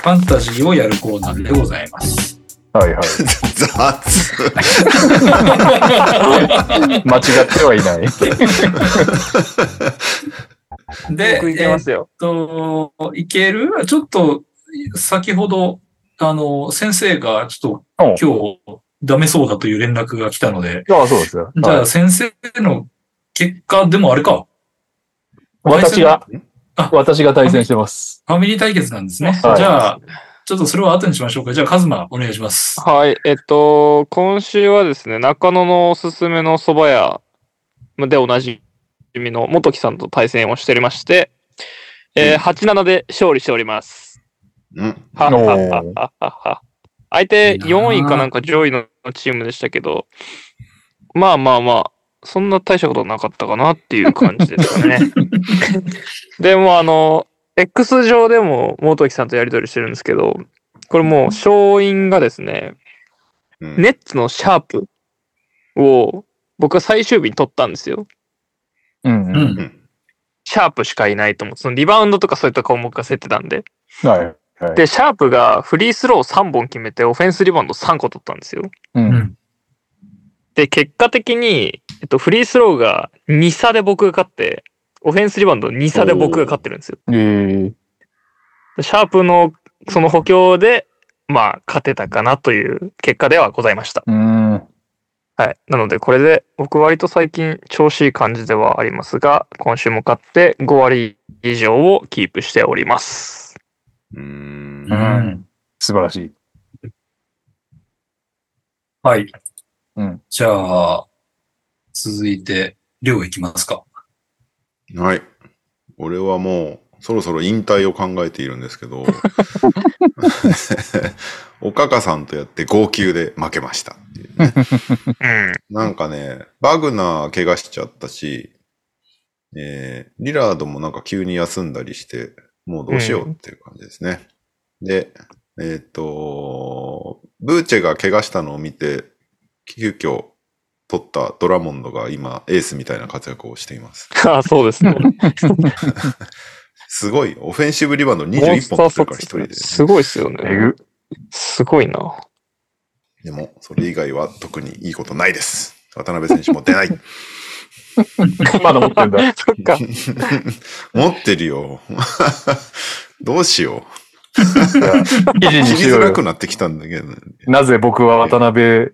[SPEAKER 2] ァンタジーをやるコーナーでございます。
[SPEAKER 5] はいは
[SPEAKER 3] 雑。
[SPEAKER 5] い。間違ってはいない。
[SPEAKER 2] で、
[SPEAKER 4] 僕いけ
[SPEAKER 2] えー
[SPEAKER 4] ま
[SPEAKER 2] っ
[SPEAKER 4] すよ。
[SPEAKER 2] と、いけるちょっと、先ほど、あの、先生がちょっと今日ダメそうだという連絡が来たので、
[SPEAKER 5] ああ、そうですよ。
[SPEAKER 2] じゃ
[SPEAKER 5] は
[SPEAKER 2] あ
[SPEAKER 5] い
[SPEAKER 2] 先生の結果でもあれか、
[SPEAKER 5] 私が
[SPEAKER 2] あ、
[SPEAKER 5] 私が対戦してます。
[SPEAKER 2] ファミリー対決なんですね。
[SPEAKER 5] はい
[SPEAKER 2] じゃあ、ちょっとそれは後にしましょうか。じゃあ、カズマ、お願いします。
[SPEAKER 4] はい、えっと、今週はですね、中野のおすすめの蕎麦屋でおなじみの元木さんと対戦をしておりまして、えー、8-7で勝利しております。
[SPEAKER 3] うん。
[SPEAKER 4] は
[SPEAKER 5] おー
[SPEAKER 4] ははははは。相手
[SPEAKER 2] いいなー
[SPEAKER 4] 4位かなんか上位のチームでしたけど、まあまあまあ、そんな大したことなかったかなっていう感じですかね。でもあの、X 上でも元木さんとやり取りしてるんですけど、これもう勝因がですね、
[SPEAKER 3] うん
[SPEAKER 4] ネッツのシャープを僕は最終日に取ったんですよ。
[SPEAKER 5] うん
[SPEAKER 2] う
[SPEAKER 5] うん。
[SPEAKER 2] ん。
[SPEAKER 4] シャープしかいないと思って、そのリバウンドとかそういった項目が設定たんで。
[SPEAKER 5] はい。はい。
[SPEAKER 4] で、シャープがフリースロー3本決めて、オフェンスリバウンド3個取ったんですよ。
[SPEAKER 5] う。
[SPEAKER 2] うんん。
[SPEAKER 4] で、結果的に、えっと、フリースローが2差で僕が勝って、オフェンスリバウンド2差で僕が勝ってるんですよ。
[SPEAKER 5] えー
[SPEAKER 4] でシャープのその補強で、まあ、勝てたかなという結果ではございました。
[SPEAKER 5] うん。
[SPEAKER 4] はい。なので、これで、僕割と最近調子いい感じではありますが、今週も勝って5割以上をキープしております。
[SPEAKER 3] うーん
[SPEAKER 2] う。ん。
[SPEAKER 5] 素晴らしい。
[SPEAKER 2] はい。
[SPEAKER 5] うん。
[SPEAKER 2] じゃあ、続いて、りょういきますか。
[SPEAKER 3] はい。俺はもう、そろそろ引退を考えているんですけど、 おかかさんとやって号泣で負けましたっていうね。
[SPEAKER 4] うん。
[SPEAKER 3] なんかね、バグナー怪我しちゃったし、えー、リラードもなんか急に休んだりして、もうどうしようっていう感じですね。で、えっ、と、ブーチェが怪我したのを見て、急遽取ったドラモンドが今エースみたいな活躍をしています。
[SPEAKER 4] あそうですね。
[SPEAKER 3] すごい、オフェンシブリバウンド
[SPEAKER 4] モン
[SPEAKER 3] 21
[SPEAKER 4] スター
[SPEAKER 3] 本取ってるか
[SPEAKER 4] サク
[SPEAKER 3] ら
[SPEAKER 4] セ
[SPEAKER 3] 一
[SPEAKER 4] ス
[SPEAKER 3] 人で。
[SPEAKER 4] すごいですよ
[SPEAKER 5] え
[SPEAKER 4] ね。
[SPEAKER 5] ぐ。
[SPEAKER 4] す ごいな。
[SPEAKER 3] でも、それ以外は特にいいことないです。渡辺選手も出ない。
[SPEAKER 5] まだ持ってん だ。
[SPEAKER 4] そっか。
[SPEAKER 3] 持ってるよ。 どうしよう。
[SPEAKER 5] 記事
[SPEAKER 3] 切
[SPEAKER 5] に
[SPEAKER 3] り
[SPEAKER 5] しよ
[SPEAKER 3] づ
[SPEAKER 5] う
[SPEAKER 3] ら
[SPEAKER 5] よ
[SPEAKER 3] く。なってきたんだけど、ね、
[SPEAKER 5] なぜ僕は渡辺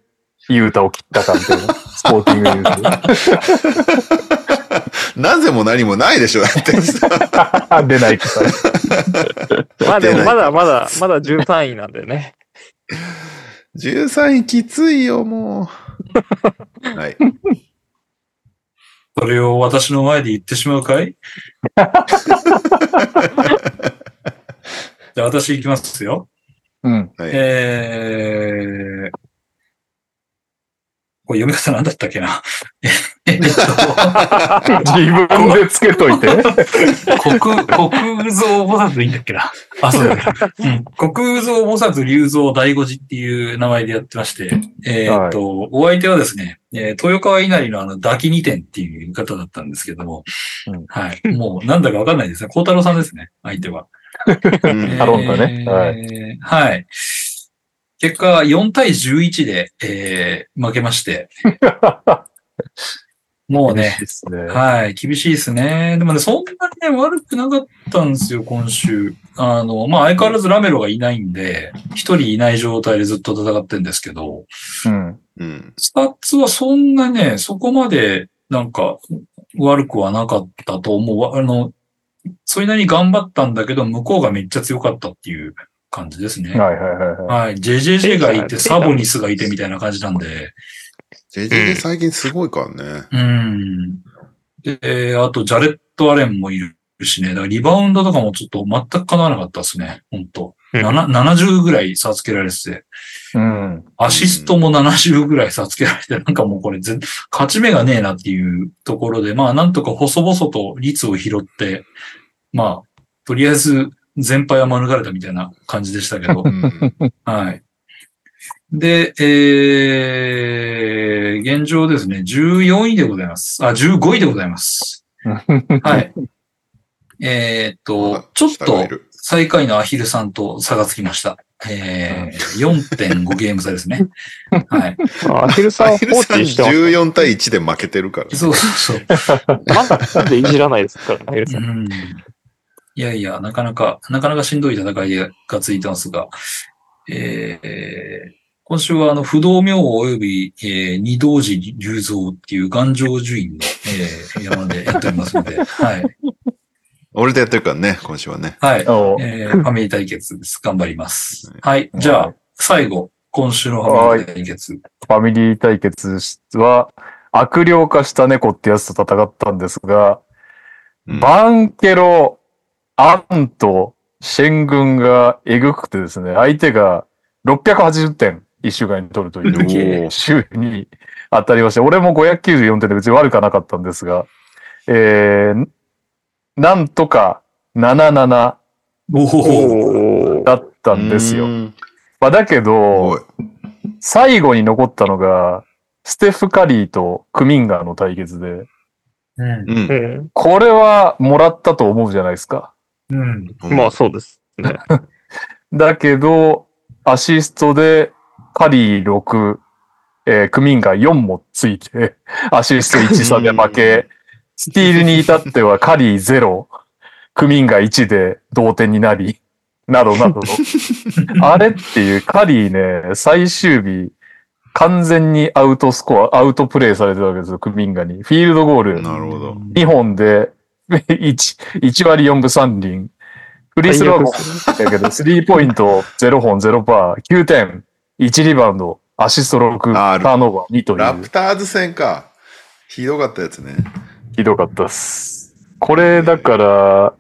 [SPEAKER 5] 優太を切ったかみたい な。スポーティングニュー
[SPEAKER 3] なぜも何もないでしょだって。
[SPEAKER 5] ス。出ないから。
[SPEAKER 4] まあでも、まだまだ、まだ13位なんでね。
[SPEAKER 3] 13位きついよ、もう。はい。
[SPEAKER 2] それを私の前で言ってしまうかい じゃあ、私行きますよ。
[SPEAKER 5] うん。
[SPEAKER 3] はい。
[SPEAKER 2] えー、これ読み方なんだったっけなえっと、
[SPEAKER 5] 自分でつけといて。
[SPEAKER 2] 国、国蔵菩薩でいいんだっけなあ、そうだね。うん。国蔵菩薩龍蔵大五寺っていう名前でやってまして、えーっと、お相手はですね、えー豊川稲荷のあの、抱き二点っていう方だったんですけども、
[SPEAKER 5] うん
[SPEAKER 2] はい。もう、なんだかわかんないですね。孝太郎さんですね、相手は。。
[SPEAKER 3] うん
[SPEAKER 5] タロンタねはい
[SPEAKER 2] はい。結果、4対11で、えー、負けまして。もうね、
[SPEAKER 5] ですね。
[SPEAKER 2] はい、厳しいですね。でもね、そんなにね、悪くなかったんですよ、今週。あの、まあ、相変わらずラメロがいないんで、一人いない状態でずっと戦ってんですけど、
[SPEAKER 5] うん。
[SPEAKER 3] うん。
[SPEAKER 2] スタッツはそんなね、そこまで、なんか、悪くはなかったと思うわ。あの、それなりに頑張ったんだけど、向こうがめっちゃ強かったっていう感じですね。
[SPEAKER 5] はいはいはいは
[SPEAKER 2] はい。JJJ がいて、サボニスがいてみたいな感じなんで。
[SPEAKER 3] JJ 最近すごいからね。
[SPEAKER 2] うん。で、あと、ジャレット・アレンもいるしね。だからリバウンドとかもちょっと全く叶わなかったですね。本当
[SPEAKER 4] うん
[SPEAKER 2] なな70ぐらい差つけられてて。
[SPEAKER 5] い。うん。
[SPEAKER 2] アシストも70ぐらい差つけられて、なんかもうこれ全、勝ち目がねえなっていうところで、まあなんとか細々と率を拾って、まあ、とりあえず全敗は免れたみたいな感じでしたけど
[SPEAKER 3] う、ん。
[SPEAKER 2] はい。で、えー、現状ですね、14位でございます。あ、15位でございます。はい。えーっと
[SPEAKER 3] あ、
[SPEAKER 2] ちょっ
[SPEAKER 3] 下が
[SPEAKER 2] と
[SPEAKER 3] いる
[SPEAKER 2] 最下位のアヒルさんと差がつきました。えー、4.5ゲーム差ですね。はい。
[SPEAKER 4] あアヒルさん
[SPEAKER 3] ア
[SPEAKER 4] を
[SPEAKER 3] ヒ
[SPEAKER 4] 放
[SPEAKER 3] ルさん
[SPEAKER 4] 置してます
[SPEAKER 3] 14対1で負けてるから。
[SPEAKER 2] そうそうそう。
[SPEAKER 4] まだなんでいじらないですからね、アヒルさ。
[SPEAKER 2] うんん。いやいや、なかなか、なかなかしんどい戦いが続いてますが、えー今週はあの、不動明王及び、えー二道寺竜蔵っていう頑丈樹院の、えー山でやっておりますの で、はい。
[SPEAKER 3] 俺とやってるからね、今週はね。
[SPEAKER 2] はい。
[SPEAKER 5] お
[SPEAKER 2] えー、ファミリー対決です。頑張ります。はい。じゃあ、最後、今週のファミリー対決。
[SPEAKER 5] ファミリー対決は、悪霊化した猫ってやつと戦ったんですが、
[SPEAKER 3] うん
[SPEAKER 5] バンケロ、アンとシェン軍がえぐくてですね、相手が680点一週間に取ると い
[SPEAKER 3] おー
[SPEAKER 5] う週に当たりまして、俺も594点で別に悪くはなかったんですが、えー、なんとか77
[SPEAKER 2] おお
[SPEAKER 4] お
[SPEAKER 5] だったんです
[SPEAKER 3] う
[SPEAKER 5] よ。
[SPEAKER 3] ん。
[SPEAKER 5] まあ、だけど
[SPEAKER 3] おい、
[SPEAKER 5] 最後に残ったのが、ステフ・カリーとクミンガーの対決で、
[SPEAKER 2] うん。
[SPEAKER 3] う。
[SPEAKER 4] うんん。
[SPEAKER 5] これはもらったと思うじゃないですか。
[SPEAKER 2] うん。
[SPEAKER 4] まあそうです。ね。
[SPEAKER 5] だけど、アシストでカリー6、えークミンガー4もついて、 アシスト1差で負け、スティールに至ってはカリー0、クミンガー1で同点になり、 などなどの。あれっていう、カリーね、最終日、完全にアウトスコア、アウトプレイされてたわけですよ、クミンガーに。フィールドゴール。
[SPEAKER 3] なるほど。
[SPEAKER 5] 2本で、1, 1割4分3厘。フリースローもだけど、スリーポイント0本0パー、9点、1リバウンド、アシスト6、
[SPEAKER 3] あー
[SPEAKER 5] ターンオーバー2と
[SPEAKER 3] ラ
[SPEAKER 5] いう
[SPEAKER 3] プ、ターズ戦か。ひどかったやつね。
[SPEAKER 5] ひどかったです。これだから、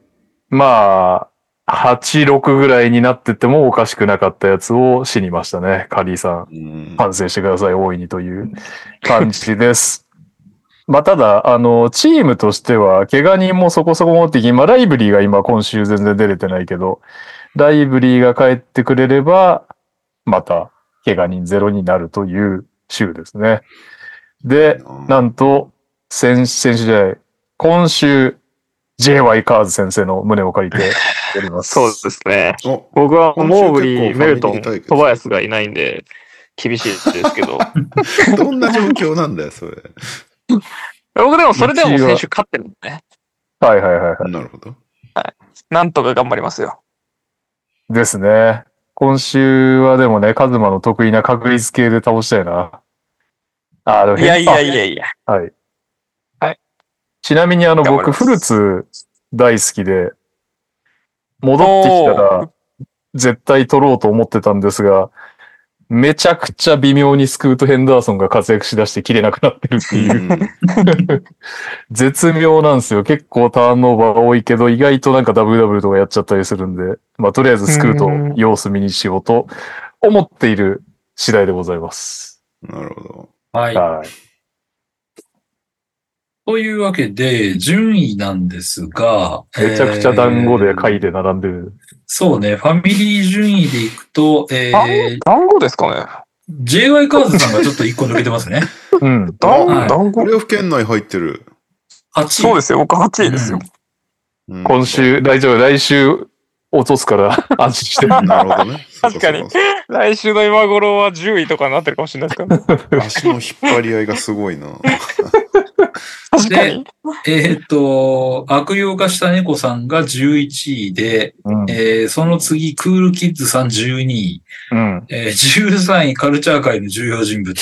[SPEAKER 5] まあ、8、6ぐらいになっててもおかしくなかったやつを死にましたね、カリーさん。
[SPEAKER 3] うん
[SPEAKER 5] 反省してください、大いにという感じです。 まあ、ただ、あの、チームとしては、怪我人もそこそこ持ってきて、まあ、ライブリーが今今週全然出れてないけど、ライブリーが帰ってくれれば、また、怪我人ゼロになるという週ですね。で、なんと、先、先週じゃない、今週、JY カーズ先生の胸を借りております。
[SPEAKER 4] そうですね。
[SPEAKER 3] お
[SPEAKER 4] 僕は
[SPEAKER 3] 今週
[SPEAKER 4] モーブリ
[SPEAKER 3] 結
[SPEAKER 4] ー、
[SPEAKER 3] 構
[SPEAKER 4] メルト
[SPEAKER 3] ファ
[SPEAKER 4] ン、
[SPEAKER 3] ミリー対決
[SPEAKER 4] トバヤスがいないんで、厳しいですけど。
[SPEAKER 3] どんな状況なんだよ、それ。
[SPEAKER 4] 僕でもそれでも選手勝ってるんでね。
[SPEAKER 5] はいはいはいはい。
[SPEAKER 3] なるほど。
[SPEAKER 4] なんとか頑張りますよ。
[SPEAKER 5] ですね。今週はでもね、カズマの得意な確率系で倒したいな。あ、でも
[SPEAKER 4] いやいや
[SPEAKER 5] あ
[SPEAKER 4] いやいや。
[SPEAKER 5] はい。
[SPEAKER 4] はい。
[SPEAKER 5] ちなみにあの、
[SPEAKER 4] 頑張り
[SPEAKER 5] 僕、
[SPEAKER 4] ます
[SPEAKER 5] フルーツ大好きで、戻ってきた
[SPEAKER 4] お
[SPEAKER 5] ら、絶対取ろうと思ってたんですが、めちゃくちゃ微妙にスクート・ヘンダーソンが活躍しだして切れなくなってるっていう
[SPEAKER 3] う。ん
[SPEAKER 5] 絶妙なんですよ。結構ターンオーバー多いけど、意外となんか WW とかやっちゃったりするんで、まあとりあえずスクート
[SPEAKER 4] うん
[SPEAKER 5] 様子見にしようと思っている次第でございます。
[SPEAKER 3] なるほど。
[SPEAKER 2] はい。
[SPEAKER 5] はい。
[SPEAKER 2] というわけで、順位なんですが、
[SPEAKER 5] めちゃくちゃ団子で
[SPEAKER 2] い
[SPEAKER 5] 貝で並んでる。
[SPEAKER 2] そうね、ファミリー順位でいくと、えー、
[SPEAKER 4] 団子ですかね
[SPEAKER 2] JY カーズさんがちょっと一個抜けてます ね。
[SPEAKER 5] うん。
[SPEAKER 3] 団
[SPEAKER 2] はい
[SPEAKER 4] 団
[SPEAKER 3] プレーオフ圏内入ってる。
[SPEAKER 2] 8位。
[SPEAKER 4] そうですよ。僕8位ですよ。
[SPEAKER 3] うん
[SPEAKER 5] 今。週、大丈夫。来週落と すから安心して。
[SPEAKER 3] なるほどね。
[SPEAKER 4] 確かに
[SPEAKER 3] そうそう
[SPEAKER 4] 来週の今頃は10位とかになってるかもしれないですからね。
[SPEAKER 3] そう足の引っ張り合いがすごいな。
[SPEAKER 4] 確かに。
[SPEAKER 2] えーっと、悪用化した猫さんが11位で、
[SPEAKER 5] うん。
[SPEAKER 2] えー、その次、クールキッズさん12位、
[SPEAKER 5] うん。
[SPEAKER 2] えー、13位、カルチャー界の重要人物。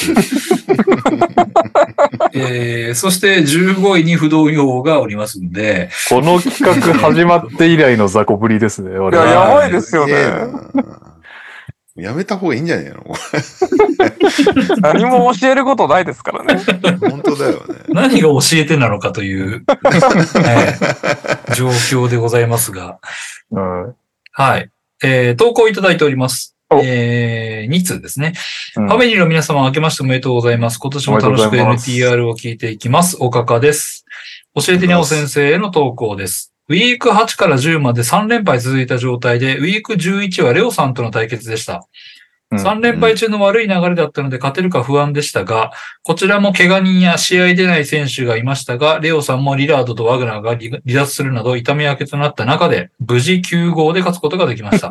[SPEAKER 2] えー、そして15位に不動用がおりますので、
[SPEAKER 5] この企画始まって以来の雑魚ぶりですね、
[SPEAKER 4] い
[SPEAKER 5] 俺
[SPEAKER 4] や、
[SPEAKER 5] は。
[SPEAKER 4] やばいですよ
[SPEAKER 3] ええ
[SPEAKER 4] ね。
[SPEAKER 3] なやめた方がいいんじゃねえのこ
[SPEAKER 4] 何も教えることないですからね。
[SPEAKER 3] れ本当だよね。
[SPEAKER 2] 何が教えてなのかと いう、えー状況でございますが。
[SPEAKER 5] うん。
[SPEAKER 2] はい。えー投稿いただいております。
[SPEAKER 5] お
[SPEAKER 2] えー、2通ですね。
[SPEAKER 5] うん
[SPEAKER 2] ファミリーの皆様、明けましておめでとうございます。今年も楽しく
[SPEAKER 5] おめでとうございます
[SPEAKER 2] NTR を聞いていきます。おかかです。教えてにゃお先生への投稿です。ウィーク8から10まで3連敗続いた状態で、ウィーク11はレオさんとの対決でした。
[SPEAKER 5] うん
[SPEAKER 2] 3連敗中の悪い流れだったので勝てるか不安でしたが、こちらも怪我人や試合出ない選手がいましたが、レオさんもリラードとワグナーが離離脱するなど痛み分けとなった中で、無事9号で勝つことができました。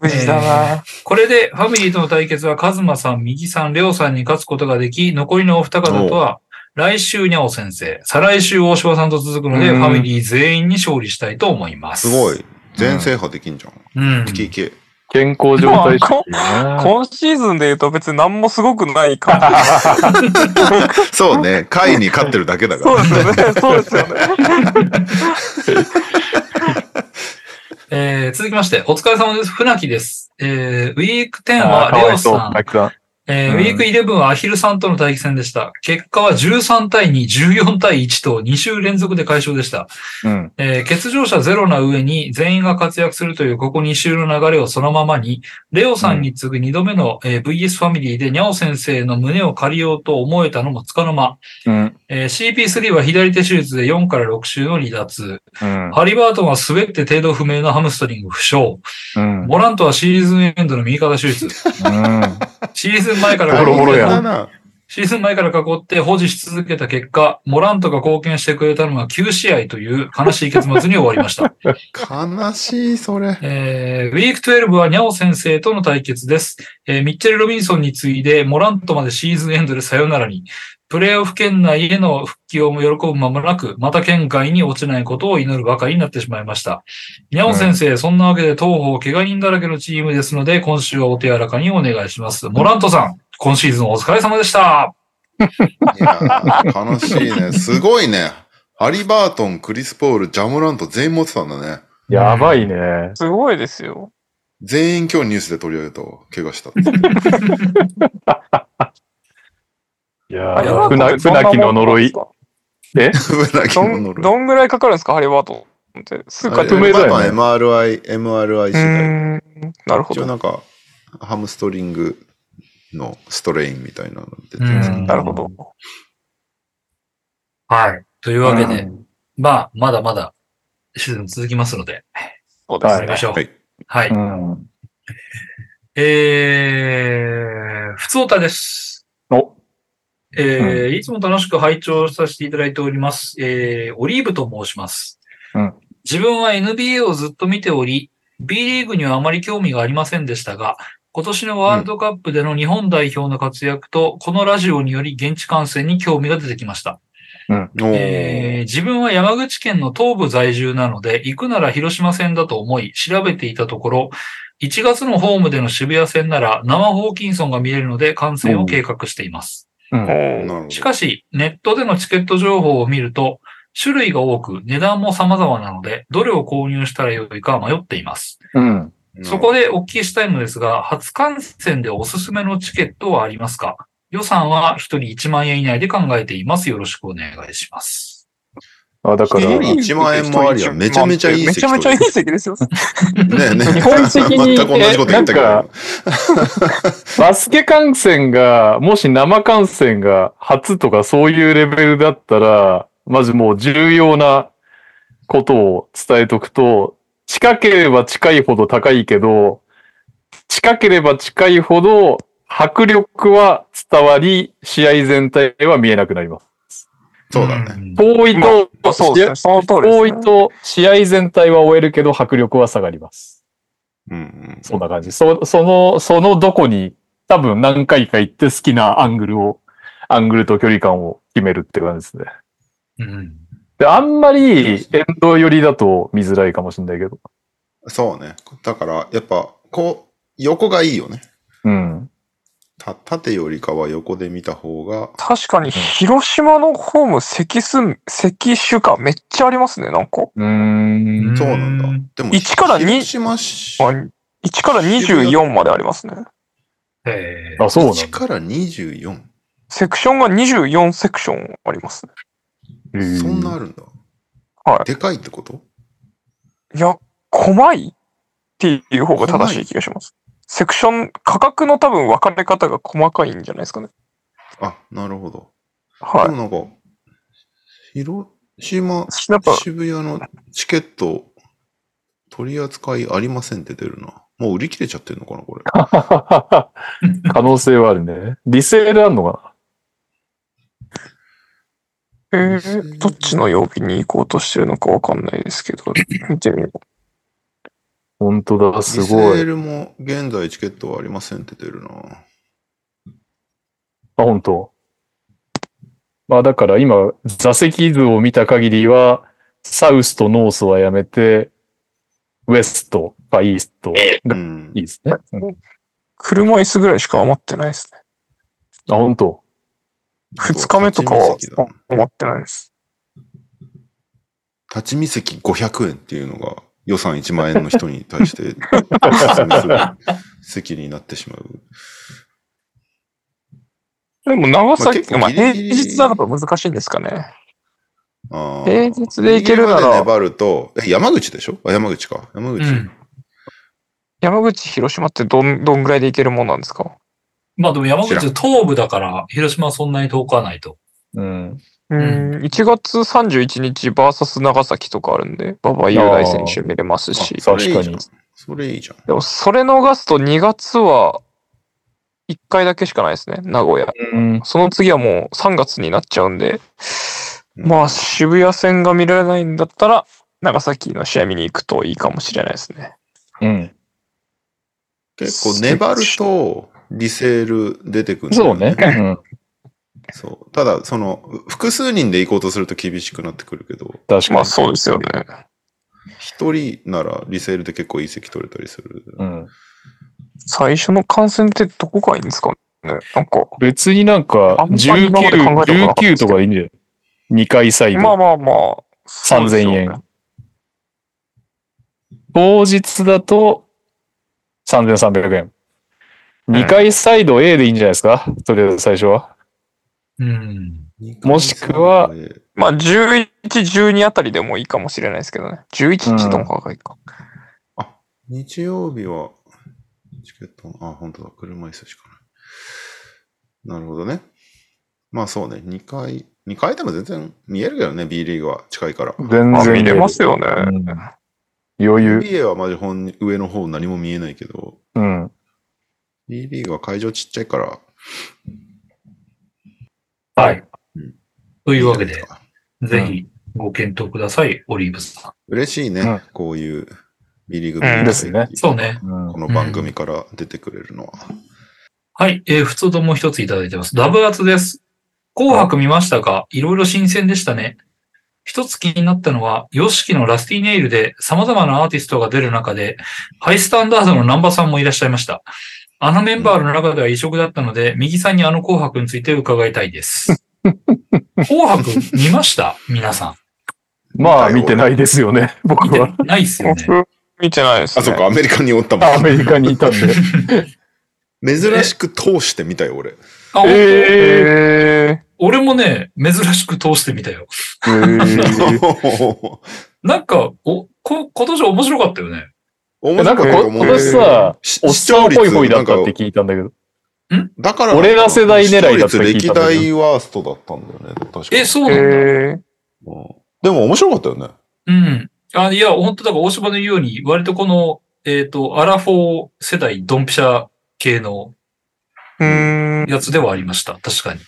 [SPEAKER 6] 無事だな。
[SPEAKER 2] これでファミリーとの対決はカズマさん、右さん、レオさんに勝つことができ、残りのお二方とは、来週にゃお先生、再来週大島さんと続くので、
[SPEAKER 6] う
[SPEAKER 2] フ
[SPEAKER 6] ん
[SPEAKER 2] ァミリー全員に勝利したいと思います。
[SPEAKER 3] すご。い。全制覇できんじゃん。
[SPEAKER 2] うん。
[SPEAKER 3] TK。
[SPEAKER 5] 健康状態っていうね。
[SPEAKER 6] 今シーズンで言うと別に何もすごくない感じ。
[SPEAKER 3] そうね。回に勝ってるだ けだか
[SPEAKER 6] そう
[SPEAKER 3] ら。
[SPEAKER 6] ですよ ね。そうですよね。
[SPEAKER 2] えー続きまして、お疲れ様です。船木です。えーウィーク10
[SPEAKER 5] あ
[SPEAKER 2] は
[SPEAKER 5] ーか
[SPEAKER 2] レ
[SPEAKER 5] わ
[SPEAKER 2] オ
[SPEAKER 5] いそう
[SPEAKER 2] さん、
[SPEAKER 5] マイクさん。
[SPEAKER 2] えー
[SPEAKER 5] うん
[SPEAKER 2] ウィーク11はアヒルさんとの対戦でした。結果は13対2、14対1と2週連続で解消でした。
[SPEAKER 5] うん。
[SPEAKER 2] えー欠場者ゼロな上に全員が活躍するというここ2週の流れをそのままに、レオさんに次ぐ2度目の、えー VS ファミリーでニャオ先生の胸を借りようと思えたのもつかの間、
[SPEAKER 5] うん。
[SPEAKER 2] えー CP3 は左手手術で4から6週の離脱、
[SPEAKER 5] うん。
[SPEAKER 2] ハリバートンは滑って程度不明のハムストリング負傷、
[SPEAKER 5] うん。
[SPEAKER 2] モラントはシーズンエンドの右肩手術、 シーズン前から
[SPEAKER 5] ボロボロやん
[SPEAKER 3] 大変だな
[SPEAKER 2] シーズン前から囲って保持し続けた結果、モラントが貢献してくれたのが9試合という悲しい結末に終わりました。
[SPEAKER 3] 悲しい、それ。
[SPEAKER 2] えーウィーク12はニャオ先生との対決です。えーミッチェル・ロビンソンに次いで、モラントまでシーズンエンドでさよならに、プレーオフ圏内への復帰を喜ぶ間もなく、また県外に落ちないことを祈るばかりになってしまいました。ニャオ先生、そんなわけで東方怪我人だらけのチームですので、今週はお手柔らかにお願いします。モラントさん、今シーズンお疲れ様でした。
[SPEAKER 3] いやー悲しいね。すごいね。ハリバートン、クリス・ポール、ジャムラント全員持ってたんだね。
[SPEAKER 5] やばいね。
[SPEAKER 6] すごいですよ。
[SPEAKER 3] 全員今日ニュースで取り上げたわ。怪我したって。
[SPEAKER 5] いやー、船、船木の呪い。。え
[SPEAKER 3] 船木
[SPEAKER 6] ど
[SPEAKER 3] の
[SPEAKER 6] ん、
[SPEAKER 3] 呪い。
[SPEAKER 6] どんぐらいかかるんですか、ハリバートンって。すぐ帰って
[SPEAKER 5] 不
[SPEAKER 6] く
[SPEAKER 5] 明
[SPEAKER 6] る。
[SPEAKER 5] だよね
[SPEAKER 3] ハリバートンは MRI、MRI 次
[SPEAKER 6] う
[SPEAKER 3] 第。
[SPEAKER 6] ーん。なるほ
[SPEAKER 3] 一応
[SPEAKER 6] ど。
[SPEAKER 3] なんか、ハムストリングのストレインみたいなの出て
[SPEAKER 2] う
[SPEAKER 3] る
[SPEAKER 2] ん
[SPEAKER 6] なるほど。
[SPEAKER 2] はい。というわけで、
[SPEAKER 5] う
[SPEAKER 2] まあ、まだまだ、シーズン続きますので、
[SPEAKER 6] そうです
[SPEAKER 5] は
[SPEAKER 2] 行
[SPEAKER 5] い
[SPEAKER 2] きましょう。
[SPEAKER 3] はい
[SPEAKER 2] はい
[SPEAKER 5] うん。
[SPEAKER 2] えー、ふつおたです。
[SPEAKER 5] お、
[SPEAKER 2] えーいつも楽しく拝聴させていただいております。えーオリーブと申します。
[SPEAKER 5] うん
[SPEAKER 2] 自分は NBA をずっと見ており、B リーグにはあまり興味がありませんでしたが、今年のワールドカップでの日本代表の活躍と、このラジオにより現地観戦に興味が出てきました。
[SPEAKER 3] お
[SPEAKER 2] えー
[SPEAKER 3] ー
[SPEAKER 2] 自分は山口県の東部在住なので、行くなら広島戦だと思い、調べていたところ、1月のホームでの渋谷戦なら生ホーキンソンが見れるので観戦を計画しています。
[SPEAKER 5] うん。
[SPEAKER 3] なる
[SPEAKER 6] おー
[SPEAKER 3] ほ
[SPEAKER 2] し
[SPEAKER 3] ど。
[SPEAKER 2] かし、ネットでのチケット情報を見ると、種類が多く値段も様々なので、どれを購入したらよいか迷っています。
[SPEAKER 5] うん。
[SPEAKER 2] そこでお聞きしたいのですが、初観戦でおすすめのチケットはありますか予算は1人1万円以内で考えています。よろしくお願いします。
[SPEAKER 5] あ、だから、
[SPEAKER 3] 一人一万円もありやめちゃめちゃいい席
[SPEAKER 6] めちゃめちゃいい席ですよ。
[SPEAKER 3] ねえねえ
[SPEAKER 5] 日本的に
[SPEAKER 3] 全く同じこと言ったけ
[SPEAKER 5] えなん
[SPEAKER 3] ど
[SPEAKER 5] か。バスケ観戦が、もし生観戦が初とかそういうレベルだったら、まずもう重要なことを伝えとくと、近ければ近いほど高いけど、近ければ近いほど迫力は伝わり、試合全体は見えなくなります。
[SPEAKER 3] そうだね。
[SPEAKER 2] ん
[SPEAKER 5] 遠いと、
[SPEAKER 6] まあそうですね。その通りです、
[SPEAKER 5] 遠
[SPEAKER 6] ね。
[SPEAKER 5] いと試合全体は終えるけど迫力は下がります。
[SPEAKER 3] うんうん。
[SPEAKER 5] そんな感じ。そその、そのどこに多分何回か行って好きなアングルを、アングルと距離感を決めるって感じですね。
[SPEAKER 2] うん
[SPEAKER 5] で、あんまりエンド寄りだと見づらいかもしれないけど。
[SPEAKER 3] そうね。だから、やっぱ、こう、横がいいよね。
[SPEAKER 5] うん。
[SPEAKER 3] た縦よりかは横で見た方が、
[SPEAKER 6] 確かに、広島のホーム、席数、席種間めっちゃありますね、なんか。
[SPEAKER 5] うーん。
[SPEAKER 3] そうなんだ。でも、
[SPEAKER 6] 一から二
[SPEAKER 3] 広島市、
[SPEAKER 6] あ1から24までありますね。
[SPEAKER 2] え
[SPEAKER 5] あ、そうなん
[SPEAKER 3] 1
[SPEAKER 5] だ。
[SPEAKER 3] から 24?
[SPEAKER 6] セクションが24セクションありますね。
[SPEAKER 5] へー
[SPEAKER 3] そんなあ るんだ。
[SPEAKER 6] はい
[SPEAKER 3] でかいってこと
[SPEAKER 6] いや、細いっていう方が正しい気がします。セクション、価格の多分分かれ方が細かいんじゃないですかね。
[SPEAKER 3] あ、なるほど。で
[SPEAKER 6] は
[SPEAKER 3] もなんか、広島、
[SPEAKER 6] い。やっぱ、
[SPEAKER 3] 渋谷のチケット取り扱いありませんって出るな。もう売り切れちゃってるのかな、これ。
[SPEAKER 5] 可能性はあるね。リセールあんのか
[SPEAKER 4] えー、どっちの曜日に行こうとしてるのかわかんないですけど、見てみよう。
[SPEAKER 5] な本当だ、すご
[SPEAKER 3] リセー
[SPEAKER 5] い。
[SPEAKER 3] ルも現在チケットはありませんって出るな。
[SPEAKER 5] あ、本当。まあだから今、座席図を見た限りは、サウスとノースはやめて、ウェストかイースト
[SPEAKER 3] う
[SPEAKER 5] が
[SPEAKER 3] ん
[SPEAKER 5] いい。ですね。うん
[SPEAKER 4] 車椅子ぐらいしか余ってないですね。
[SPEAKER 5] あ、本当。
[SPEAKER 4] 二日目とかは
[SPEAKER 3] 立ち見席だ
[SPEAKER 4] 余ってないです。
[SPEAKER 3] 立ち見席500円っていうのが予算1万円の人に対してお勧めする席になってしまう。
[SPEAKER 4] でも長崎、
[SPEAKER 3] ま
[SPEAKER 4] ま
[SPEAKER 3] あ
[SPEAKER 4] あ、
[SPEAKER 3] 結構
[SPEAKER 4] 平
[SPEAKER 3] ギリギリ
[SPEAKER 4] 日だから難しいんですかね。
[SPEAKER 3] あー
[SPEAKER 4] 平日で行けるな
[SPEAKER 3] 家まで
[SPEAKER 4] ら、
[SPEAKER 3] 粘ると、え山口でしょあ山口か。山
[SPEAKER 2] う
[SPEAKER 3] 口。
[SPEAKER 2] ん。
[SPEAKER 4] 山口、広島ってどん、どんぐらいで行けるもんなんですか
[SPEAKER 2] まあでも山口は東部だから、広島はそんなに遠くはないと。
[SPEAKER 5] うん。
[SPEAKER 4] うーん、1月31日バーサス長崎とかあるんで、馬場雄大選手見れますし
[SPEAKER 3] あ。
[SPEAKER 5] 確かに。
[SPEAKER 3] それいいじゃん。
[SPEAKER 4] でも、それ逃すと2月は1回だけしかないですね、名古屋。
[SPEAKER 5] うん。
[SPEAKER 4] その次はもう3月になっちゃうんで、
[SPEAKER 3] うん
[SPEAKER 4] まあ渋谷戦が見られないんだったら、長崎の試合見に行くといいかもしれないですね。
[SPEAKER 5] うん。
[SPEAKER 3] 結構粘ると、リセール出てくるんだ
[SPEAKER 5] そ
[SPEAKER 3] よ
[SPEAKER 5] うね。うん。
[SPEAKER 3] そう。ただ、その、う複数人で行こうとすると厳しくなってくるけど、
[SPEAKER 5] 確
[SPEAKER 4] まあ
[SPEAKER 5] かに。
[SPEAKER 4] そうですよね。
[SPEAKER 3] 一人ならリセールで結構いい席取れたりする。
[SPEAKER 5] うん。
[SPEAKER 4] 最初の感染ってどこがいいんですかねなんか、
[SPEAKER 5] 別になんか、
[SPEAKER 4] あんまり今まで考えたことなかった
[SPEAKER 5] 19、19とかでいいんじゃない ?2 回サイド。
[SPEAKER 4] まあまあまあ、そうです
[SPEAKER 5] 3000
[SPEAKER 4] よね
[SPEAKER 5] 円。。当日だと3300円。
[SPEAKER 4] ん
[SPEAKER 5] 2回サイド A でいいんじゃないですか、とりあえず最初は。
[SPEAKER 2] うん。
[SPEAKER 5] もしくは
[SPEAKER 4] まあ11、12あたりでもいいかもしれないですけどね。11時とかがいいか。
[SPEAKER 3] 日曜日は、チケット、あ、本当だ、車椅子しかない。なるほどね。まあそうね、2回、2回でも全然見えるけどね、B リーグは近いから。
[SPEAKER 5] 全
[SPEAKER 4] まあ
[SPEAKER 5] 然
[SPEAKER 4] 見れますよね。
[SPEAKER 5] うん余裕。
[SPEAKER 3] NBA はまじほん上の方何も見えないけど、
[SPEAKER 5] うん。
[SPEAKER 3] B リーグは会場ちっちゃいから。
[SPEAKER 2] はい
[SPEAKER 3] うん。
[SPEAKER 2] と
[SPEAKER 3] と
[SPEAKER 2] いうわけで、。ぜ
[SPEAKER 5] う
[SPEAKER 2] ひご検討ください、オリーブさ
[SPEAKER 3] 嬉しいね、
[SPEAKER 5] うん
[SPEAKER 3] こういう B リーグ
[SPEAKER 4] うん
[SPEAKER 5] ですね
[SPEAKER 2] ん。そう。ね。
[SPEAKER 5] うん
[SPEAKER 3] この番組から出てくれるのは。
[SPEAKER 2] はい。えー、普通ともう一ついただいてます。ダブアツです。紅白見ましたかいろいろ新鮮でしたね。一つ気になったのは、ヨシキのラスティネイルで様々なアーティストが出る中で、ハイスタンダードの南波さんもいらっしゃいました。あのメンバーの中では異色だったので、右さんにあの紅白について伺いたいです。紅白見ました皆さ
[SPEAKER 5] まあ見てないですよね、
[SPEAKER 2] ん。
[SPEAKER 5] 僕
[SPEAKER 2] 見て
[SPEAKER 5] は。
[SPEAKER 2] ないっすよね。
[SPEAKER 4] 僕、見てないです
[SPEAKER 3] あ、
[SPEAKER 4] ね。
[SPEAKER 3] そっか、アメリカにおったも
[SPEAKER 5] ア
[SPEAKER 3] ん。
[SPEAKER 5] メリカにいたんで。
[SPEAKER 3] 珍しく通してみたよ、 俺。
[SPEAKER 2] あ、本当
[SPEAKER 5] え
[SPEAKER 4] え
[SPEAKER 2] 俺もね、珍しく通してみたよ。
[SPEAKER 5] ー、えー
[SPEAKER 2] なんか、お、こ、今年面白かったよね。
[SPEAKER 3] 面
[SPEAKER 5] なん
[SPEAKER 3] 白
[SPEAKER 5] か
[SPEAKER 3] いと
[SPEAKER 5] こ
[SPEAKER 3] 思
[SPEAKER 5] 今
[SPEAKER 3] う。
[SPEAKER 5] 年さ、
[SPEAKER 3] し
[SPEAKER 5] おっ
[SPEAKER 3] 視
[SPEAKER 5] さ
[SPEAKER 3] 聴
[SPEAKER 5] んっぽい
[SPEAKER 3] 率
[SPEAKER 5] 方
[SPEAKER 3] な
[SPEAKER 5] だっ
[SPEAKER 3] んか
[SPEAKER 5] たって聞いたんだけど。
[SPEAKER 3] だから
[SPEAKER 5] 俺ら世代狙いだった
[SPEAKER 3] 視聴
[SPEAKER 5] ら聞い
[SPEAKER 3] 率
[SPEAKER 5] た
[SPEAKER 3] 歴
[SPEAKER 5] んだけど
[SPEAKER 3] 代ワーストだったんだよね。確かに
[SPEAKER 2] え、そう
[SPEAKER 4] ー、
[SPEAKER 2] なんだ。
[SPEAKER 4] え
[SPEAKER 3] うんでも面白かったよね。
[SPEAKER 2] うん。あいや、本当だから大島の言うように、割とこの、えっ、と、アラフォー世代ドンピシャ系の
[SPEAKER 4] ー、うーん。
[SPEAKER 2] やつではありました。確かに。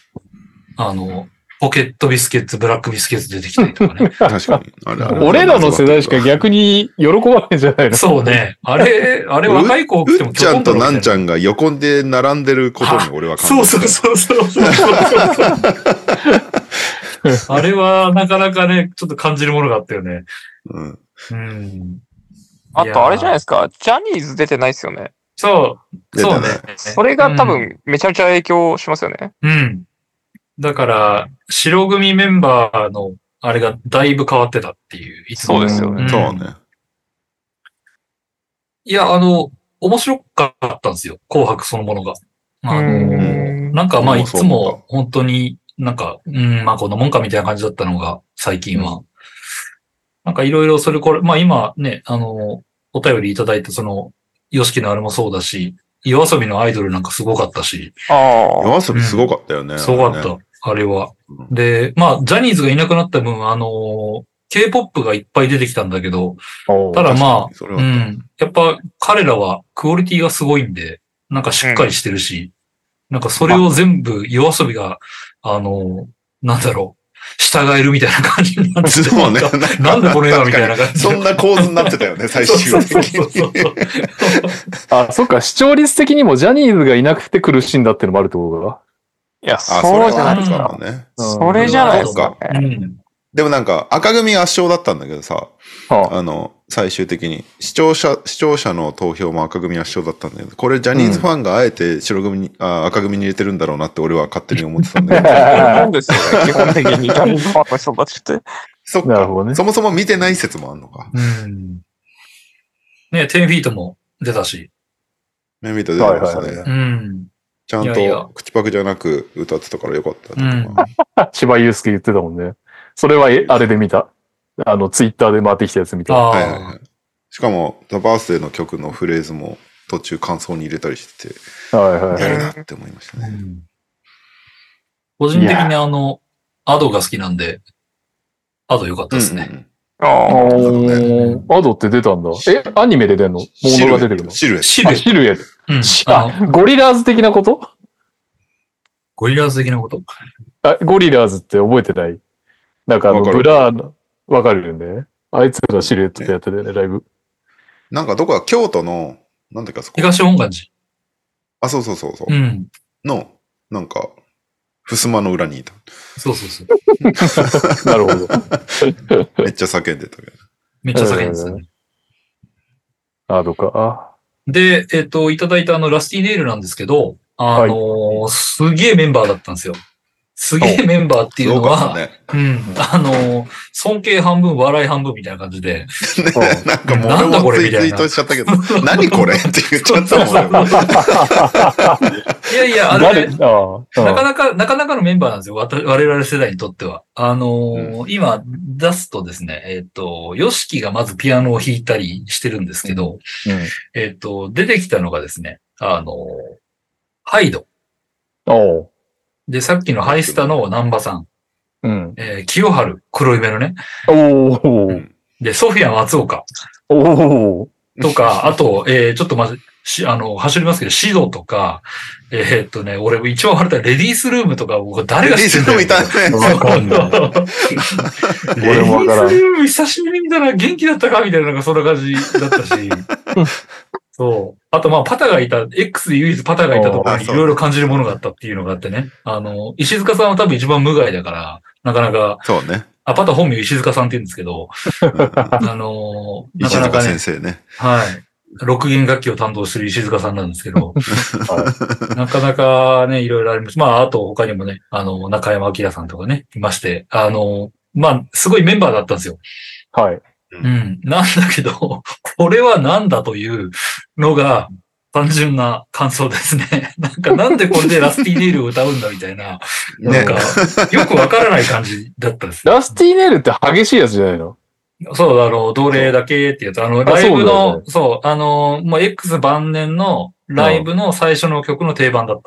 [SPEAKER 2] あの、ポケットビスケッツ、ブラックビスケッツ出てきたりと かね。
[SPEAKER 3] 確かに。あれあれ
[SPEAKER 5] 俺らの世代しか
[SPEAKER 3] う
[SPEAKER 5] 逆に喜ばないんじゃないの
[SPEAKER 2] そうね。あれ、あれ若い子来ても
[SPEAKER 3] っちゃんとなんち
[SPEAKER 2] ん。
[SPEAKER 3] ゃんが横で並んでることに俺は感
[SPEAKER 2] そう
[SPEAKER 3] 動
[SPEAKER 2] そう
[SPEAKER 3] した
[SPEAKER 2] そうそうそう。あれはなかなかね、ちょっと感じるものがあったよね。
[SPEAKER 3] うん
[SPEAKER 2] うん。
[SPEAKER 4] あと、あれじゃな
[SPEAKER 2] いや
[SPEAKER 4] いですか。ジャニーズ出てないですよね。
[SPEAKER 2] そう。
[SPEAKER 3] 出て
[SPEAKER 2] そ
[SPEAKER 3] な
[SPEAKER 2] う
[SPEAKER 3] い
[SPEAKER 2] ね。
[SPEAKER 4] それが多分、めちゃめちゃ影響しますよね。
[SPEAKER 2] うん。だから、白組メンバーの、あれがだいぶ変わってたっていう。いつも
[SPEAKER 4] そうですよね。
[SPEAKER 2] ん
[SPEAKER 3] そうね。
[SPEAKER 2] いや、あの、面白かったんですよ。紅白そのものが。あの
[SPEAKER 5] ん
[SPEAKER 4] うーん
[SPEAKER 2] なんかまあ、
[SPEAKER 3] うん
[SPEAKER 2] いつも本当になんか、うん、まあこんなもんかみたいな感じだったのが、最近は。なんかいろいろそれこれ、まあ今ね、あの、お便りいただいたその、ヨシキのあれもそうだし、夜遊びのアイドルなんかすごかったし。
[SPEAKER 4] ああ。
[SPEAKER 3] 夜遊びすごかったよね。
[SPEAKER 2] すごかっ
[SPEAKER 3] あれね。
[SPEAKER 2] た、あれは
[SPEAKER 3] う。
[SPEAKER 2] で、まあ、ジャニーズがいなくなった分、あのー K-POP がいっぱい出てきたんだけど、
[SPEAKER 5] お
[SPEAKER 2] た
[SPEAKER 5] ー
[SPEAKER 2] だま
[SPEAKER 3] 確か
[SPEAKER 2] あ
[SPEAKER 3] にそれは
[SPEAKER 2] う
[SPEAKER 3] あった
[SPEAKER 2] ん。やっぱ彼らはクオリティがすごいんで、なんかしっかりしてるし、なんかそれを全部夜遊びが、あの、なんだろう、従えるみたいな感じになってて
[SPEAKER 3] そうね
[SPEAKER 2] なんか。なんでこれがみたいな感じ
[SPEAKER 3] そんな構図になってたよね、最終的
[SPEAKER 2] そうそうそう
[SPEAKER 3] に。
[SPEAKER 2] そう
[SPEAKER 5] あ、そっか、視聴率的にもジャニーズがいなくて苦しんだってのもあるってことか。
[SPEAKER 6] いや、
[SPEAKER 3] あ、そ
[SPEAKER 6] そう
[SPEAKER 3] れ
[SPEAKER 6] じゃ
[SPEAKER 3] は
[SPEAKER 6] な
[SPEAKER 3] あ
[SPEAKER 6] いで
[SPEAKER 3] る
[SPEAKER 6] すか。
[SPEAKER 3] かもね。
[SPEAKER 5] うん
[SPEAKER 6] それじゃないですか
[SPEAKER 2] う
[SPEAKER 6] ね。
[SPEAKER 2] ん。
[SPEAKER 3] でもなんか、赤組圧勝だったんだけどさ、
[SPEAKER 5] はあ
[SPEAKER 3] あの、最終的に。視聴者、視聴者の投票も赤組圧勝だったんだけど、これジャニーズファンがあえて白組に、あ赤組に入れてるんだろうなって俺は勝手に思ってたんだ けど。
[SPEAKER 6] なんですよね、基本的にジャニーズファンの人たちって。
[SPEAKER 3] そっ
[SPEAKER 5] なる
[SPEAKER 3] か。
[SPEAKER 5] ほどね。
[SPEAKER 3] そもそも見てない説もあんのか。
[SPEAKER 2] うん。ね10フィートも出たし。
[SPEAKER 3] メミと出てました
[SPEAKER 5] はいはいは
[SPEAKER 3] ね
[SPEAKER 2] う。ん。
[SPEAKER 3] ちゃん
[SPEAKER 2] いやいや
[SPEAKER 3] と口パクじゃなく歌ってたからよかったね。
[SPEAKER 2] うん
[SPEAKER 5] 芝居祐介言ってたもんね。それは、えあれで見た。あの、ツイッターで回ってきたやつ見た。
[SPEAKER 2] あ
[SPEAKER 3] はいはい
[SPEAKER 2] あ
[SPEAKER 3] は。い。しかも、ザ・バースデーの曲のフレーズも途中感想に入れたりしてて、
[SPEAKER 5] はいはい。
[SPEAKER 3] やるなって思いましたね。
[SPEAKER 2] 個人的に
[SPEAKER 5] いや
[SPEAKER 2] あの、アドが好きなんで、アド良かったですね。
[SPEAKER 6] ああ、
[SPEAKER 5] おーアドって出たんだ。え、アニメで出んのモードが出てくるの
[SPEAKER 3] シルエット。
[SPEAKER 2] シル
[SPEAKER 5] あ、
[SPEAKER 2] エッ
[SPEAKER 5] シルエット。
[SPEAKER 2] トうんあの
[SPEAKER 5] あ、ゴリラーズ的なこと
[SPEAKER 2] ゴリラズ的なこと。
[SPEAKER 5] あゴリラーズって覚えてないなんかあの、
[SPEAKER 3] わかる
[SPEAKER 5] ブラーの、わかるよね。あいつらシルエットでやってたよね、ライブ。
[SPEAKER 3] なんかどこか京都の、なんだっけあそこ。
[SPEAKER 2] 東本願寺。
[SPEAKER 3] あ、そうそうそうそう
[SPEAKER 2] う。ん。
[SPEAKER 3] の、なんか、襖の裏にいた。
[SPEAKER 2] そうそうそう。
[SPEAKER 5] なるほど。
[SPEAKER 3] めっちゃ叫んでたけど。
[SPEAKER 2] めっちゃ高いんですよね。
[SPEAKER 5] アドか。
[SPEAKER 2] で、えっ、と、いただいたあの、ラスティネイルなんですけど、あのーすげえメンバーだったんですよ。すげえメンバーっていう
[SPEAKER 3] す
[SPEAKER 2] の
[SPEAKER 3] ごかった
[SPEAKER 2] は、
[SPEAKER 3] ね。
[SPEAKER 2] うん、あのー尊敬半分、笑い半分みたいな感じで、
[SPEAKER 5] あ
[SPEAKER 3] なんかもう
[SPEAKER 2] なんだこれ
[SPEAKER 3] 俺もツイツイ
[SPEAKER 2] みたいな
[SPEAKER 3] ートしちゃったけど、何これって言っちゃったもん俺も。
[SPEAKER 2] いやいや、あ
[SPEAKER 5] 誰
[SPEAKER 2] れ、
[SPEAKER 5] ああ。
[SPEAKER 2] なかなか、なかなかのメンバーなんですよ。わた我々世代にとっては。あのー今出すとですね、えっ、と、ヨシキがまずピアノを弾いたりしてるんですけど、えっ、と、出てきたのがですね、あのーハイド。
[SPEAKER 5] うん。おう。
[SPEAKER 2] で、さっきのハイスタの南波さん、
[SPEAKER 5] うん。
[SPEAKER 2] えー、清春、黒い目のね。
[SPEAKER 5] おお
[SPEAKER 2] で、ソフィア松岡
[SPEAKER 5] おお
[SPEAKER 2] と か、あと、えー、ちょっとまず、し、あの、走りますけど、シドとか、えーっとね、俺も一応あれだ、レディースルームとか、僕誰が 知ってんだよ
[SPEAKER 3] いたね。
[SPEAKER 5] わかんない。俺もわからん
[SPEAKER 2] レディースルーム久しぶりに見たら元気だったかみたいな、なんかそんな感じだった し。そう。あと、まあ、パタがいた、X で唯一パタがいたところにいろいろ感じるものがあったっていうのがあってね。あの、石塚さんは多分一番無害だから、なかなか、
[SPEAKER 3] そうね。
[SPEAKER 2] あ、パタ本名石塚さんって言うんですけど、
[SPEAKER 3] うん
[SPEAKER 2] あの、な
[SPEAKER 3] 石
[SPEAKER 2] かな
[SPEAKER 3] 塚
[SPEAKER 2] かね
[SPEAKER 3] 先、生ね。
[SPEAKER 2] はい。六弦楽器を担当してる石塚さんなんですけど、
[SPEAKER 5] は
[SPEAKER 2] なかなかね、いろいろあります。まあ、あと他にもね、あの、中山明さんとかね、いまして、あの、まあ、すごいメンバーだったんですよ。
[SPEAKER 5] はい。
[SPEAKER 2] うん。なんだけど、これはなんだというのが、単純な感想ですね。 なんか、なんでこれでラスティネイルを歌うんだみたいな、な
[SPEAKER 3] ね
[SPEAKER 2] ん。か、よくわからない感じだったです。
[SPEAKER 5] ラスティネールって激しいやつじゃないの
[SPEAKER 2] そう、あの、奴隷だけってやつ。あの、ライブ
[SPEAKER 5] そうだよ
[SPEAKER 2] の、そう、あの、まあ、X 晩年のライブの最初の曲の定番だっ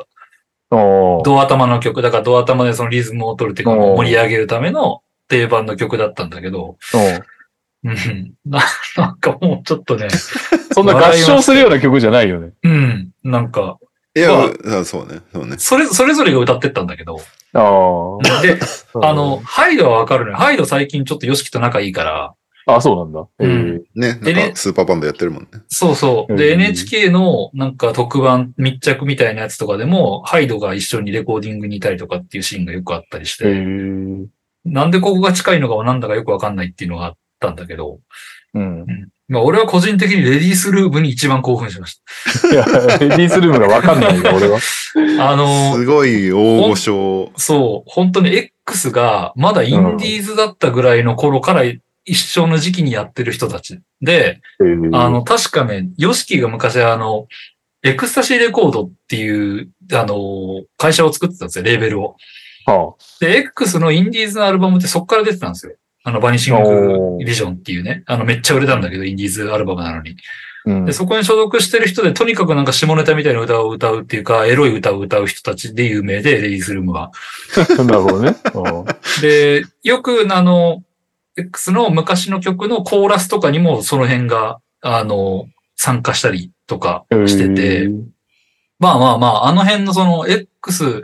[SPEAKER 2] た。
[SPEAKER 5] おー
[SPEAKER 2] ドア頭の曲、だからドア頭でそのリズムを取るっていうか、
[SPEAKER 5] うん
[SPEAKER 2] 盛り上げるための定番の曲だったんだけど、
[SPEAKER 5] おー
[SPEAKER 2] うん。 ななんかもうちょっとね、
[SPEAKER 5] そんな合唱するような曲じゃないよね。
[SPEAKER 2] うん。なんか、
[SPEAKER 3] いや、うんそうね。そうね。
[SPEAKER 2] それ、それぞれが歌ってったんだけど。
[SPEAKER 5] ああ。
[SPEAKER 2] で、あの、、ハイドはわかるのよ。ハイド最近ちょっとヨシキと仲いいから。
[SPEAKER 5] あ、そうなんだ。え
[SPEAKER 2] うん
[SPEAKER 5] ー
[SPEAKER 3] ね。
[SPEAKER 2] で
[SPEAKER 3] なん
[SPEAKER 2] ね
[SPEAKER 3] かスーパーバンドやってるもんね。
[SPEAKER 2] そうそう。
[SPEAKER 5] うん
[SPEAKER 2] で、NHK のなんか特番密着みたいなやつとかでも、ハイドが一緒にレコーディングにいたりとかっていうシーンがよくあったりし
[SPEAKER 5] え
[SPEAKER 2] て、
[SPEAKER 5] ー
[SPEAKER 2] なんでここが近いのかなんだかよくわかんないっていうのがあったんだけど、
[SPEAKER 5] うん。
[SPEAKER 2] まあ俺は個人的にレディースルームに一番興奮しまし
[SPEAKER 5] いや、 レディースルームがわかんないよ、俺は。
[SPEAKER 2] た。あの
[SPEAKER 3] すごい大御所。
[SPEAKER 2] そう、本当に X がまだインディーズだったぐらいの頃から一緒の時期にやってる人たち。で、
[SPEAKER 5] えー
[SPEAKER 2] あ、の、確かね、ヨシキが昔あの、エクスタシーレコードっていう、あの、会社を作ってたんですよ、レーベルを。
[SPEAKER 5] は
[SPEAKER 2] で、X のインディーズのアルバムってそっから出てたんですよ。あの、バニシン
[SPEAKER 5] お
[SPEAKER 2] グ
[SPEAKER 5] ー
[SPEAKER 2] ビジョンっていうね。あの、めっちゃ売れたんだけど、インディーズアルバムなのに。
[SPEAKER 5] あうん
[SPEAKER 2] で、そこに所属してる人で、とにかくなんか下ネタみたいな歌を歌うっていうか、エロい歌を歌う人たちで有 名で、レディースルームは。
[SPEAKER 5] なるほどね。うん
[SPEAKER 2] で、よく、あの、 X の昔の曲のコーラスとかにもその辺が、あの、参加したりとかしてて、まあまあまあ、あの辺のその X、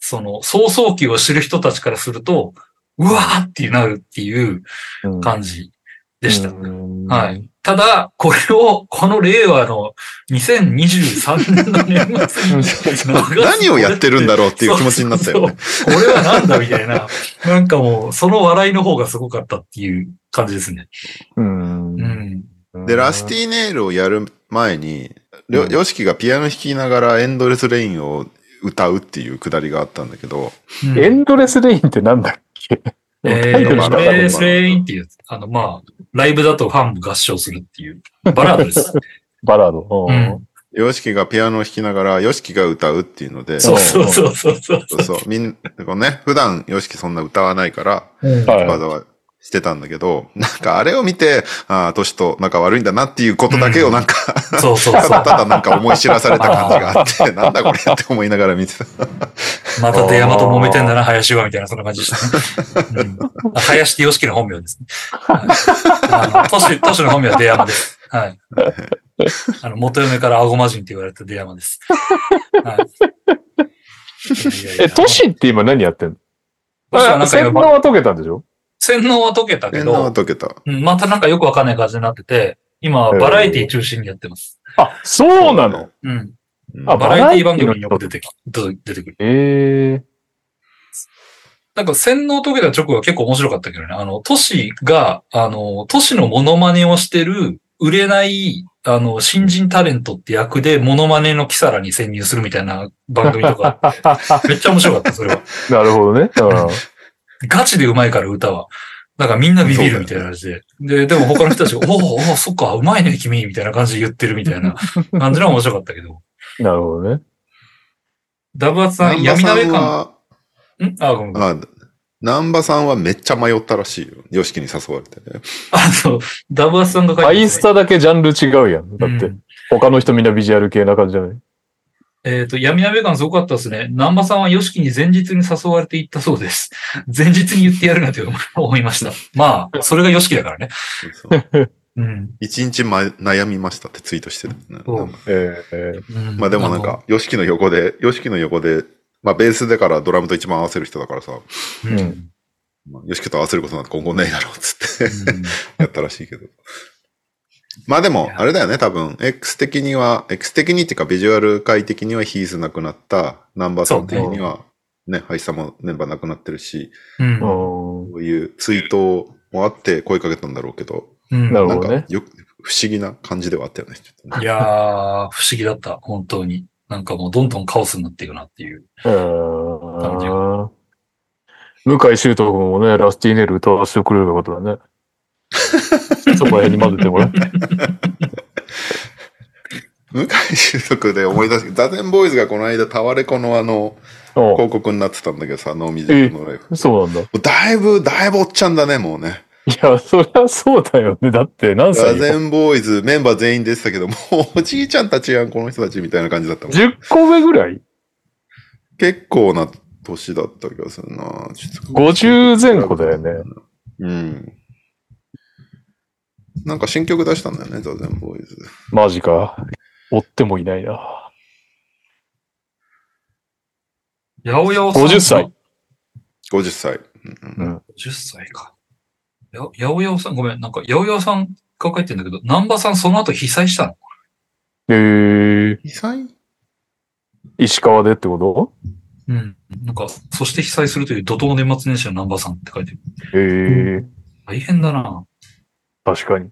[SPEAKER 2] その、早々期を知る人たちからすると、うわーってなるっていう
[SPEAKER 5] うん
[SPEAKER 2] 感じでした。
[SPEAKER 5] うん
[SPEAKER 2] はい。ただ、これを、この令和の2023年の年末に
[SPEAKER 3] 何をやってるんだろうっていう気持ちになったよね。
[SPEAKER 2] そうそうそうこれはなんだみたいな。なんかもう、その笑いの方がすごかったっていう感じですね。
[SPEAKER 5] うん
[SPEAKER 2] うん。
[SPEAKER 3] で、ラスティネイルをやる前に、りょ
[SPEAKER 5] うん
[SPEAKER 3] ヨシキがピアノ弾きながらエンドレスレインを歌うっていうくだりがあったんだけど、
[SPEAKER 2] うん
[SPEAKER 5] エンドレスレインってなんだっけ
[SPEAKER 2] え
[SPEAKER 5] タ
[SPEAKER 2] ー、
[SPEAKER 5] イト
[SPEAKER 2] エ
[SPEAKER 5] ルしかわかんない
[SPEAKER 2] ンスレインっていう、あの、まあ、ライブだとファンも合唱するっていう、バラー ドです。
[SPEAKER 5] バラード。
[SPEAKER 2] うん
[SPEAKER 3] ヨシキがピアノを弾きながらヨシキが歌うっていうので、
[SPEAKER 2] そうそうそうそうそう。
[SPEAKER 3] そうそう。みんな、こうね、普段、ヨシキそんな歌わないから、
[SPEAKER 5] は
[SPEAKER 3] わざわざしてたんだけど、なんかあれを見て、ああ、年と仲悪いんだなっていうことだけをなんか、
[SPEAKER 2] そうそう
[SPEAKER 3] た
[SPEAKER 2] そう。
[SPEAKER 3] だただなんか思い知らされた感じがあ って、なんだこれって思いながら見てた。
[SPEAKER 2] また出山と揉めてんだな、林は、みたいな、そんな感じでした ね。うんあ林って良樹の本名ですね。はいあの都 市、都市の本名は出山です。はい。あの、元嫁から顎魔人って言われた出山です。はいいやいやいや
[SPEAKER 5] え、都市って今何やってんの
[SPEAKER 2] 都市はなんか
[SPEAKER 5] 洗
[SPEAKER 2] 今
[SPEAKER 5] 脳は解けたんでしょ
[SPEAKER 2] 洗脳は解けたけ
[SPEAKER 3] 変な
[SPEAKER 2] ど
[SPEAKER 3] は、解けた。
[SPEAKER 2] うんまたなんかよくわかんない感じになってて、今、バラエティ中心にやってます。
[SPEAKER 5] あ、そうなの
[SPEAKER 2] うん。
[SPEAKER 5] あ
[SPEAKER 2] バラエティ番組によく出てき、出てくる。
[SPEAKER 5] え
[SPEAKER 2] なんか洗脳解けた直後は結構面白かったけどね。あの、都市が、あの、都市のモノマネをしてる、売れない、あの、新人タレントって役でモノマネのキサラに潜入するみたいな番組と かあって、めっちゃ面白かった、それは。
[SPEAKER 5] ー、 なるほどね。
[SPEAKER 2] ガチでうまいから歌は。だからみんなビビるみたいな感じで。で、でも他の人た ちが、おお、おおそっか、うまいね、君、みたいな感じで言ってるみたいな感じのは面白かったけど。
[SPEAKER 5] うんなるほどね。
[SPEAKER 2] ダブアツさん、
[SPEAKER 3] 南波さ
[SPEAKER 2] 闇鍋
[SPEAKER 3] ん
[SPEAKER 2] 感。
[SPEAKER 3] は、
[SPEAKER 2] んあ、ごめんごめん。
[SPEAKER 3] あ南波さんはめっちゃ迷ったらしいよ。ヨシキに誘われてね。
[SPEAKER 2] あの、ダブアツさんが書いて
[SPEAKER 5] ア
[SPEAKER 2] ますね
[SPEAKER 5] イスタだけジャンル違うやん。だっ
[SPEAKER 2] う
[SPEAKER 5] て
[SPEAKER 2] ん、
[SPEAKER 5] 他の人みんなビジュアル系な感じじゃない
[SPEAKER 2] えっ、と、闇鍋感すごかったですね。南波さんは YOSHIKI に前日に誘われていったそうです。 前日に言ってやるなと思いました。まあ、それが YOSHIKI だからね。
[SPEAKER 3] そう
[SPEAKER 2] うん。
[SPEAKER 3] 一日、ま、悩みましたってツイートしてた、ね。
[SPEAKER 2] そう
[SPEAKER 5] ええ
[SPEAKER 2] うん
[SPEAKER 3] まあでもなんか、ヨシキの横で、ヨシキの横で、まあベースだからドラムと一番合わせる人だからさ、
[SPEAKER 2] あの。うん。
[SPEAKER 5] うん
[SPEAKER 3] まあヨシキと合わせることなんて今後ねえだろうっつって。
[SPEAKER 2] うん
[SPEAKER 3] やったらしいけど。まあでも、あれだよね、多分、X 的には、X 的にっていうか、ビジュアル界的にはヒースなくなった、ナンバーさん的には、ね、ハイさんもメンバーなくなってるし、
[SPEAKER 2] うん
[SPEAKER 5] う。ん。
[SPEAKER 3] こういうツイートもあって声かけたんだろうけど、
[SPEAKER 2] うん
[SPEAKER 5] なる
[SPEAKER 3] な
[SPEAKER 5] ほ
[SPEAKER 3] ん
[SPEAKER 5] ど
[SPEAKER 3] か
[SPEAKER 5] ね。
[SPEAKER 3] よく、不思議な感じではあったよね。ちょっとね
[SPEAKER 2] いやー、不思議だった。本当に。なんかもうどんどんカオスになっていくなっていう。感じ
[SPEAKER 5] うん向井修斗君もね、ラスティネル歌わせてくれることだ ね。そこら辺に混ぜて もらって。
[SPEAKER 3] 向井修徳で思い出して、ザゼンボーイズがこの間、タワレコのあの、
[SPEAKER 5] う
[SPEAKER 3] 広告になってたんだけどさ、ノーミュージックのライブ。も
[SPEAKER 5] んそうなんだ。いう
[SPEAKER 3] だいぶ、だいぶおっちゃんだね、もうね。
[SPEAKER 5] や、そりゃそうだよね。だって何
[SPEAKER 3] ザ
[SPEAKER 5] 歳
[SPEAKER 3] ゼンボーイズメンバー全員でしたけども、おじいちゃんたちやん、この人たちみたいな感じだ ったもん。
[SPEAKER 5] ?10 個上ぐらい
[SPEAKER 3] 結構な年だった気がするな。ちょっと
[SPEAKER 5] ?50 前後だよね。。
[SPEAKER 3] うん。なんか新曲出したんだよね、ザゼンボーイズ。
[SPEAKER 5] マジか。追ってもいないな。
[SPEAKER 2] 八百屋さんが。
[SPEAKER 5] 50歳
[SPEAKER 3] 50歳。うんうん
[SPEAKER 2] 10歳か。や、八百屋さん、ごめん。なんか、八百屋さんが書いてんだけど、南波さんその後被災したの
[SPEAKER 5] えー、
[SPEAKER 3] 2歳
[SPEAKER 5] 石川でってこ
[SPEAKER 2] うん。なんか、そして被災するという怒涛の年末年始の南波さんって書いてる。
[SPEAKER 5] とえー、
[SPEAKER 2] 大変だな
[SPEAKER 5] 確かに。
[SPEAKER 2] い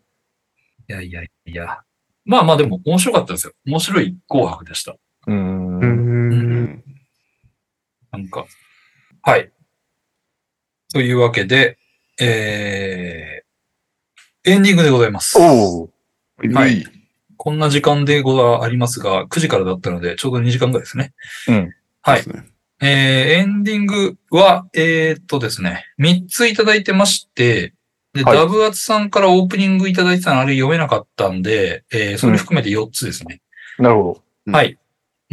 [SPEAKER 2] やいやいや。まあまあでも面白かったですよ。面白い紅白でした。
[SPEAKER 5] うーん。
[SPEAKER 4] う。
[SPEAKER 3] うんん。
[SPEAKER 2] なんか。はい。というわけで、えー、エンディングでございます。
[SPEAKER 5] おう
[SPEAKER 2] はい。こんな時間でござありますが、9時からだったので、ちょうど2時間ぐらいですね。
[SPEAKER 5] うん。
[SPEAKER 2] はい
[SPEAKER 3] で。すね
[SPEAKER 2] えー、エンディングは、えー、っとですね、3ついただいてまして、で、
[SPEAKER 5] はい
[SPEAKER 2] ダブアツさんからオープニングいただいてたのあれ読めなかったんで、えー、それ含めて4つですね。
[SPEAKER 5] なるほ
[SPEAKER 2] はい。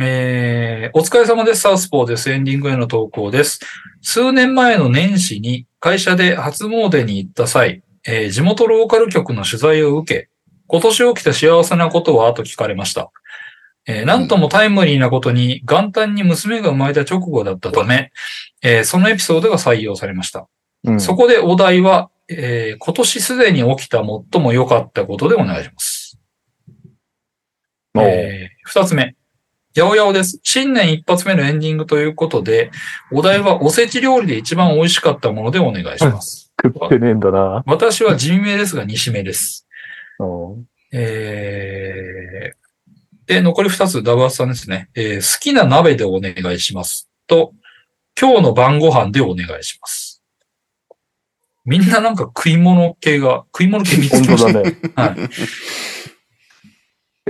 [SPEAKER 2] えー、お疲れ様です。サウスポーです。エンディングへの投稿です。数年前の年始に会社で初詣に行った際、えー地元ローカル局の取材を受け、今年起きた幸せなことはと聞かれました。えーなんともタイムリーなことに、元旦に娘が生まれた直後だったため、えーそのエピソードが採用されました。
[SPEAKER 5] うん
[SPEAKER 2] そこでお題は、えー今年すでに起きた最も良かったことでお願いします。
[SPEAKER 5] おう
[SPEAKER 2] えー二つ目。やおやおです。新年一発目のエンディングということで、お題はおせち料理で一番美味しかったものでお願いします。
[SPEAKER 5] 食ってねえんだな。
[SPEAKER 2] 私は人名ですが、西名です。
[SPEAKER 5] うん
[SPEAKER 2] えー、で、残り二つ、ダブアツさんですね、えー好きな鍋でお願いします。と、今日の晩ご飯でお願いします。みんななんか食い物系が、食い物系見つけ
[SPEAKER 5] 本
[SPEAKER 2] ました。
[SPEAKER 5] 当だね。
[SPEAKER 2] はい。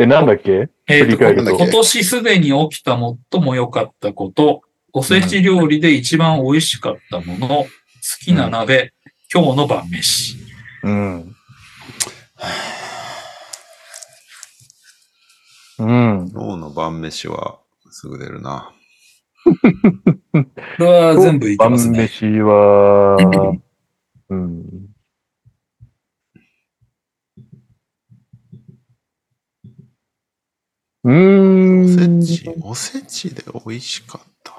[SPEAKER 5] え、なんだっけ
[SPEAKER 2] えー
[SPEAKER 5] 振り返る
[SPEAKER 2] と、
[SPEAKER 5] と
[SPEAKER 2] 今年すでに起きた最も良かったこと、おせち料理で一番美味しかったもの、好きな鍋、今日の晩飯。
[SPEAKER 5] うん。うん。
[SPEAKER 3] 脳の晩飯はすぐ出るな。
[SPEAKER 2] これは全部いけますね。
[SPEAKER 5] 晩飯は、うん。
[SPEAKER 3] お
[SPEAKER 5] う
[SPEAKER 3] せ
[SPEAKER 5] ーん。
[SPEAKER 3] ち、おせちで美味しかった。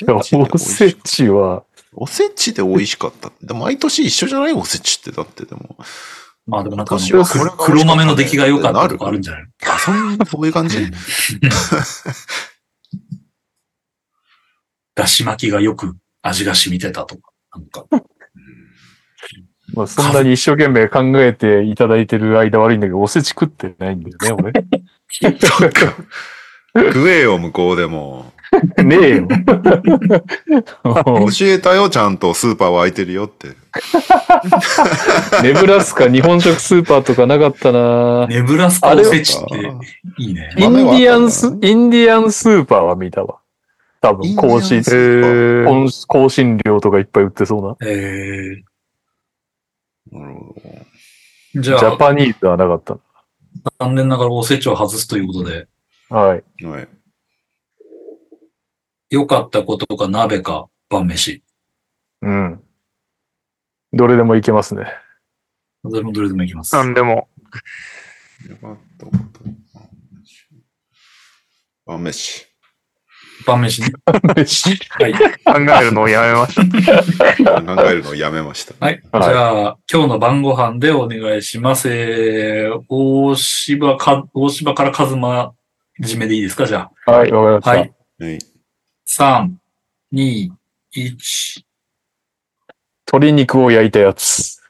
[SPEAKER 5] いや、おせちは、
[SPEAKER 3] おせちで美味しかったって。でも毎年一緒じゃないおせちってだってでも。
[SPEAKER 2] まあでもなんかあ
[SPEAKER 3] 今年はこれが美味し
[SPEAKER 2] の
[SPEAKER 3] かったね
[SPEAKER 2] 黒豆の出来が良かったとかあるんじゃない
[SPEAKER 3] あ、そんな、そういう感じ
[SPEAKER 2] だし巻きがよく味が染みてたとか、なんか。
[SPEAKER 5] まあ、そんなに一生懸命考えていただいてる間悪いんだけど、おせち食ってないんだよね、
[SPEAKER 3] 食えよ、向こうでも。
[SPEAKER 5] 俺。ねえよ。
[SPEAKER 3] 教えたよ、ちゃんとスーパーは空いてるよって。
[SPEAKER 5] ネブラスカ日本食スーパーとかなかったな
[SPEAKER 2] ネブラスカおせちっていいね。
[SPEAKER 5] インディアンス、インディアンスーパーは見たわ。多分、香
[SPEAKER 3] イン
[SPEAKER 5] 辛
[SPEAKER 3] ディアンス、ー
[SPEAKER 4] パ
[SPEAKER 5] 香香辛料とかいっぱい売ってそうな。
[SPEAKER 2] えー、
[SPEAKER 3] なるほど。
[SPEAKER 2] じゃ
[SPEAKER 5] ジャ
[SPEAKER 2] あ、
[SPEAKER 5] パニーズはなかった
[SPEAKER 2] 残念ながらおせちを外すということで、
[SPEAKER 5] な。はい。
[SPEAKER 3] はい。
[SPEAKER 2] 良かったことか鍋か晩飯。
[SPEAKER 5] うん。どれでもいけますね。
[SPEAKER 2] どれもどれでもいきます。
[SPEAKER 4] なんでも。
[SPEAKER 3] よかったこと。晩飯。
[SPEAKER 2] 晩飯ね。はい。
[SPEAKER 4] 考えるのをやめました。
[SPEAKER 3] 考えるのをやめました。
[SPEAKER 2] はい。じゃあ、今日の晩ご飯でお願いします。えー、大芝か、大芝から和馬締めでいいですかじゃ
[SPEAKER 5] はい、わ
[SPEAKER 2] あ。
[SPEAKER 5] か
[SPEAKER 2] は
[SPEAKER 5] り
[SPEAKER 2] い
[SPEAKER 5] ま
[SPEAKER 3] は
[SPEAKER 5] し。
[SPEAKER 3] い。
[SPEAKER 2] 三、二、一。
[SPEAKER 5] た。鶏肉を焼いたやつ。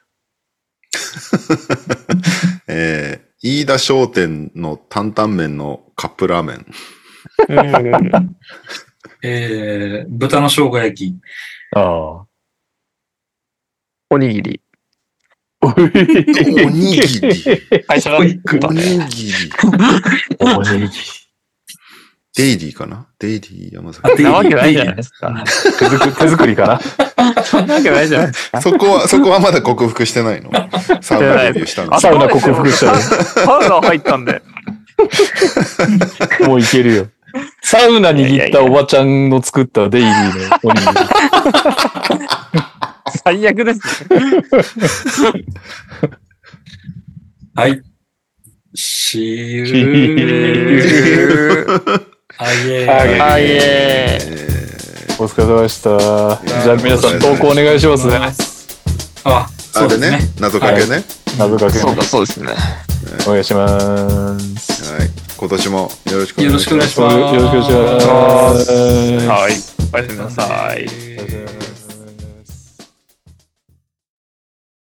[SPEAKER 3] えー、飯田商店の担々麺のカップラーメン。
[SPEAKER 2] えー、豚の生姜焼き。
[SPEAKER 5] ああ。
[SPEAKER 4] おにぎり。
[SPEAKER 5] お
[SPEAKER 3] おにぎり。
[SPEAKER 6] 会社だね。
[SPEAKER 3] おにぎり。
[SPEAKER 5] おにぎり。
[SPEAKER 3] デイリーかなデイリー山
[SPEAKER 2] あ
[SPEAKER 3] 崎。
[SPEAKER 2] デイリー
[SPEAKER 4] なわけないじゃないですか。
[SPEAKER 5] 手作 手作りかな
[SPEAKER 4] そんなわけないじゃないですか。
[SPEAKER 3] そこは、そこはまだ克服してないの。サウナデビューしたの。
[SPEAKER 5] サウナ克服した
[SPEAKER 4] サウナ入ったんで。
[SPEAKER 5] もういけるよ。サウナ握ったおばちゃんの作ったデイリーのおにぎり。
[SPEAKER 4] 最悪ですね。
[SPEAKER 2] はい。See you.
[SPEAKER 5] See you.
[SPEAKER 2] あげー
[SPEAKER 5] あげー
[SPEAKER 4] はい、え
[SPEAKER 5] お疲れ様でした。じゃあ皆さん
[SPEAKER 3] お疲れ様で
[SPEAKER 5] 投
[SPEAKER 3] した
[SPEAKER 5] 稿お願いしますね。
[SPEAKER 2] あ、そ
[SPEAKER 3] あ
[SPEAKER 2] うで
[SPEAKER 3] れ
[SPEAKER 2] す
[SPEAKER 3] ね
[SPEAKER 2] ね。、
[SPEAKER 3] 謎かけね。
[SPEAKER 5] 謎か
[SPEAKER 6] ー
[SPEAKER 5] け
[SPEAKER 6] そうか、そうですね。
[SPEAKER 5] お願いします。
[SPEAKER 3] はい。今年もよろしくお
[SPEAKER 2] よ
[SPEAKER 3] 願
[SPEAKER 2] ろ
[SPEAKER 3] い
[SPEAKER 2] し
[SPEAKER 3] し
[SPEAKER 2] くお
[SPEAKER 3] ま
[SPEAKER 2] 願い
[SPEAKER 3] す
[SPEAKER 2] し。
[SPEAKER 5] よろ
[SPEAKER 2] ます。
[SPEAKER 5] しくお願いします。
[SPEAKER 4] はい。おやすみなさい。
[SPEAKER 5] おやすみなさい